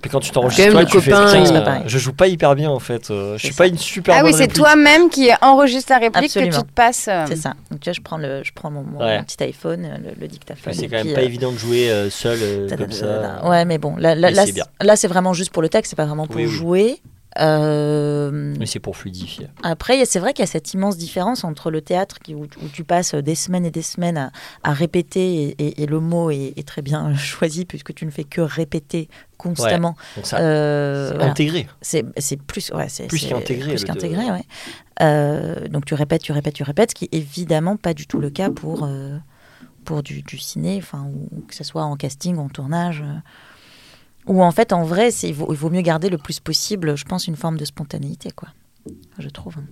A: Puis quand tu
D: Quand
A: t'enregistres,
D: même,
A: toi,
D: le
A: tu fais,
D: copain,
A: putain,
D: il-
A: euh,
B: C'est pareil.
A: je joue pas hyper bien en fait. euh, je suis
B: C'est
A: pas une super.
C: Ah oui,
A: bonne
C: c'est
A: réplique.
C: toi-même qui enregistre la réplique que
B: Absolument.
C: tu te passes. euh,
D: Ah.
B: C'est ça. Donc tu vois, je prends le, je prends mon, mon-
A: Ouais.
B: mon petit iPhone, euh, le, le dictaphone.
A: C'est
B: et
A: quand même
B: puis,
A: pas
B: euh,
A: évident de jouer euh, seul euh, comme ça.
B: Tadadadada. Ouais, mais bon, là, là,
A: Mais
B: là,
A: c'est bien.
B: c'est- là, c'est vraiment juste pour le texte, c'est pas vraiment pour
A: Oui, oui.
B: jouer. Euh,
A: Mais c'est pour fluidifier.
B: après, il y a- c'est vrai qu'il y a cette immense différence entre le théâtre qui- où, où tu passes des semaines et des semaines à, à répéter et, et- et le mot est, est très bien choisi puisque tu ne fais que répéter constamment.
A: Donc ça,
B: Euh,
A: c'est
B: voilà.
A: intégré.
B: C'est c'est plus, ouais, c'est
A: Plus
B: c'est
A: qu'intégré,
B: plus
A: le-
B: qu'intégré, ouais. Euh, donc tu répètes, tu répètes, tu répètes, ce qui est évidemment pas du tout le cas pour euh, pour du, du ciné, enfin ou que ce soit en casting, en tournage, euh, ou en fait en vrai, c'est il vaut, il vaut mieux garder le plus possible, je pense, une forme de spontanéité, quoi. Je trouve. hein.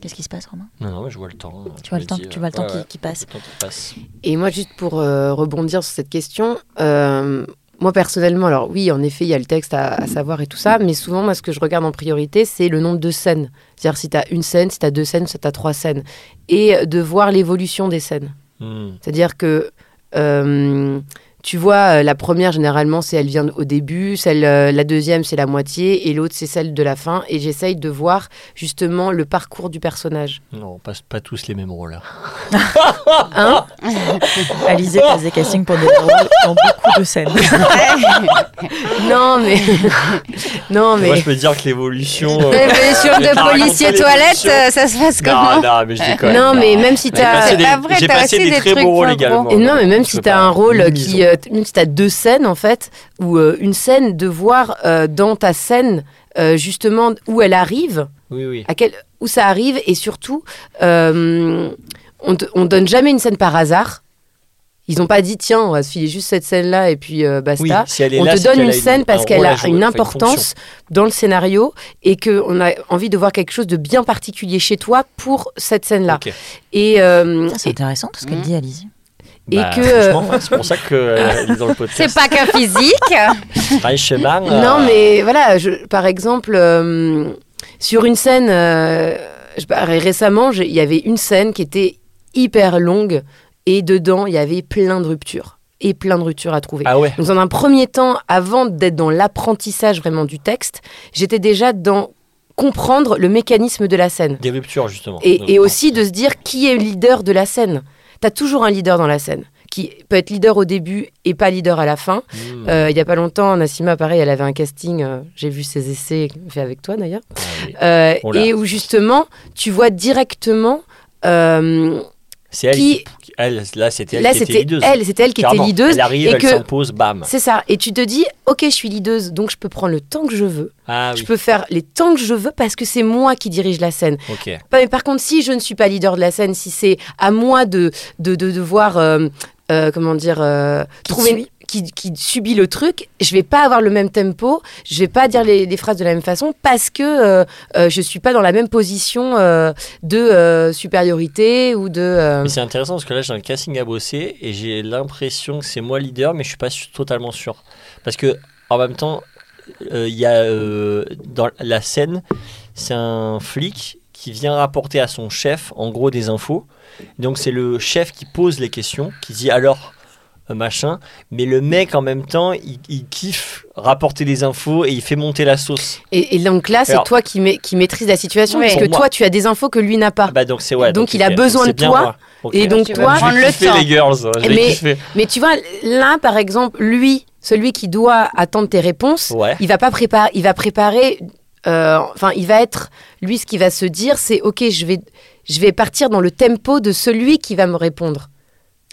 B: Qu'est-ce qui se passe, Romain
A: Non, non, mais je euh, vois le temps.
B: Tu vois le temps, tu vois le temps qui, qui passe.
A: passe.
D: Et moi, juste pour euh, rebondir sur cette question, euh, moi personnellement, alors oui, en effet, il y a le texte à, à savoir et tout ça, mais souvent, moi, ce que je regarde en priorité, c'est le nombre de scènes. C'est-à-dire si tu as une scène, si tu as deux scènes, si tu as trois scènes. Et de voir l'évolution des scènes.
A: Hmm.
D: C'est-à-dire que euh, tu vois, euh, la première, généralement, c'est elle vient au début, celle, euh, la deuxième, c'est la moitié, et l'autre, c'est celle de la fin. Et j'essaye de voir justement le parcours du personnage.
A: Non, pas, pas tous les mêmes rôles.
D: Hein
B: Alizé passe des castings pour des rôles dans beaucoup de scènes.
D: non, mais. non, mais.
A: Moi, je peux dire que l'évolution. euh,
C: Eh ben, sur
A: Mais t'as
C: de policiers
A: raconté
C: toilettes,
A: l'évolution.
C: euh, ça se passe
A: Non,
C: comment
A: non, mais je déconne.
D: euh, non, mais même si
A: J'ai
D: t'as.
A: passé des,
C: pas vrai,
A: j'ai
C: t'as
A: passé
C: passé
A: des
C: des
A: très
C: trucs
A: beaux rôles
C: pas gros.
A: également.
D: Et non, mais même
A: Je
D: si
A: peux
D: tu as
A: pas
D: un rôle
A: minimiser.
D: qui. euh, t- même si tu as deux scènes, en fait, ou euh, une scène, de voir euh, dans ta scène, euh, justement, où elle arrive,
A: Oui, oui.
D: à quel, où ça arrive, et surtout, euh, on, te- on donne jamais une scène par hasard. Ils n'ont pas dit, tiens, on va se filer juste cette scène-là, et puis euh,
A: Oui,
D: basta.
A: si elle est
D: On
A: là,
D: te
A: c'est
D: donne
A: qu'elle
D: une
A: a
D: scène parce
A: un
D: qu'elle
A: rôle à
D: a
A: jouer,
D: une
A: enfin,
D: importance
A: fonction.
D: dans le scénario et qu'on a envie de voir quelque chose de bien particulier chez toi pour cette scène-là.
A: Ok.
D: Et, euh,
B: Ça, C'est intéressant tout ce qu'elle dit, Alizé.
D: et
A: Bah,
D: que, euh,
A: franchement, C'est pour ça que euh, elle est dans le
C: C'est
A: podcast.
C: pas qu'un physique.
A: Reichmann, euh,
D: Non, mais voilà, je, par exemple, euh, sur une scène, euh, je- bah, ré- récemment, j'ai- il y avait une scène qui était hyper longue et dedans, il y avait plein de ruptures et plein de ruptures à trouver.
A: Ah ouais.
D: Donc, dans un premier temps, avant d'être dans l'apprentissage vraiment du texte, j'étais déjà dans comprendre le mécanisme de la scène
A: Des ruptures, justement.
D: et, et aussi de se dire qui est le leader de la scène. T'as toujours un leader dans la scène qui peut être leader au début et pas leader à la fin.
A: Hmm,
D: Euh, il y a pas longtemps, Nassima, pareil, elle avait un casting. euh, J'ai vu ses essais faits avec toi d'ailleurs.
A: ah oui.
D: Euh,
A: Oh là.
D: et où justement, tu vois directement. euh,
A: C'est elle qui.
D: qui-
A: Elle, là, c'était elle
D: là,
A: qui était
D: c'était
A: leaduse.
D: elle, c'était elle qui
A: Clairement.
D: était leaduse.
A: Elle arrive,
D: et
A: elle
D: que-
A: s'impose, bam.
D: C'est ça. Et tu te dis, ok, je suis leaduse, donc je peux prendre le temps que je veux.
A: Ah
D: Je
A: oui,
D: peux faire les temps que je veux parce que c'est moi qui dirige la scène.
A: ok.
D: Pas- mais par contre, si je ne suis pas leader de la scène, si c'est à moi de, de, de, de voir, euh, euh, comment dire, euh, trouver
B: suit.
D: qui, qui subit le truc, je vais pas avoir le même tempo, je vais pas dire les, les phrases de la même façon parce que euh, euh, je suis pas dans la même position euh, de euh, supériorité ou de. euh,
A: Mais c'est intéressant parce que là j'ai un casting à bosser et j'ai l'impression que c'est moi leader mais je suis pas su- totalement sûr. Parce que en même temps, euh, il y a euh, dans la scène, c'est un flic qui vient rapporter à son chef en gros des infos. Donc c'est le chef qui pose les questions, qui dit alors euh, machin, mais le mec en même temps il, il kiffe rapporter des infos et il fait monter la sauce.
D: et, et donc là, c'est
A: Alors-
D: toi qui, ma- qui maîtrise la situation
C: Oui.
D: parce que
A: Pour moi.
D: toi, tu as des infos que lui n'a pas.
A: Ah bah donc c'est ouais.
D: Donc, il a
A: ok,
D: besoin
A: c'est
D: de
A: bien
D: toi.
A: moi. Ok.
D: Et donc
C: Tu vas
D: toi,
A: Je vais
C: prendre le
A: kiffer,
C: temps.
A: les girls, je vais
D: Mais-
A: kiffer.
D: mais tu vois, là, par exemple, lui, celui qui doit attendre tes réponses,
A: Ouais.
D: il va pas préparer, il va préparer, euh, enfin, il va être, lui, ce qu'il va se dire, c'est, ok, je vais, je vais partir dans le tempo de celui qui va me répondre.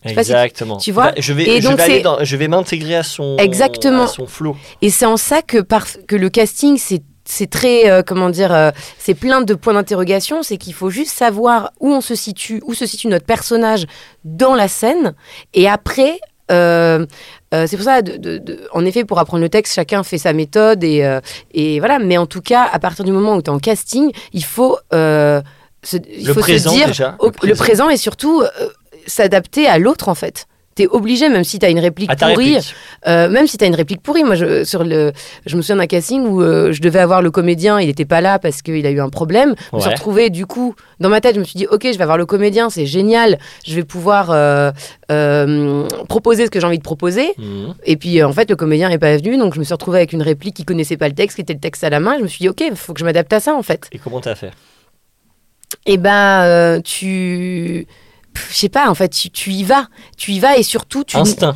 D: sais pas si tu-
A: Exactement.
D: tu vois
A: Bah, je vais,
D: Et
A: je
D: donc,
A: vais aller
D: c'est-
A: dans- je vais m'intégrer à son
D: Exactement.
A: à son flow.
D: Et c'est en ça que, par- que le casting, c'est c'est très, euh, comment dire, euh, c'est plein de points d'interrogation, c'est qu'il faut juste savoir où on se situe, où se situe notre personnage dans la scène, et après, euh, euh, c'est pour ça, de- de- de- en effet, pour apprendre le texte, chacun fait sa méthode, et, euh, et voilà, mais en tout cas, à partir du moment où tu es en casting, il faut, euh, se, il
A: Le
D: faut
A: présent
D: se dire
A: déjà.
D: au- le, présent. et surtout euh, s'adapter à l'autre, en fait. T'es obligé, même si t'as une réplique
A: À ta
D: pourrie,
A: réplique.
D: euh, même si tu as une réplique pourrie, moi je, sur le, je me souviens d'un casting où euh, je devais avoir le comédien, il n'était pas là parce qu'il a eu un problème. Je me suis
A: Ouais.
D: retrouvée du coup, dans ma tête, je me suis dit ok, je vais avoir le comédien, c'est génial, je vais pouvoir euh, euh, proposer ce que j'ai envie de proposer.
A: Mhm.
D: Et puis euh, en fait, le comédien n'est pas venu, donc je me suis retrouvée avec une réplique qui connaissait pas le texte, qui était le texte à la main. Je me suis dit ok, il faut que je m'adapte à ça en fait.
A: Et comment t'as fait
D: Et ben euh, tu. Pff, Je sais pas, en fait, tu, tu y vas. Tu y vas et surtout, tu,
A: Instinct.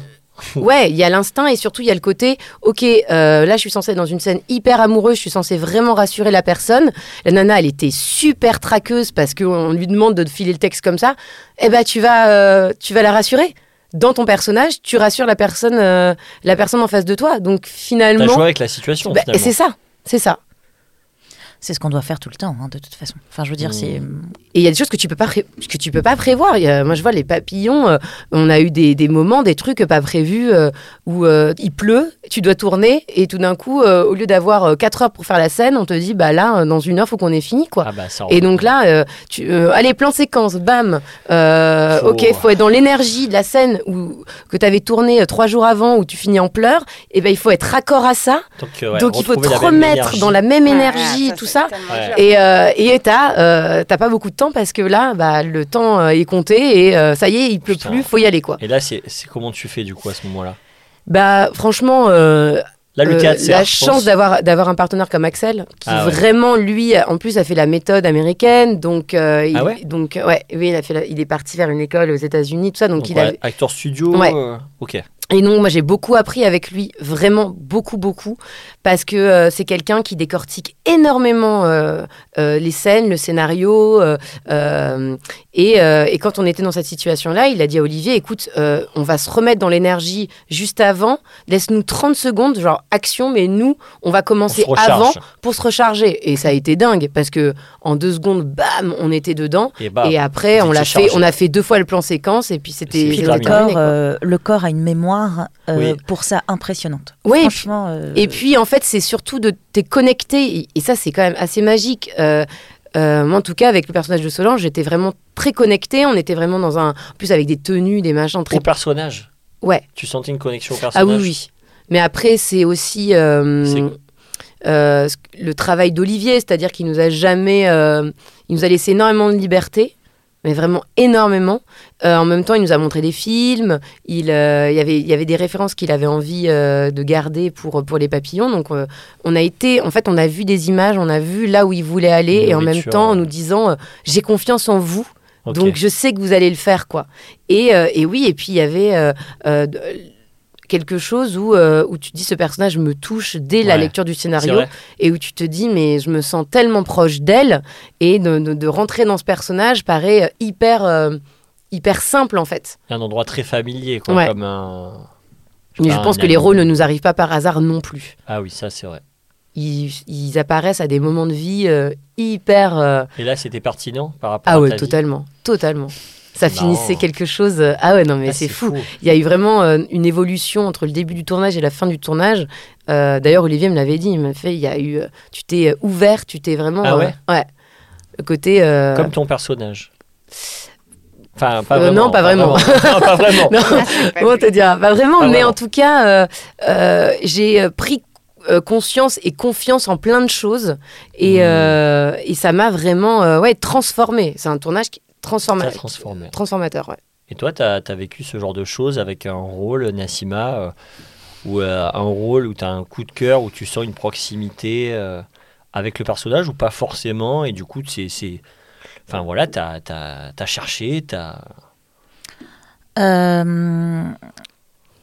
D: Ouais, il y a l'instinct et surtout il y a le côté, ok, euh, là je suis censée être dans une scène hyper amoureuse, je suis censée vraiment rassurer la personne. La nana, elle était super traqueuse parce qu'on lui demande de te filer le texte comme ça. Eh ben tu vas, euh, tu vas la rassurer. Dans ton personnage, tu rassures la personne, euh, la personne en face de toi. Donc
A: T'as joué
D: finalement,
A: avec la situation
D: Bah,
A: finalement.
D: c'est ça, c'est ça.
B: C'est ce qu'on doit faire tout le temps, hein, de toute façon. Enfin, je veux dire, c'est.
D: Et il y a des choses que tu peux pas pré- que tu peux pas prévoir. Il y a- moi, je vois les papillons. euh, on a eu des, des moments, des trucs pas prévus euh, où euh, il pleut, tu dois tourner et tout d'un coup, euh, au lieu d'avoir 4 heures pour faire la scène, on te dit bah là, euh, dans une heure, faut qu'on ait fini quoi.
A: Ah bah, ça,
D: Et donc là, euh, tu, euh, allez, plan séquence, bam. Euh,
A: Faut-
D: Ok, faut être dans l'énergie de la scène où, que tu avais tourné euh, trois jours avant, où tu finis en pleurs. Et ben, il faut être raccord à ça.
A: donc, euh, ouais,
D: donc, il faut te
A: retrouver la même
D: remettre
A: énergie.
D: dans la même énergie, tout ça.
A: Ouais.
D: Et euh, et t'as euh, t'as pas beaucoup de temps parce que là, bah, le temps euh, est compté et euh, ça y est, il pleut
A: Putain.
D: plus, faut y aller quoi.
A: Et là, c'est c'est comment tu fais du coup à ce moment-là
D: Bah, franchement. euh,
A: Là, le
D: euh,
A: théâtre, c'est
D: la
A: art, je pense.
D: chance d'avoir d'avoir un partenaire comme Axel qui
A: Ah ouais.
D: vraiment lui en plus a fait la méthode américaine donc euh, il,
A: Ah ouais
D: donc euh, ouais oui il a fait la- il est parti faire une école aux États-Unis tout ça donc,
A: Donc,
D: il
A: ouais,
D: a
A: Acteur studio.
D: Ouais.
A: euh, Ok.
D: et donc, moi, j'ai beaucoup appris avec lui, vraiment beaucoup, beaucoup, parce que euh, c'est quelqu'un qui décortique énormément euh, euh, les scènes, le scénario. euh, euh, et, euh, et quand on était dans cette situation-là, il a dit à Olivier, écoute, euh, on va se remettre dans l'énergie juste avant, laisse-nous 30 secondes, genre action, mais nous, on va
A: On se
D: commencer
A: recharge.
D: avant pour se recharger. Et ça a été dingue, parce que en deux secondes, bam, on était dedans.
A: Et bah,
D: et après,
A: vous
D: on l'a
A: étiez
D: fait,
A: chargé.
D: on a fait deux fois le plan séquence, et puis c'était...
A: Et
B: Puis
A: c'est
B: le
A: terminé.
B: corps,
D: quoi.
B: euh, le corps a une mémoire euh,
A: Oui.
B: pour ça impressionnante.
D: Ouais, et puis-
B: Franchement. euh,
D: Et puis, en fait, c'est surtout de t'es connecté. Et- Et ça, c'est quand même assez magique. Euh, euh, moi, en tout cas, avec le personnage de Solange, j'étais vraiment très connectée. On était vraiment dans un. En plus, avec des tenues, des machins très.
A: Au personnage.
D: Ouais.
A: Tu sentais une connexion au
D: Ah
A: personnage
D: oui, oui. Mais après, c'est aussi. euh, euh, ce- le travail d'Olivier, c'est-à-dire qu'il nous a jamais, euh, il nous a laissé énormément de liberté, mais vraiment énormément. Euh, en même temps, il nous a montré des films, il, euh, il y avait, il y avait des références qu'il avait envie euh, de garder pour, pour les papillons. Donc, euh, on a été, en fait, on a vu des images, on a vu là où il voulait aller,
A: Une
D: et en même
A: nourriture,
D: temps, en
A: ouais.
D: nous disant, euh, j'ai confiance en vous.
A: Ok.
D: Donc je sais que vous allez le faire, quoi. Et, euh, et oui, et puis il y avait euh, euh, de- quelque chose où, euh, où tu te dis ce personnage me touche dès la
A: Ouais.
D: lecture du
A: C'est
D: scénario
A: vrai.
D: et où tu te dis mais je me sens tellement proche d'elle et de, de- de rentrer dans ce personnage paraît euh, hyper, euh, hyper simple en fait.
A: Un endroit très familier, quoi,
D: Ouais.
A: comme un. sais
D: Mais
A: pas,
D: je pense
A: un
D: que les
A: ami.
D: rôles ne nous arrivent pas par hasard non plus.
A: Ah oui, ça c'est vrai.
D: Ils, ils apparaissent à des moments de vie euh, hyper... euh,
A: Et là, c'était pertinent par rapport
D: Ah
A: à
D: ouais,
A: ta vie.
D: totalement, totalement. Ça
A: Non.
D: finissait quelque chose... euh, Ah ouais, non mais
A: Ah,
D: c'est fou. Il y a eu vraiment euh, une évolution entre le début du tournage et la fin du tournage. Euh, D'ailleurs, Olivier me l'avait dit, il m'a fait, il y a eu, euh, tu t'es euh, ouvert, tu t'es vraiment,
A: Ah ouais
D: euh, ouais, le côté, euh,
A: Comme ton personnage. Enfin, pas
D: Euh,
A: vraiment.
D: non, pas vraiment.
A: Non, pas vraiment.
D: non, comment te dire, pas vraiment,
A: Pas
D: mais
A: vraiment.
D: en tout cas, euh, euh, j'ai euh, pris euh, conscience et confiance en plein de choses
A: Hmm.
D: et, euh, et ça m'a vraiment, euh, ouais, transformé. C'est un tournage qui transforma-
A: Ça transformé.
D: transformateur, ouais.
A: Et toi, tu as, vécu ce genre de choses avec un rôle, Nassima, euh, ou euh, un rôle où tu as un coup de cœur, où tu sens une proximité euh, avec le personnage, ou pas forcément, et du coup, c'est. c'est- Enfin voilà, tu as, cherché, tu as.
B: euh,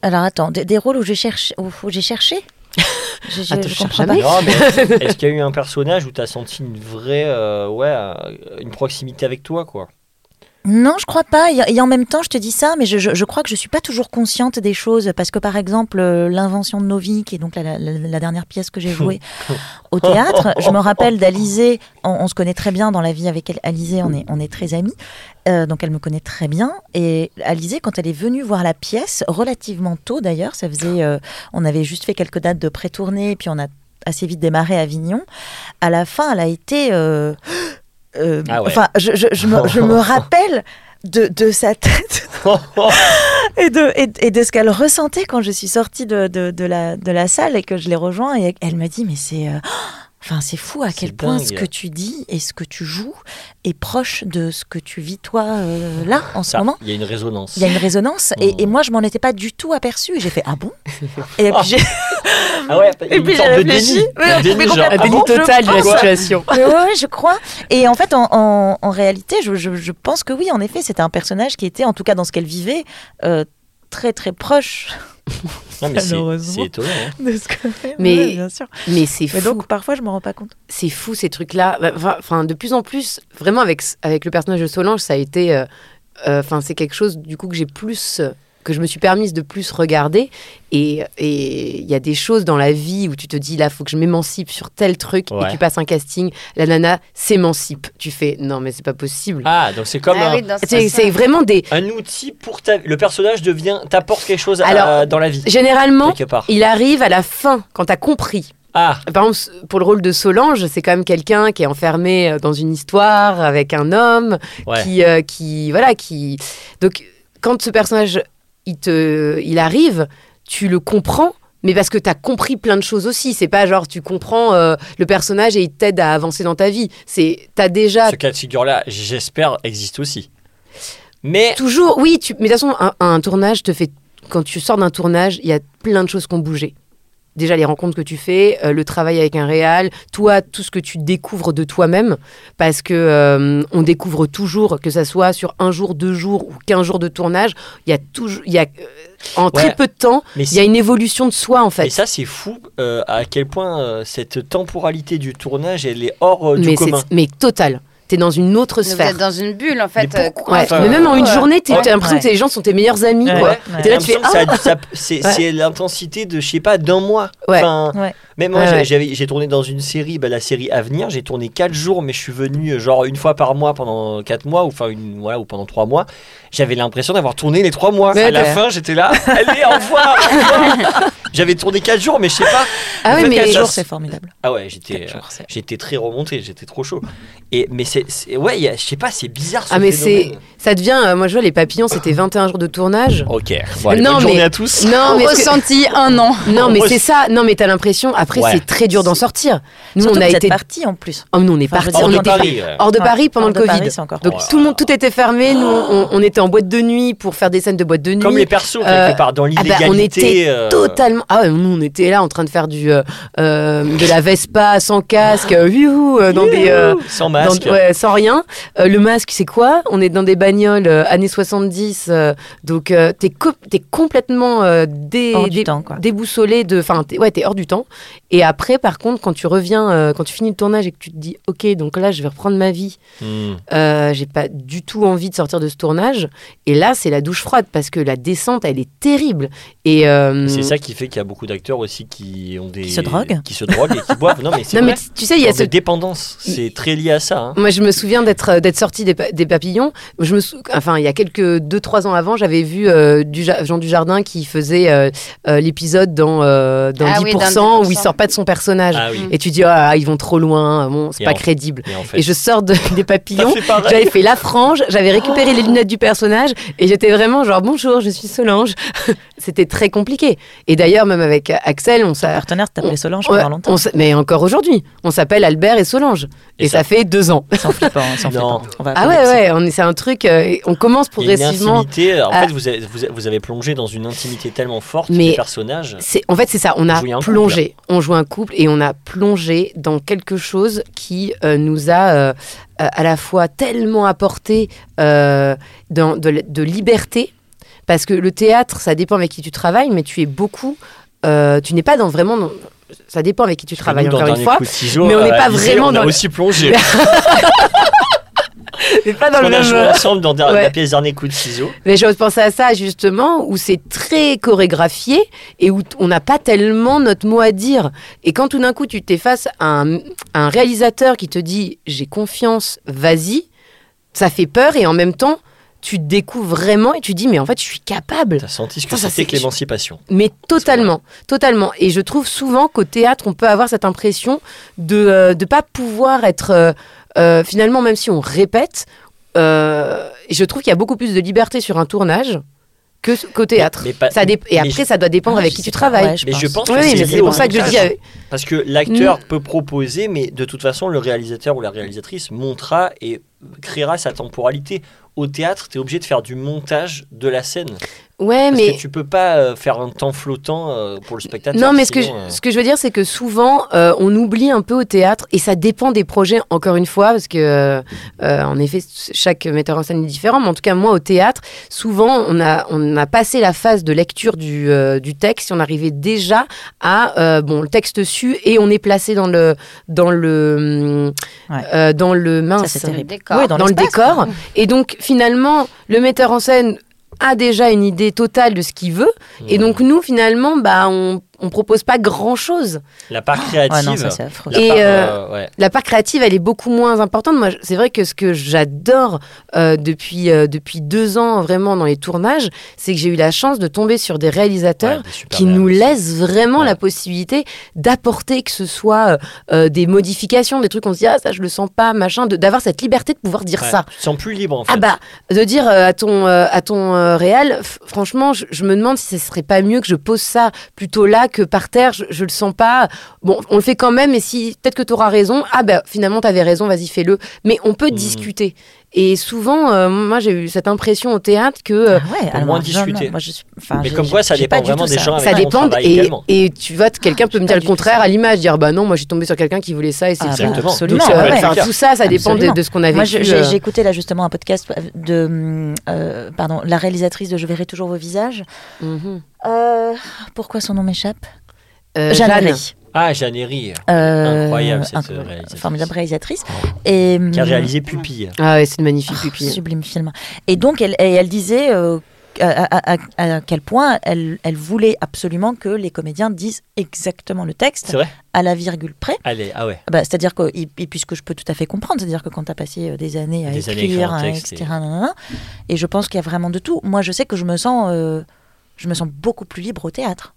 B: alors attends, des, des rôles où j'ai cherché, où, où j'ai cherché. Je, je-
D: Attends,
B: je
D: je cherche
B: comprends pas.
D: jamais.
A: est-ce est-ce qu'il y a eu un personnage où tu as senti une vraie. euh, ouais, euh, une proximité avec toi, quoi
B: Non, je crois pas. Et et en même temps, je te dis ça, mais je, je- je crois que je suis pas toujours consciente des choses parce que, par exemple, euh, l'invention de Novi, qui est donc la, la- la dernière pièce que j'ai jouée au théâtre, je me rappelle d'Alizée. On, on se connaît très bien dans la vie avec elle. Alizée, on est, on est très amis, Euh, donc elle me connaît très bien. Et Alizée, quand elle est venue voir la pièce, relativement tôt d'ailleurs, ça faisait, euh, on avait juste fait quelques dates de pré-tournée, puis on a assez vite démarré à Avignon. À la fin, elle a été euh, euh,
A: Ah ouais.
B: Enfin, je, je- je me, je me rappelle de, de sa tête et de, et, et de ce qu'elle ressentait quand je suis sortie de, de, de la, de la salle et que je l'ai rejoint. Et elle me dit, mais c'est... euh, Enfin, c'est fou à
A: C'est
B: quel point
A: dingue.
B: ce que tu dis et ce que tu joues est proche de ce que tu vis toi euh, là en ce
A: Ça,
B: moment.
A: Il y a une résonance.
B: Il y a une résonance
A: Mm.
B: et, et moi je m'en étais pas du tout aperçue. Et J'ai fait ah bon Et puis j'ai-
A: Ah ouais, il y a
B: Et
A: une
B: puis j'ai
A: sorte de
B: réfléchi.
A: déni.
B: Oui,
A: Un
B: mais
A: déni, genre,
B: complètement.
A: ah
D: Un déni
A: bon
D: total de la
A: pense.
D: situation.
B: Mais ouais, ouais, je crois. Et en fait, en, en- en réalité, je, je- je pense que oui, en effet, c'était un personnage qui était, en tout cas dans ce qu'elle vivait, euh, très très proche
A: Non, mais c'est-
B: Malheureusement.
A: c'est étonnant. hein.
B: de ce que
D: Mais-
B: Ouais, bien sûr.
D: Mais c'est fou.
B: Mais donc parfois, je m'en rends pas compte.
D: c'est fou ces trucs-là. Enfin, enfin, de plus en plus, vraiment avec, avec le personnage de Solange, ça a été. euh, euh, Enfin, c'est quelque chose du coup que j'ai plus. euh, que je me suis permise de plus regarder. Et et il y a des choses dans la vie où tu te dis là, faut que je m'émancipe sur tel truc.
A: Ouais.
D: Et tu passes un casting, la nana s'émancipe. Tu fais non, mais c'est pas possible.
A: Ah, donc c'est comme
C: Ah
D: Bah
A: un,
C: oui, dans ce
D: c'est
C: sens-là.
D: c'est vraiment des.
A: un outil pour ta Le personnage devient. t'apporte quelque chose à-
D: Alors,
A: dans la vie.
D: Généralement,
A: Quelque part.
D: il arrive à la fin quand t'as compris.
A: Ah,
D: Par exemple, pour le rôle de Solange, c'est quand même quelqu'un qui est enfermé euh, dans une histoire avec un homme.
A: ouais.
D: qui, euh, qui voilà qui donc quand ce personnage il te il arrive tu le comprends mais parce que tu as compris plein de choses aussi c'est pas genre tu comprends euh, le personnage et il t'aide à avancer dans ta vie c'est t'as déjà
A: Ce cas de figure-là, j'espère, existe aussi. Mais.
D: toujours oui tu mais de toute façon un, un tournage te fait quand tu sors d'un tournage, il y a plein de choses qui ont bougé. Déjà les rencontres que tu fais, euh, le travail avec un réal, toi tout ce que tu découvres de toi-même, parce que euh, on découvre toujours, que ça soit sur un jour, deux jours ou quinze jours de tournage, il y a toujours, il y a euh, en
A: Ouais.
D: très peu de temps,
A: Mais
D: il y a une évolution de soi en
A: Et
D: fait.
A: ça, c'est fou euh, à quel point euh, cette temporalité du tournage, elle est hors euh, du
D: Mais c'est
A: commun.
D: mais total, t'es dans une autre
C: Vous
D: sphère.
C: êtes dans une bulle en fait.
A: Mais
C: euh,
A: pourquoi
D: Ouais,
A: Enfin,
D: mais même en une
C: ouais.
D: journée, t'es-
B: Ouais.
D: t'as l'impression que
B: Ouais.
D: les gens sont tes meilleurs amis,
B: Ouais.
D: quoi.
B: Ouais.
D: T'es là, tu
A: J'ai
D: fais,
A: l'impression que ça- ça- c'est
D: Ouais.
A: c'est l'intensité de, je sais pas, d'un mois.
D: Ouais.
A: Enfin,
B: Ouais.
A: Même moi,
D: Ouais,
A: j'ai-
D: ouais.
A: j'avais- j'ai tourné dans une série, bah, la série Avenir, j'ai tourné 4 jours, mais je suis venu euh, genre une fois par mois pendant 4 mois, ou, enfin, une, voilà, ou pendant 3 mois. J'avais l'impression d'avoir tourné les 3 mois.
D: Ouais,
A: à la
D: ouais.
A: fin, j'étais là, allez, au revoir, au revoir. J'avais tourné 4 jours, mais je sais pas.
D: Ah ouais,
A: Peut-être
D: mais
A: qu'à
D: les
A: ça-
D: gens-
B: jours, c'est formidable.
A: Ah ouais,
B: Quatre
A: j'étais.
B: jours, c'est-
A: J'étais très remonté, j'étais trop chaud. Et mais c'est c'est- ouais, il y a- je sais pas, c'est bizarre. Ce
D: Ah mais c'est,
A: phénomène.
D: ça devient, euh, moi je vois les papillons, c'était 21 jours de tournage.
A: Ok. Bon, allez,
D: Non,
A: bonne
D: mais-
A: journée à tous.
D: Non hein, mais, ce que-
C: ressenti un an.
D: non mais
A: Moi,
D: c'est ça, non mais t'as l'impression, après
A: Ouais.
D: c'est très dur d'en sortir. Nous
B: Surtout
D: on a
B: que vous
D: été,
B: êtes partis en plus.
D: oh, nous on est
B: Enfin, je veux
D: partis,
B: dire,
A: Hors
D: on
A: de
D: était par-
A: Paris. ouais.
D: hors de Paris pendant
B: Hors
D: le
B: de
D: Covid.
B: Paris, c'est encore
D: Donc
B: pire.
D: tout le monde, tout était fermé, nous on, on était en boîte de nuit pour faire des scènes de boîte de nuit.
A: Comme les persos quelque
D: Euh,
A: part dans
D: ah bah,
A: l'illégalité.
D: on était
A: euh,
D: totalement. Ah ouais, nous on était là en train de faire du euh, euh, de la Vespa sans casque, euh, youhou, euh, dans des euh,
A: sans
D: dans-
A: masque.
D: ouais, sans rien. Euh, le masque, c'est quoi On est dans des bagnoles euh, années 70, euh, donc euh, t'es co- t'es complètement euh, dé-
B: Hors du
D: dé-
B: temps, quoi.
D: déboussolé de, enfin, t'es- ouais, t'es hors du temps. Et après, par contre, quand tu reviens, euh, quand tu finis le tournage et que tu te dis, ok, donc là, je vais reprendre ma vie.
A: Hmm.
D: Euh, j'ai pas du tout envie de sortir de ce tournage. Et là, c'est la douche froide parce que la descente, elle est terrible. Et euh,
A: C'est ça qui fait qu'il y a beaucoup d'acteurs aussi qui ont des
B: Qui se droguent.
A: qui se droguent et qui boivent. Non mais c'est
D: non, mais
A: vrai.
D: tu- tu sais, il y a
A: Genre
D: ce
A: de dépendance, c'est très lié à ça. hein.
D: Moi, je me souviens d'être euh, d'être sortie des, pa- des papillons. Je me sou- enfin, il y a quelques deux trois ans avant, j'avais vu euh, du Ja- Jean Dujardin qui faisait euh, euh, l'épisode dans euh, dans
C: Ah
D: 10%,
C: oui, dans
D: où il
C: 10%.
D: sort pas de son personnage.
A: Ah oui.
D: Et tu dis ah ils vont trop loin, bon c'est
A: Et
D: pas
A: en-
D: crédible.
A: Et en fait, Ah,
D: Et je sors de- des
A: t'as
D: papillons.
A: fait pareil.
D: J'avais fait la frange, j'avais récupéré les lunettes du personnage et j'étais vraiment genre bonjour, je suis Solange. C'était très compliqué. Et d'ailleurs, même avec euh, Axel, on
B: Ton
D: s'est
B: partenaire t'appelait Solange
D: Ouais,
B: pendant longtemps.
D: on s- mais encore aujourd'hui, on s'appelle Albert et Solange.
A: Et
D: Et, ça,
A: ça-
D: fait deux ans.
B: Sans flippant, sans
A: Non.
B: flippant. On va
D: Ah
B: appeler
D: ouais,
B: ça.
D: ouais, on est- c'est un truc, euh, et on commence
A: Il y a une
D: progressivement.
A: intimité. En
D: à-
A: fait, vous avez, vous avez- vous avez plongé dans une intimité tellement forte
D: Mais-
A: des personnages.
D: C'est, en fait, c'est ça, on a
A: Jouer un couple,
D: plongé, on joue un couple et on a plongé dans quelque chose qui euh, nous a euh, euh, à la fois tellement apporté euh, dans- de, de liberté, parce que le théâtre, ça dépend avec qui tu travailles, mais tu es beaucoup, euh, tu n'es pas dans vraiment, dans- ça dépend avec qui tu travailles
A: Nous, dans
D: encore une
A: Dernier
D: fois,
A: Coup de Ciseau,
D: mais on n'est
A: à
D: pas
A: Lisée,
D: vraiment
A: on a
D: dans le-
A: aussi plongé.
D: mais pas dans
A: on
D: le
A: a
D: même.
A: joué ensemble dans der-
D: Ouais.
A: la pièce Dernier coup de ciseau.
D: Mais j'ose penser à ça justement, où c'est très chorégraphié et où t- on n'a pas tellement notre mot à dire. Et quand tout d'un coup tu t'es face à un, à un réalisateur qui te dit j'ai confiance, vas-y, ça fait peur et en même temps tu te découvres vraiment et tu dis mais en fait je suis capable.
A: T'as senti ce que
D: Ça, ça,
A: c'était
D: c'est-
A: que l'émancipation.
D: Mais totalement, totalement. Et je trouve souvent qu'au théâtre, on peut avoir cette impression de ne pas pouvoir être, euh, euh, finalement, même si on répète, euh, je trouve qu'il y a beaucoup plus de liberté sur un tournage que- qu'au théâtre.
A: Mais- mais pas-
D: ça dé- et
A: mais
D: après, ça doit dépendre
B: Ah,
D: avec
B: je
D: qui
B: sais
D: tu
B: pas,
D: travailles.
B: ouais, je
A: Mais je pense
D: Oui,
A: que
D: mais
A: c'est
D: c'est
A: lié au
D: pour ça que je dis.
A: montage.
D: euh,
A: Parce que l'acteur peut proposer, mais de toute façon, le réalisateur ou la réalisatrice montera et créera sa temporalité. Au théâtre, tu es obligé de faire du montage de la scène.
D: Ouais,
A: Parce
D: mais.
A: que tu peux pas euh, faire un temps flottant euh, pour le spectateur.
D: Non, mais ce que, je,
A: sinon, euh,
D: ce que je veux dire, c'est que souvent, euh, on oublie un peu au théâtre, et ça dépend des projets, encore une fois, parce que, euh, euh, en effet, chaque metteur en scène est différent, mais en tout cas, moi, au théâtre, souvent, on a, on a passé la phase de lecture du, euh, du texte, et on arrivait déjà à, euh, bon, le texte su, et on est placé dans le, dans le, hum,
B: Ouais.
D: euh, dans le
B: Ça,
D: mince,
B: c'est terrible.
C: Décor.
B: Oui,
D: dans, le
B: l'espace,
D: décor. Et donc, finalement, le metteur en scène a déjà une idée totale de ce qu'il veut,
A: euh,
D: et donc nous finalement bah on, on propose pas grand chose.
A: hmm, la part
B: Ouais,
A: créative.
B: non, ça c'est affreux.
A: la
D: Oh, Et,
A: part,
D: euh,
A: ouais.
D: La part créative elle est beaucoup moins importante. Moi je- c'est vrai que ce que j'adore euh, depuis euh, depuis deux ans vraiment dans les tournages, c'est que j'ai eu la chance de tomber sur des réalisateurs
A: Ouais, des super
D: qui nous
A: réalisateurs.
D: laissent vraiment
A: Ouais.
D: la possibilité d'apporter que ce soit euh, euh, des modifications, des trucs on se dit ah ça je le sens pas machin, de- d'avoir cette liberté de pouvoir dire
A: Ouais,
D: ça.
A: Tu te sens plus libre en fait.
D: Ah bah, de dire euh, à ton, euh, à ton euh, réel, f- franchement, je, je me demande si ce serait pas mieux que je pose ça plutôt là que par terre, je, je le sens pas. Bon, on le fait quand même, et si peut-être que tu auras raison, ah bah finalement t'avais raison, vas-y fais-le. Mais on peut
A: Mhm.
D: discuter. Et souvent, euh, moi, j'ai eu cette impression au théâtre que euh,
B: Ah ouais,
A: Faut
B: alors,
A: moins
B: non,
A: discuter.
B: non, moi, je suis- enfin,
A: Mais
B: j'ai-
A: comme quoi, ça
B: j'ai
A: dépend
B: pas du
A: vraiment
B: tout
A: des gens avec
D: ça
A: qui Ah, on
D: dépend.
A: travaille
D: Et,
A: également.
D: et tu vois, quelqu'un peut me
B: pas
D: dire le
B: Ah, du tout
D: contraire
B: ça.
D: à l'image, dire bah non, moi, je suis tombée sur quelqu'un qui voulait ça et c'est
B: Ah,
D: ça.
A: Exactement. Donc,
B: absolument,
A: ça peut
B: ouais,
A: être
D: Enfin,
A: le cas.
D: tout ça, ça dépend de,
B: Absolument.
D: de ce qu'on a vécu.
B: Moi, je- j'ai
D: euh,
B: j'ai écouté là justement un podcast de hum, euh, pardon, la réalisatrice de Je verrai toujours vos visages.
D: mhm.
B: Euh, pourquoi son nom m'échappe
D: Euh,
B: Jeanne
D: Jeanne.
B: Herry.
A: Ah, Janéry,
B: Euh,
A: Incroyable, cette
B: incroyable,
A: réalisatrice. Ah
B: Formidable réalisatrice. Et,
A: qui a
B: hum,
A: réalisé Pupille.
D: Ah ouais, c'est une magnifique
B: oh,
D: pupille.
B: Sublime film. Et donc, elle, et elle disait euh, à, à- à- à quel point elle, elle voulait absolument que les comédiens disent exactement le
A: C'est
B: texte
A: vrai
B: à la virgule près.
A: Allez, ah ouais.
B: Bah, c'est-à-dire que, et, et puis ce que je peux tout à fait comprendre, c'est-à-dire que quand tu as passé euh, des années à
A: Des années à écrire
B: écrire, hein,
A: un
B: à
A: texte
B: etc.,
A: et-
B: nanana, et je pense qu'il y a vraiment de tout. Moi, je sais que je me sens, euh, je me sens beaucoup plus libre au théâtre.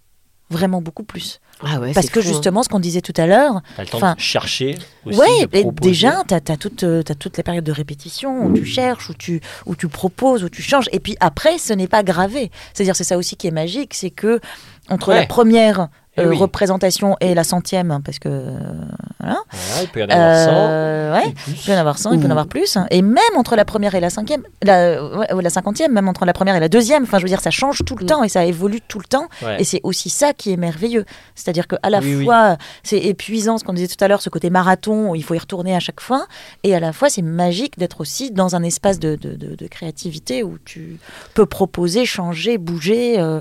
B: Vraiment beaucoup plus.
D: Ah ouais,
B: Parce
D: c'est
B: que
D: fou, hein.
B: justement, ce qu'on disait tout à l'heure,
A: T'as le temps
B: Enfin,
A: de chercher aussi.
B: ouais,
A: de
B: et
A: proposer.
B: déjà, tu as, toutes euh, t'as toutes les périodes de répétition où tu cherches, où tu, où tu proposes, où tu changes. Et puis après, ce n'est pas gravé. C'est-à-dire, c'est ça aussi qui est magique, c'est que entre
A: Ouais.
B: la première
A: Eh
B: euh,
A: oui.
B: représentation et la centième, parce que euh, voilà,
A: Voilà, il peut y en avoir
B: euh,
A: 100.
B: ouais,
A: et plus.
B: il peut y en avoir 100, il peut y en avoir plus. hein. Et même entre la première et la cinquième, la, ouais, ou la cinquantième, même entre la première et la deuxième, enfin je veux dire, ça change tout le
D: Mm.
B: temps et ça évolue tout le temps.
A: Mmh. Ouais.
B: Et c'est aussi ça qui est merveilleux. C'est-à-dire qu'à la
A: Oui, oui.
B: fois, c'est épuisant, ce qu'on disait tout à l'heure, ce côté marathon, où il faut y retourner à chaque fois, et à la fois, c'est magique d'être aussi dans un espace de, de- de- de créativité où tu peux proposer, changer, bouger euh,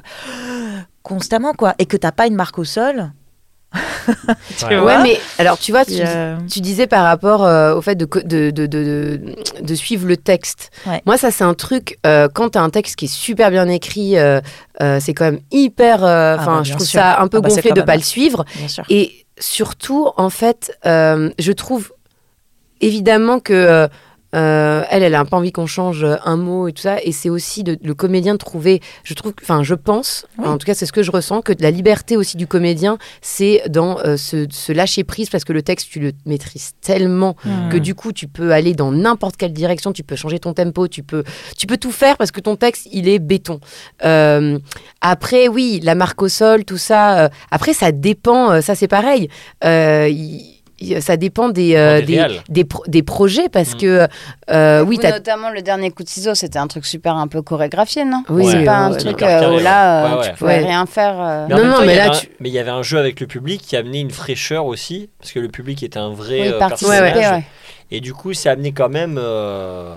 B: constamment, quoi. Et que t'as pas une marque au sol.
A: Ouais.
D: Ouais, mais alors tu vois, tu,
B: Qui, euh,
D: tu disais par rapport euh, au fait de, co- de, de, de, de- de suivre le texte.
B: Ouais.
D: Moi, ça, c'est un truc, euh, quand tu as un texte qui est super bien écrit, euh, euh, c'est quand même hyper. euh,
B: Ah
D: Enfin,
B: bah,
D: je
B: bien
D: trouve
B: sûr.
D: ça un peu
B: Ah bah, c'est
D: gonflé
B: quand
D: de
B: même-
D: pas le suivre.
B: Bien sûr.
D: Et surtout, en fait, euh, je trouve évidemment que euh, euh, elle, elle a pas envie qu'on change euh, un mot et tout ça. Et c'est aussi de- le comédien de trouver. Je trouve, enfin, je pense,
B: Oui.
D: en tout cas, c'est ce que je ressens, que la liberté aussi du comédien, c'est dans euh, se, se lâcher prise parce que le texte, tu le maîtrises tellement
A: Mmh.
D: que
B: Mm.
D: du coup tu peux aller dans n'importe quelle direction, tu peux changer ton tempo, tu peux, tu peux tout faire parce que ton texte il est béton. Euh, après oui, la marque au sol, tout ça. euh, après ça dépend, euh, ça c'est pareil. Euh, il- il- ça dépend des euh,
A: Dépend des réals.
D: des, pro- des projets parce
A: Mm.
D: que euh, oui
C: Ou
D: t'as
C: notamment le dernier coup de ciseau, c'était un truc super un peu chorégraphié, non
D: oui,
A: Ouais.
C: C'est pas un
D: ouais,
C: truc
A: ouais.
C: euh, où
A: Ouais,
C: là, euh,
A: ouais.
C: tu pouvais
D: Ouais.
C: rien faire. euh.
A: Mais en
D: Non,
A: même
D: non,
A: temps,
D: mais
A: il y
D: là,
A: avait un-
D: tu-
A: mais il y avait un jeu avec le public qui amenait une fraîcheur aussi, parce que le public était un vrai
C: Oui,
A: euh,
C: participer,
A: personnage.
C: ouais.
A: Et du coup, ça amenait quand même euh,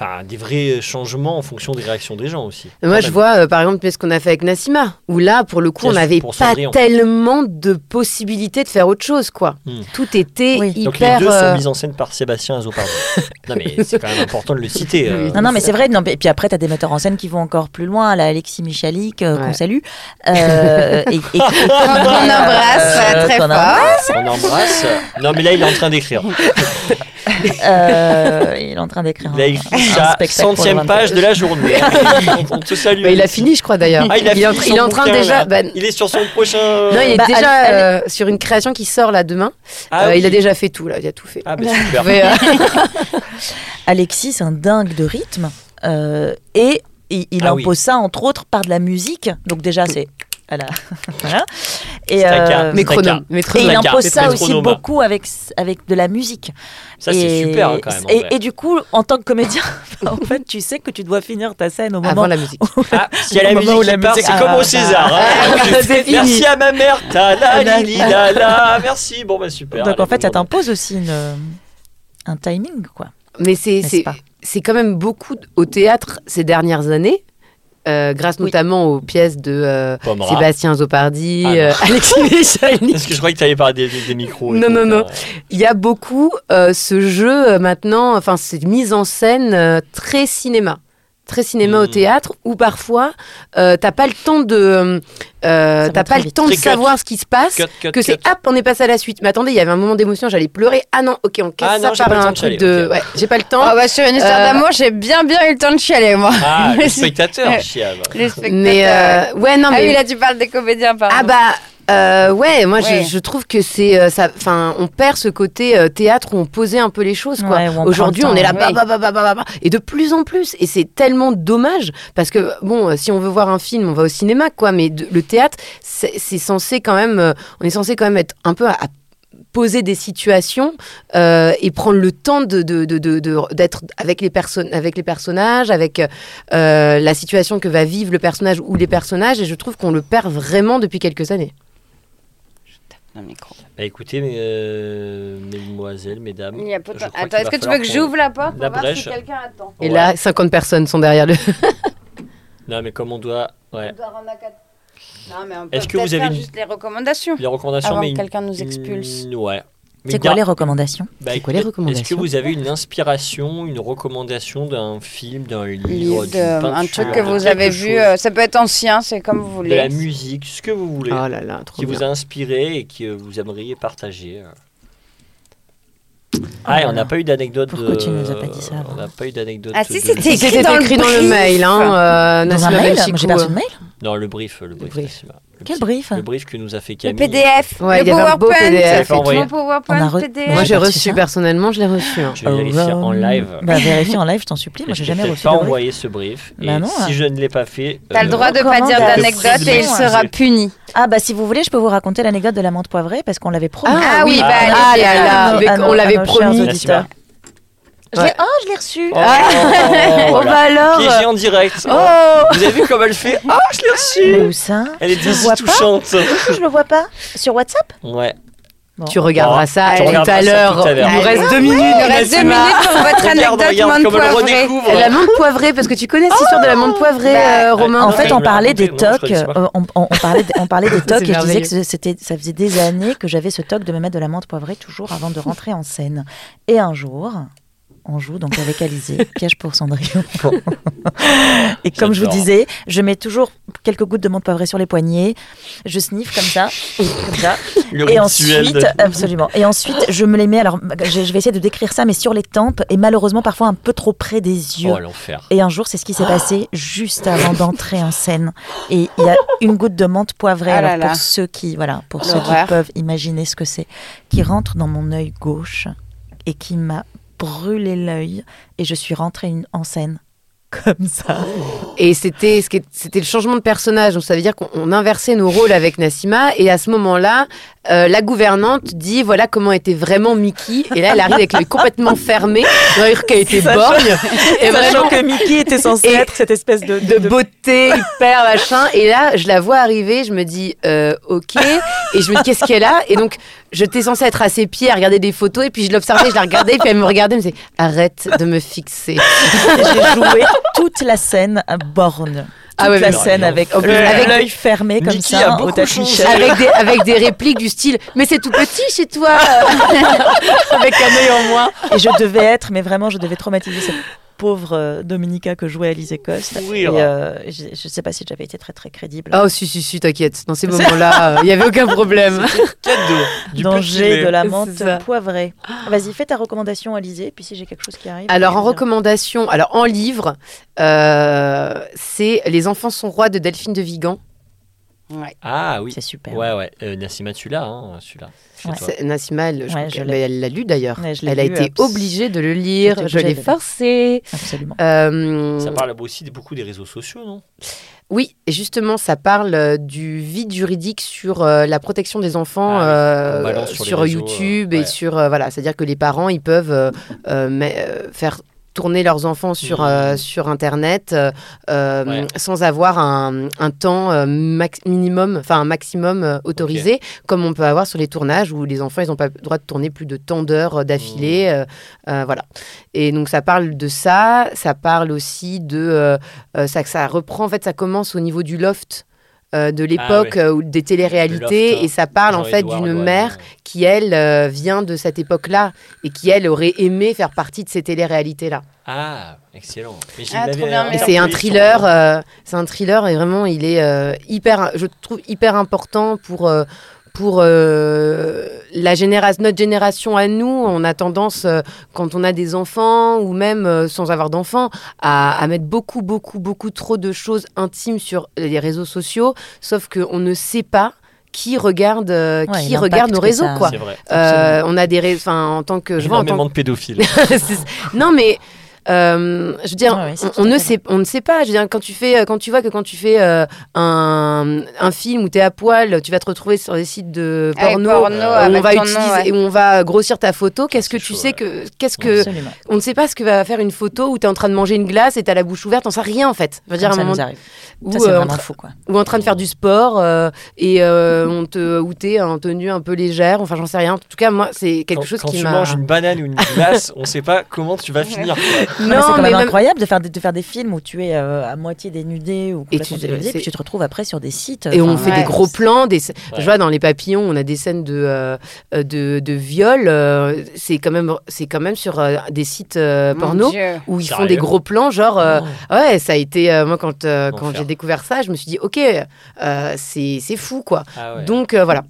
A: enfin, des vrais changements en fonction des réactions des gens aussi.
D: Moi,
A: Quand
D: je
A: même.
D: vois, euh, par exemple, ce qu'on a fait avec Nassima, où là, pour le coup, on
A: Pièce
D: n'avait
A: pour
D: pas
A: Cendrillon.
D: tellement de possibilités de faire autre chose, quoi.
A: Mm.
D: Tout était
B: Oui.
A: Donc
D: hyper...
A: les deux
D: euh,
A: sont mises en scène par Sébastien Azopardon. non mais c'est quand même important de le citer. euh.
B: Non, non, mais c'est vrai. Non, mais- et puis après, tu as des metteurs en scène qui vont encore plus loin, la Alexis Michalik, euh,
D: Ouais.
B: qu'on salue. Euh, et, et- et-
C: On embrasse euh, très
B: qu'on
C: fort.
A: On embrasse. Non mais là il est en train d'écrire.
B: Euh, il est en train d'écrire.
A: Il a
B: un-
A: écrit
B: un
A: sa
B: spectacle pour le
A: centième
B: 24.
A: page de la journée. on, on te salue.
D: bah, il a fini, je crois, d'ailleurs.
A: Ah, il a
D: est en-
A: fini
D: il est en
A: son
D: train
A: bouquin,
D: déjà...
A: là.
D: bah,
A: Il est sur son prochain.
D: Non, il est
B: Bah,
D: déjà
B: allez,
D: euh, sur une création qui sort là demain.
A: Ah,
D: Euh,
A: oui.
D: Il a déjà fait tout là, il a tout fait.
A: Ah, bah, super.
D: Mais, euh,
B: Alexis, c'est un dingue de rythme. euh, et il, il
A: Ah oui.
B: impose ça, entre autres, par de la musique. Donc, déjà, c'est. Voilà. Voilà. Et,
A: Stacca.
B: euh,
D: mais
A: Stacca.
D: chrono, mais
B: et
D: chrono.
B: il
A: Stacca,
B: impose
A: c'est
B: ça
A: très
B: aussi
A: chronome.
B: beaucoup avec, avec de la musique.
A: Ça c'est
B: Et-
A: super hein, quand même. en
B: Et,
A: vrai.
B: et du coup, en tant que comédien, en fait, tu sais que tu dois finir ta scène au moment
D: Avant la musique.
A: Ah, s'il y a
B: Au
A: la
B: moment
A: musique
B: où la
A: qui part,
B: musique-
A: c'est
B: Ah,
A: comme au
B: bah,
A: César. hein.
D: bah, c'est fini.
A: Merci à ma mère. Ta la li li la la. Merci. Bon bah super.
B: Donc en
A: Allez,
B: fait, ça
A: bon, bon.
B: t'impose aussi une- euh, un timing, quoi.
D: Mais c'est
B: N'est-ce
D: c'est-
B: pas
D: c'est quand même beaucoup d- au théâtre ces dernières années. euh, grâce
B: Oui.
D: notamment aux pièces de euh,
A: Pomera.
D: Sébastien Zopardi,
A: Ah, non.
D: euh, Alexis Michalny.
A: Parce que je croyais que tu allais parler des, des- des micros. et
D: Non,
A: tout,
D: non,
A: ça.
D: non. Il y a beaucoup euh, ce jeu euh, maintenant, enfin cette mise en scène euh, très cinéma, très cinéma
A: Mm.
D: au théâtre, où parfois euh, t'as pas le temps de, euh,
B: va
D: t'as
B: très
D: pas le
B: vite.
D: temps de
A: Très cut.
D: savoir ce qui se passe,
A: Cut, cut,
D: que
A: cut.
D: c'est hop, on est passé à la suite. Mais attendez, il y avait un moment d'émotion, j'allais pleurer. Ah non, ok, on casse
A: Ah non, j'ai
D: ça
A: pas
D: par
A: le temps
D: un
A: de
D: truc
A: chialer,
D: de,
A: ok.
D: ouais, j'ai pas le temps.
C: Ah bah, sur une histoire
D: Euh,
C: d'amour, j'ai bien bien eu le temps de chialer, moi.
A: Ah, le
C: Mais-
A: spectateur, chiave.
C: Les spectateurs,
D: mais euh, ouais, non,
C: Ah
D: mais
C: oui, là, tu parles des comédiens, pardon.
D: Ah bah euh, ouais, moi
C: Ouais.
D: Je, je trouve que c'est euh, ça. Enfin, on perd ce côté euh, théâtre où on posait un peu les choses quoi.
B: Ouais, où on
D: Aujourd'hui,
B: prend
D: on
B: le
D: est là
B: temps,
D: bah,
C: oui.
D: bah, bah, bah, bah, bah, et de plus en plus et c'est tellement dommage parce que bon, euh, si on veut voir un film, on va au cinéma quoi, mais de- le théâtre c'est c'est censé quand même, euh, on est censé quand même être un peu à, à- poser des situations euh, et prendre le temps de, de- de- de- de- d'être avec les personnes avec les personnages avec euh, la situation que va vivre le personnage ou les personnages et je trouve qu'on le perd vraiment depuis quelques années
C: Dans le micro.
A: Bah écoutez, mais, euh, mesdemoiselles, mesdames.
C: Il y a pas
A: je
C: tant-
A: crois
C: Attends,
A: qu'il
C: est-ce
A: va
C: que tu
A: falloir
C: veux que
A: qu'on-
C: j'ouvre la porte pour
A: la
C: voir si
A: brèche.
C: quelqu'un attend
D: et
A: Ouais.
D: là 50 personnes sont derrière le
A: Non, mais comme on doit. Ouais.
C: On doit rendre à quatre- Non, mais on peut
A: Est-ce que
C: peut-être
A: vous avez
C: faire
A: une-
C: juste les recommandations
A: Les recommandations,
C: avant
A: mais.
C: que
A: une-
C: quelqu'un nous expulse.
A: une- Ouais. Mais
B: C'est quoi
A: gar-
B: les recommandations
A: bah,
D: C'est quoi
A: écoutez,
D: les
A: Est-ce
D: recommandations
A: que vous avez une inspiration, une recommandation d'un film, d'un livre,
C: Livre
A: d'une
C: de- un
A: peinture,
C: truc que
A: de
C: vous
A: quelque
C: avez
A: chose,
C: vu, euh, ça peut être ancien, c'est comme vous
A: de la
C: voulez.
A: musique, ce que vous voulez,
D: Oh
B: Ah,
D: là là
A: qui vous a inspiré et que vous aimeriez partager. euh. Ah, et on n'a pas eu d'anecdote.
B: Pourquoi
A: de-
B: tu nous as pas dit ça avant
A: On n'a pas eu d'anecdote.
C: Ah, si,
A: de-
C: c'était-
D: c'était écrit dans le,
C: brief.
D: mail hein, euh,
B: Dans un
D: Nassima
B: mail
D: Benchikou,
B: Moi, J'ai perçu
D: euh.
B: le mail
A: Non, le brief. Le brief.
D: brief.
A: Nassima. Le
B: Quel
A: petit-
B: brief
A: Le brief que nous a fait
C: Le
A: Camille.
C: PDF,
D: Ouais, il
C: le
D: y avait un beau
C: PowerPoint,
D: PDF.
A: Enfin, envoyé.
C: mon PowerPoint
B: On a re-
C: PDF.
D: moi j'ai
B: J'ai
D: reçu
B: reçu ça.
D: personnellement je l'ai reçu hein.
A: Je vais vérifier en live.
B: Bah, vérifie en live, je t'en supplie. Moi,
A: Je
B: j'ai
A: n'ai
B: jamais
A: peut-être
B: reçu.
A: pas
B: de brief.
A: envoyé ce brief.
B: Bah
A: et
B: non,
A: si
B: ouais.
A: je ne l'ai pas fait.
C: T'as le
A: euh,
C: droit de pas dire
B: recommandation.
C: d'anecdote et il
A: Précisément.
C: sera puni.
B: Ah, bah, si vous voulez, je peux vous raconter l'anecdote de la menthe poivrée parce qu'on l'avait promis.
C: Ah oui, bah,
D: ah
C: allez-y,
D: là là,
B: à nos-
D: mais
B: à nos-
D: on
B: à
D: l'avait
B: nos chers
D: promis.
A: Nassima.
B: auditeurs. Je l'ai-
D: Ouais.
B: Oh, je l'ai reçu.
A: Oh,
C: Ah,
A: oh,
D: Oh
A: voilà.
D: bah alors
A: Piégée en direct.
D: Oh
A: Vous avez vu comme elle fait Ah, je l'ai
B: Mais
A: reçu
B: où ça
A: Elle est
B: Je le vois
A: désy
B: pas.
A: touchante.
B: Pourquoi Je le vois pas. Sur WhatsApp
A: Ouais.
D: Tu regarderas ça
A: Oh, Tu
D: tout
A: regarderas
D: à
A: ça
D: l'heure.
A: tout à
D: Il
A: l'heure.
D: nous reste deux minutes.
C: Il nous reste deux
D: Nassima.
C: minutes pour votre
A: Regarde,
C: anecdote,
A: regarde
C: menthe
A: comme elle
C: poivrée.
A: redécouvre.
D: La menthe poivrée, parce que tu connais cette histoire de la menthe poivrée,
C: Bah,
D: euh, Romain.
B: En
A: Non,
B: fait,
A: mais
B: on
A: il me l'a
B: parlait des
A: raconté, moi, je
B: tocs.
A: connaissais pas.
B: euh, On, on- on parlait, de- on parlait des tocs et je disais
D: merveilleux.
B: que ce- c'était, ça faisait des années que j'avais ce toc de me mettre de la menthe poivrée toujours avant de rentrer en scène. Et un jour, on joue donc avec Alizé, piège pour Cendrillon. et comme je vous
A: J'adore.
B: disais, je mets toujours quelques gouttes de menthe poivrée sur les poignets. Je sniffe comme ça, comme ça.
A: Le rituel
B: Et ensuite,
A: de-
B: absolument. Et ensuite, je me les mets. Alors, je, je vais essayer de décrire ça, mais sur les tempes et malheureusement parfois un peu trop près des yeux.
A: Oh, l'enfer.
B: Et un jour, c'est ce qui s'est passé juste avant d'entrer en scène. Et il y a une goutte de menthe poivrée.
C: Ah là
B: alors
C: là.
B: pour ceux qui, voilà, pour ceux qui
C: L'horreur.
B: peuvent imaginer ce que c'est, qui rentre dans mon œil gauche et qui m'a brûlé l'œil. Et je suis rentrée une- en scène comme ça.
D: Et c'était ce qui est- c'était le changement de personnage. Donc ça veut dire qu'on on inversait nos rôles avec Nassima. Et à ce moment-là, euh, la gouvernante dit voilà comment était vraiment Mickey. Et là, elle arrive avec l'œil complètement fermé, l'œil qui a été
B: Sachant-
D: borgne. Et vraiment
B: que Mickey était censé
D: Et
B: être cette espèce de,
D: de beauté hyper machin et là je la vois arriver je me dis euh, ok et je me dis qu'est-ce qu'elle a et donc j'étais censée être à ses pieds à regarder des photos et puis je l'observais je la regardais puis elle me regardait elle me disait arrête de me fixer
B: J'ai joué toute la scène à borne. Toute
D: Ah ouais,
B: la
D: mais-
B: scène avec,
D: En plus,
B: avec
D: avec-
B: l'œil fermé comme
A: Mickey a
B: ça
A: beaucoup
B: au tapis
A: changé.
B: chef.
D: avec des, avec des répliques du style mais c'est tout petit chez toi avec un œil en moins
B: Et je devais être, mais vraiment, je devais traumatiser cette pauvre euh, Dominica que jouait Alizé Coste. Et
A: Mourir.
B: euh, je ne sais pas si j'avais été très très crédible.
D: oh si si si t'inquiète dans ces moments là il y avait aucun problème
A: Cadeau. Du petit
B: Danger
A: lait.
B: de la
D: C'est
B: menthe
D: ça. Ah.
B: poivrée. Vas-y, fais ta recommandation, Alizé, puis si j'ai quelque chose qui arrive.
D: Alors en
B: je-
D: recommandation, alors en livre, euh, c'est Les enfants sont rois de Delphine de Vigan.
A: Ah oui.
B: C'est super.
A: Ouais, ouais. Euh, Nassima, tu l'as, hein, celui-là. chez
B: Ouais.
A: toi.
D: C'est- Nassima, elle, je
B: Ouais,
D: crois
B: je
D: qu'elle-
B: l'ai.
D: mais elle l'a lu d'ailleurs.
B: Ouais, je l'ai
D: elle a
B: lu,
D: été
B: abs-
D: obligée de le lire.
B: J'étais
D: Je l'ai
B: obligée de le lire.
D: forcé.
B: Absolument.
D: Euh,
A: Ça parle aussi beaucoup des réseaux sociaux, non
D: oui, et justement, ça parle euh, du vide juridique sur euh, la protection des enfants
A: Ah oui,
D: euh,
A: on balance
D: sur,
A: sur les réseaux,
D: YouTube
A: euh, ouais.
D: et sur euh, voilà, c'est-à-dire que les parents ils peuvent euh, euh, mais, euh, faire tourner leurs enfants sur
A: Mhm.
D: euh, sur internet euh, euh,
A: Ouais.
D: sans avoir un, un temps euh, max- minimum, enfin un maximum euh, autorisé, comme on peut avoir sur les tournages où les enfants ils n'ont pas le droit de tourner plus de tant d'heures euh, d'affilée, euh,
A: Mm.
D: euh, voilà. Et donc ça parle de ça, ça parle aussi de euh, euh, ça, ça reprend en fait, ça commence au niveau du loft euh, de l'époque
A: Ah ouais.
D: euh, ou des téléréalités
A: Le loft, hein.
D: et ça parle en fait
A: Jean-Édouard
D: d'une
A: Loiseau.
D: mère qui elle euh, vient de cette époque-là et qui elle aurait aimé faire partie de ces téléréalités-là.
A: Ah, excellent. Mais je
C: Ah,
A: l'avais
C: trop bien,
A: interpellé
D: Et
C: mais-
D: c'est un
A: sur-
D: thriller, euh, c'est un thriller et vraiment il est euh, hyper, je trouve hyper important pour euh, pour euh, la génération, notre génération à nous, on a tendance euh, quand on a des enfants ou même euh, sans avoir d'enfants à, à mettre beaucoup beaucoup beaucoup trop de choses intimes sur les réseaux sociaux, sauf qu'on ne sait pas qui regarde euh,
B: Ouais,
D: qui
B: l'impact
D: regarde nos
B: que
D: réseaux
B: ça a.
D: quoi.
A: C'est vrai.
D: Euh, on a des ré- enfin en tant que je vois en tant
A: Énormément de pédophiles.
D: C'est- non, mais Euh, je veux dire,
B: Ouais, ouais, c'est
D: on-
B: tout
D: on,
B: à
D: ne
B: fait
D: sait, on ne sait pas. Je veux dire, quand tu fais, euh, quand tu vois que quand tu fais euh, un, un film où t'es à poil, tu vas te retrouver sur des sites de
B: Ah,
C: Avec
D: porno.
C: porno,
D: où
C: avec
D: on va
C: ton nom,
D: utiliser
C: ouais.
D: et où on va grossir ta photo. Qu'est-ce que
A: Ah, C'est
D: tu
A: chaud,
D: sais
A: ouais.
D: que qu'est-ce que
B: Absolument.
D: on ne sait pas ce que va faire une photo où t'es en train de manger une glace et t'as la bouche ouverte. On sait rien en fait. Je veux dire,
B: Comme ça
D: à un moment
B: nous arrive.
D: où,
B: Ça, c'est
D: euh, en
B: vraiment
D: tra-
B: fou, quoi.
D: ou en train de faire du sport euh, et euh, on te où t'es en tenue un peu légère. Enfin, j'en sais rien. En tout cas, moi, c'est quelque
A: quand,
D: chose
A: quand
D: qui
A: tu
D: m'a.
A: manges Ah, une banane ou une glace, on sait pas comment tu vas finir.
B: Non, mais c'est quand même
D: même-
B: incroyable de faire, des, de faire des films où tu es euh, à moitié dénudé ou complètement
D: tu-
B: dénudé,
D: c'est-
B: puis tu te retrouves après sur des sites.
D: Et
B: enfin,
D: on fait
C: ouais.
D: des gros plans. Des...
A: Ouais.
D: Je vois, dans Les Papillons, on a des scènes de, euh, euh, de, de viol. euh, c'est quand, même- c'est quand même sur euh, des sites euh,
C: Mon
D: porno
C: Dieu.
D: où ils font
A: Sérieux
D: des gros plans. Genre, euh, ouais, ça a été. euh, moi, quand, euh, quand
A: Enfer.
D: j'ai découvert ça, je me suis dit, OK, euh, c'est c'est fou, quoi.
A: Ah ouais.
D: Donc, euh, voilà.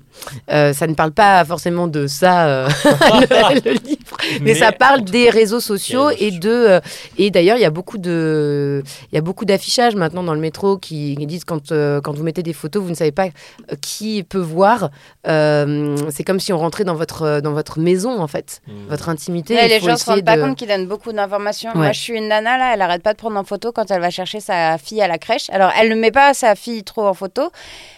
D: Euh, ça ne parle pas forcément de ça, euh, le, le livre. Mais, ça parle des réseaux sociaux
A: des réseaux
D: et de euh, et d'ailleurs il y a beaucoup de il y a beaucoup d'affichages maintenant dans le métro qui disent quand euh, quand vous mettez des photos vous ne savez pas euh, qui peut voir Euh, c'est comme si on rentrait dans votre euh, dans votre maison en fait
A: Mm.
D: votre intimité
C: Ouais,
D: il
C: les
D: faut
C: gens se
D: essayer
C: rendent pas
D: de-
C: compte qu'ils donnent beaucoup d'informations. Moi,
D: Ouais.
C: je suis une nana là, elle arrête pas de prendre en photo quand elle va chercher sa fille à la crèche. Alors, elle ne met pas sa fille trop en photo,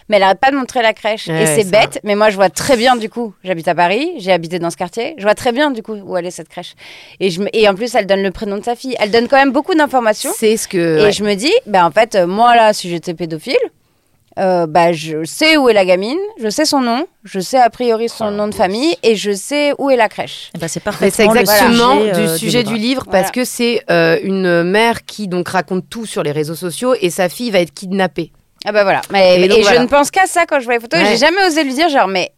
C: mais elle arrête pas de montrer la crèche.
D: Ouais,
C: et c'est
D: ça.
C: bête, mais moi, je vois très bien du coup. J'habite à Paris, j'ai habité dans ce quartier, je vois très bien du coup où elle est cette crèche. Et, je me- et en plus, elle donne le prénom de sa fille. Elle donne quand même beaucoup d'informations.
D: c'est ce que
C: Et
D: ouais.
C: je me dis, ben en fait, euh, moi là, si j'étais pédophile, euh, bah, je sais où est la gamine, je sais son nom, je sais a priori son
A: Ah,
C: nom de
A: oui.
C: famille et je sais où est la crèche.
B: Eh ben, c'est
D: Mais
B: parfaitement
D: c'est exactement
B: le sujet, euh,
D: du sujet du
B: livre.
D: livre
C: Voilà.
D: parce que c'est euh, une mère qui donc raconte tout sur les réseaux sociaux et sa fille va être kidnappée.
C: Ah bah voilà. Mais,
D: Et
C: et
D: donc, voilà.
C: je ne pense qu'à ça quand je vois les photos.
D: Ouais.
C: J'ai jamais osé lui dire genre mais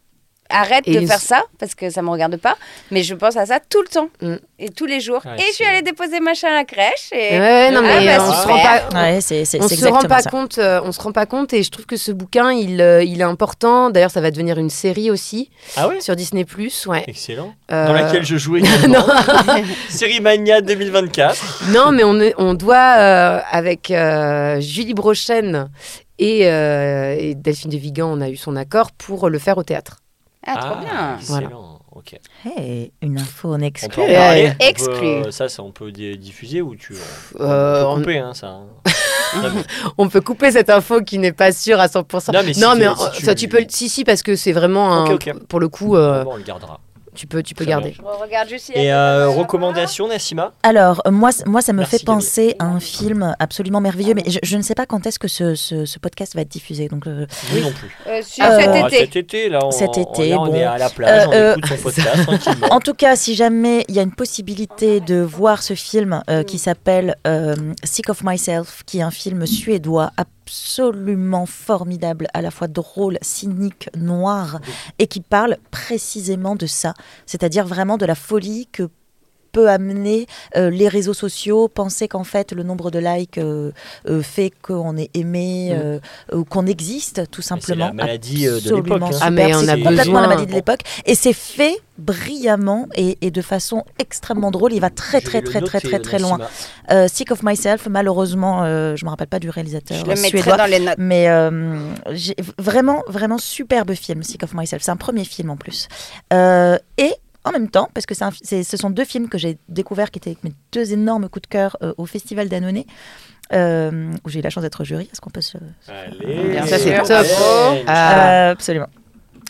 C: arrête
D: Et
C: de
D: le-
C: faire ça parce que ça me regarde pas. Mais je pense à ça tout le temps
D: Mm.
C: et tous les jours.
A: Ouais,
C: et je suis
A: c'est-
C: allée déposer machin à la crèche et
D: Ouais, ouais, non
C: Ah,
D: mais
C: bah,
D: euh, on se
A: super.
D: rend pas
B: Ouais, c'est c'est-
D: on
B: c'est
D: se rend
B: exactement
D: pas
B: ça.
D: compte, euh, on se rend pas compte, et je trouve que ce bouquin, il, euh, il est important. D'ailleurs, ça va devenir une série aussi
A: Ah ouais
D: sur Disney Plus, ouais.
A: Excellent.
D: Euh,
A: Dans laquelle je jouais également. Série Mania 2024.
D: non, mais on, est- on doit euh, avec euh, Julie Brochen et, euh, et Delphine de Vigan, on a eu son accord pour le faire au théâtre.
C: ah trop bien.
A: Excellent. Ok.
B: Hey, une info en
A: On
B: exclu.
A: peut en parler. On peut,
C: Exclu.
A: euh, ça, ça, on peut di- diffuser ou tu.
D: Euh,
A: on
D: on,
A: peut couper, hein, ça. hein. Non, mais-
D: on peut couper cette info qui n'est pas sûre à 100%.
A: Non, mais si tu-
D: en-
A: si tu-
D: ça, tu peux, le- si si, parce que c'est vraiment un-
A: Ok, ok.
D: pour le coup, euh,
A: Bon, on le gardera.
D: tu peux, tu peux
A: Très bien.
D: garder.
C: Je regarde juste. s'il y a
A: Et
C: des-
A: euh, recommandation, Nassima
B: Alors, euh, moi, c- moi, ça me
A: Merci,
B: fait
A: Gabriel.
B: penser à un film absolument merveilleux, mais je, je ne sais pas quand est-ce que ce, ce- ce podcast va être diffusé. Donc, euh,
A: Oui, non plus.
C: Euh, sur
B: Euh,
C: cet
D: oh,
A: Ah,
C: été.
A: Cet été, là, on,
B: Cet été,
A: là, on
B: bon.
A: est à la plage,
B: Euh,
A: on
B: euh,
A: écoute son podcast tranquillement.
B: En tout cas, si jamais il y a une possibilité de voir ce film euh,
A: Mm.
B: qui s'appelle euh, Sick of Myself, qui est un film suédois absolument formidable, à la fois drôle, cynique, noir,
A: Mm.
B: et qui parle précisément de ça, c'est-à-dire vraiment de la folie que peut amener euh, les réseaux sociaux, penser qu'en fait le nombre de likes euh, euh, fait qu'on est aimé,
D: Mm.
B: euh, ou qu'on existe tout
A: Mais C'est
B: simplement.
A: la maladie euh, de
B: Absolument
A: l'époque. hein.
B: super,
D: Ah, mais on
B: c'est
D: a
B: complètement
D: besoin.
B: la maladie de l'époque. Et c'est fait brillamment et, et de façon extrêmement drôle. Il va très
A: Je
B: très
A: vais le
B: très très
A: noter,
B: très très
A: Nassima.
B: loin. Euh, Sick of Myself, malheureusement, euh, je me rappelle pas du
C: Je
B: réalisateur
C: le mettrai
B: suédois.
C: dans les notes.
B: Mais euh, j'ai- vraiment, vraiment superbe film, Sick of Myself. C'est un premier film en plus. Euh, et en même temps, parce que c'est un fi- c'est- ce sont deux films que j'ai découverts qui étaient mes deux énormes coups de cœur euh, au Festival d'Annonay, euh, où j'ai eu la chance d'être jury. Est-ce qu'on peut se,
A: Allez,
C: Ça, c'est
A: Allez.
D: top. Ah.
B: euh, absolument.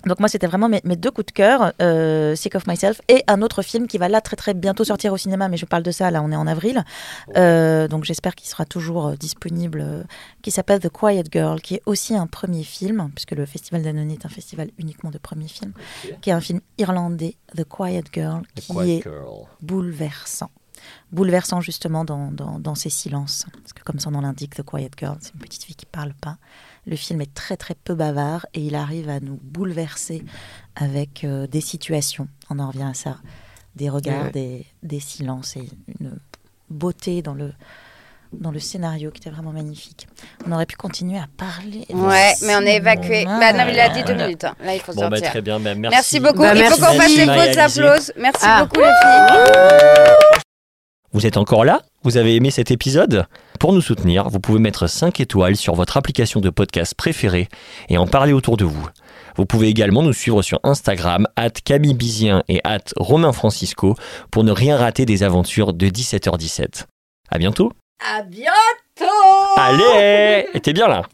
B: Donc moi, c'était vraiment mes, mes deux coups de cœur, euh, Sick of Myself, et un autre film qui va là très très bientôt sortir au cinéma, mais je parle de ça, là on est en avril.
A: Oh.
B: Euh, donc j'espère qu'il sera toujours euh, disponible, euh, qui s'appelle The Quiet Girl, qui est aussi un premier film, puisque le Festival d'Annonay est un festival uniquement de premiers films,
A: Ok.
B: qui est un film irlandais, The Quiet Girl,
A: The
B: qui
A: Quiet
B: est
A: Girl.
B: bouleversant. Bouleversant justement dans, dans, dans ses silences. Parce que comme son nom l'indique, The Quiet Girl, c'est une petite fille qui parle pas. Le film est très très peu bavard et il arrive à nous bouleverser avec euh, des situations. On en revient à ça. Des regards,
D: Ouais.
B: des, des silences et une beauté dans le, dans le scénario qui était vraiment magnifique. On aurait pu continuer à parler. de
C: Ouais,
B: ce
C: mais on est évacué.
B: cinéma.
C: Bah non, mais il a dit deux
A: Voilà.
C: minutes. hein. Là, il faut
A: Bon, bah,
C: sortir.
A: très bien. bah, merci.
C: Merci beaucoup.
D: Bah,
C: Il faut
D: merci.
C: qu'on fasse les
A: Merci.
C: fausses applauses. Merci
D: Ah.
C: beaucoup, les filles.
A: Vous êtes encore là Vous avez aimé cet épisode Pour nous soutenir, vous pouvez mettre 5 étoiles sur votre application de podcast préférée et en parler autour de vous. Vous pouvez également nous suivre sur Instagram, at Camille Bizien et at Romain Francisco pour ne rien rater des aventures de 17h17. À bientôt.
C: À bientôt
A: Allez Et t'es bien là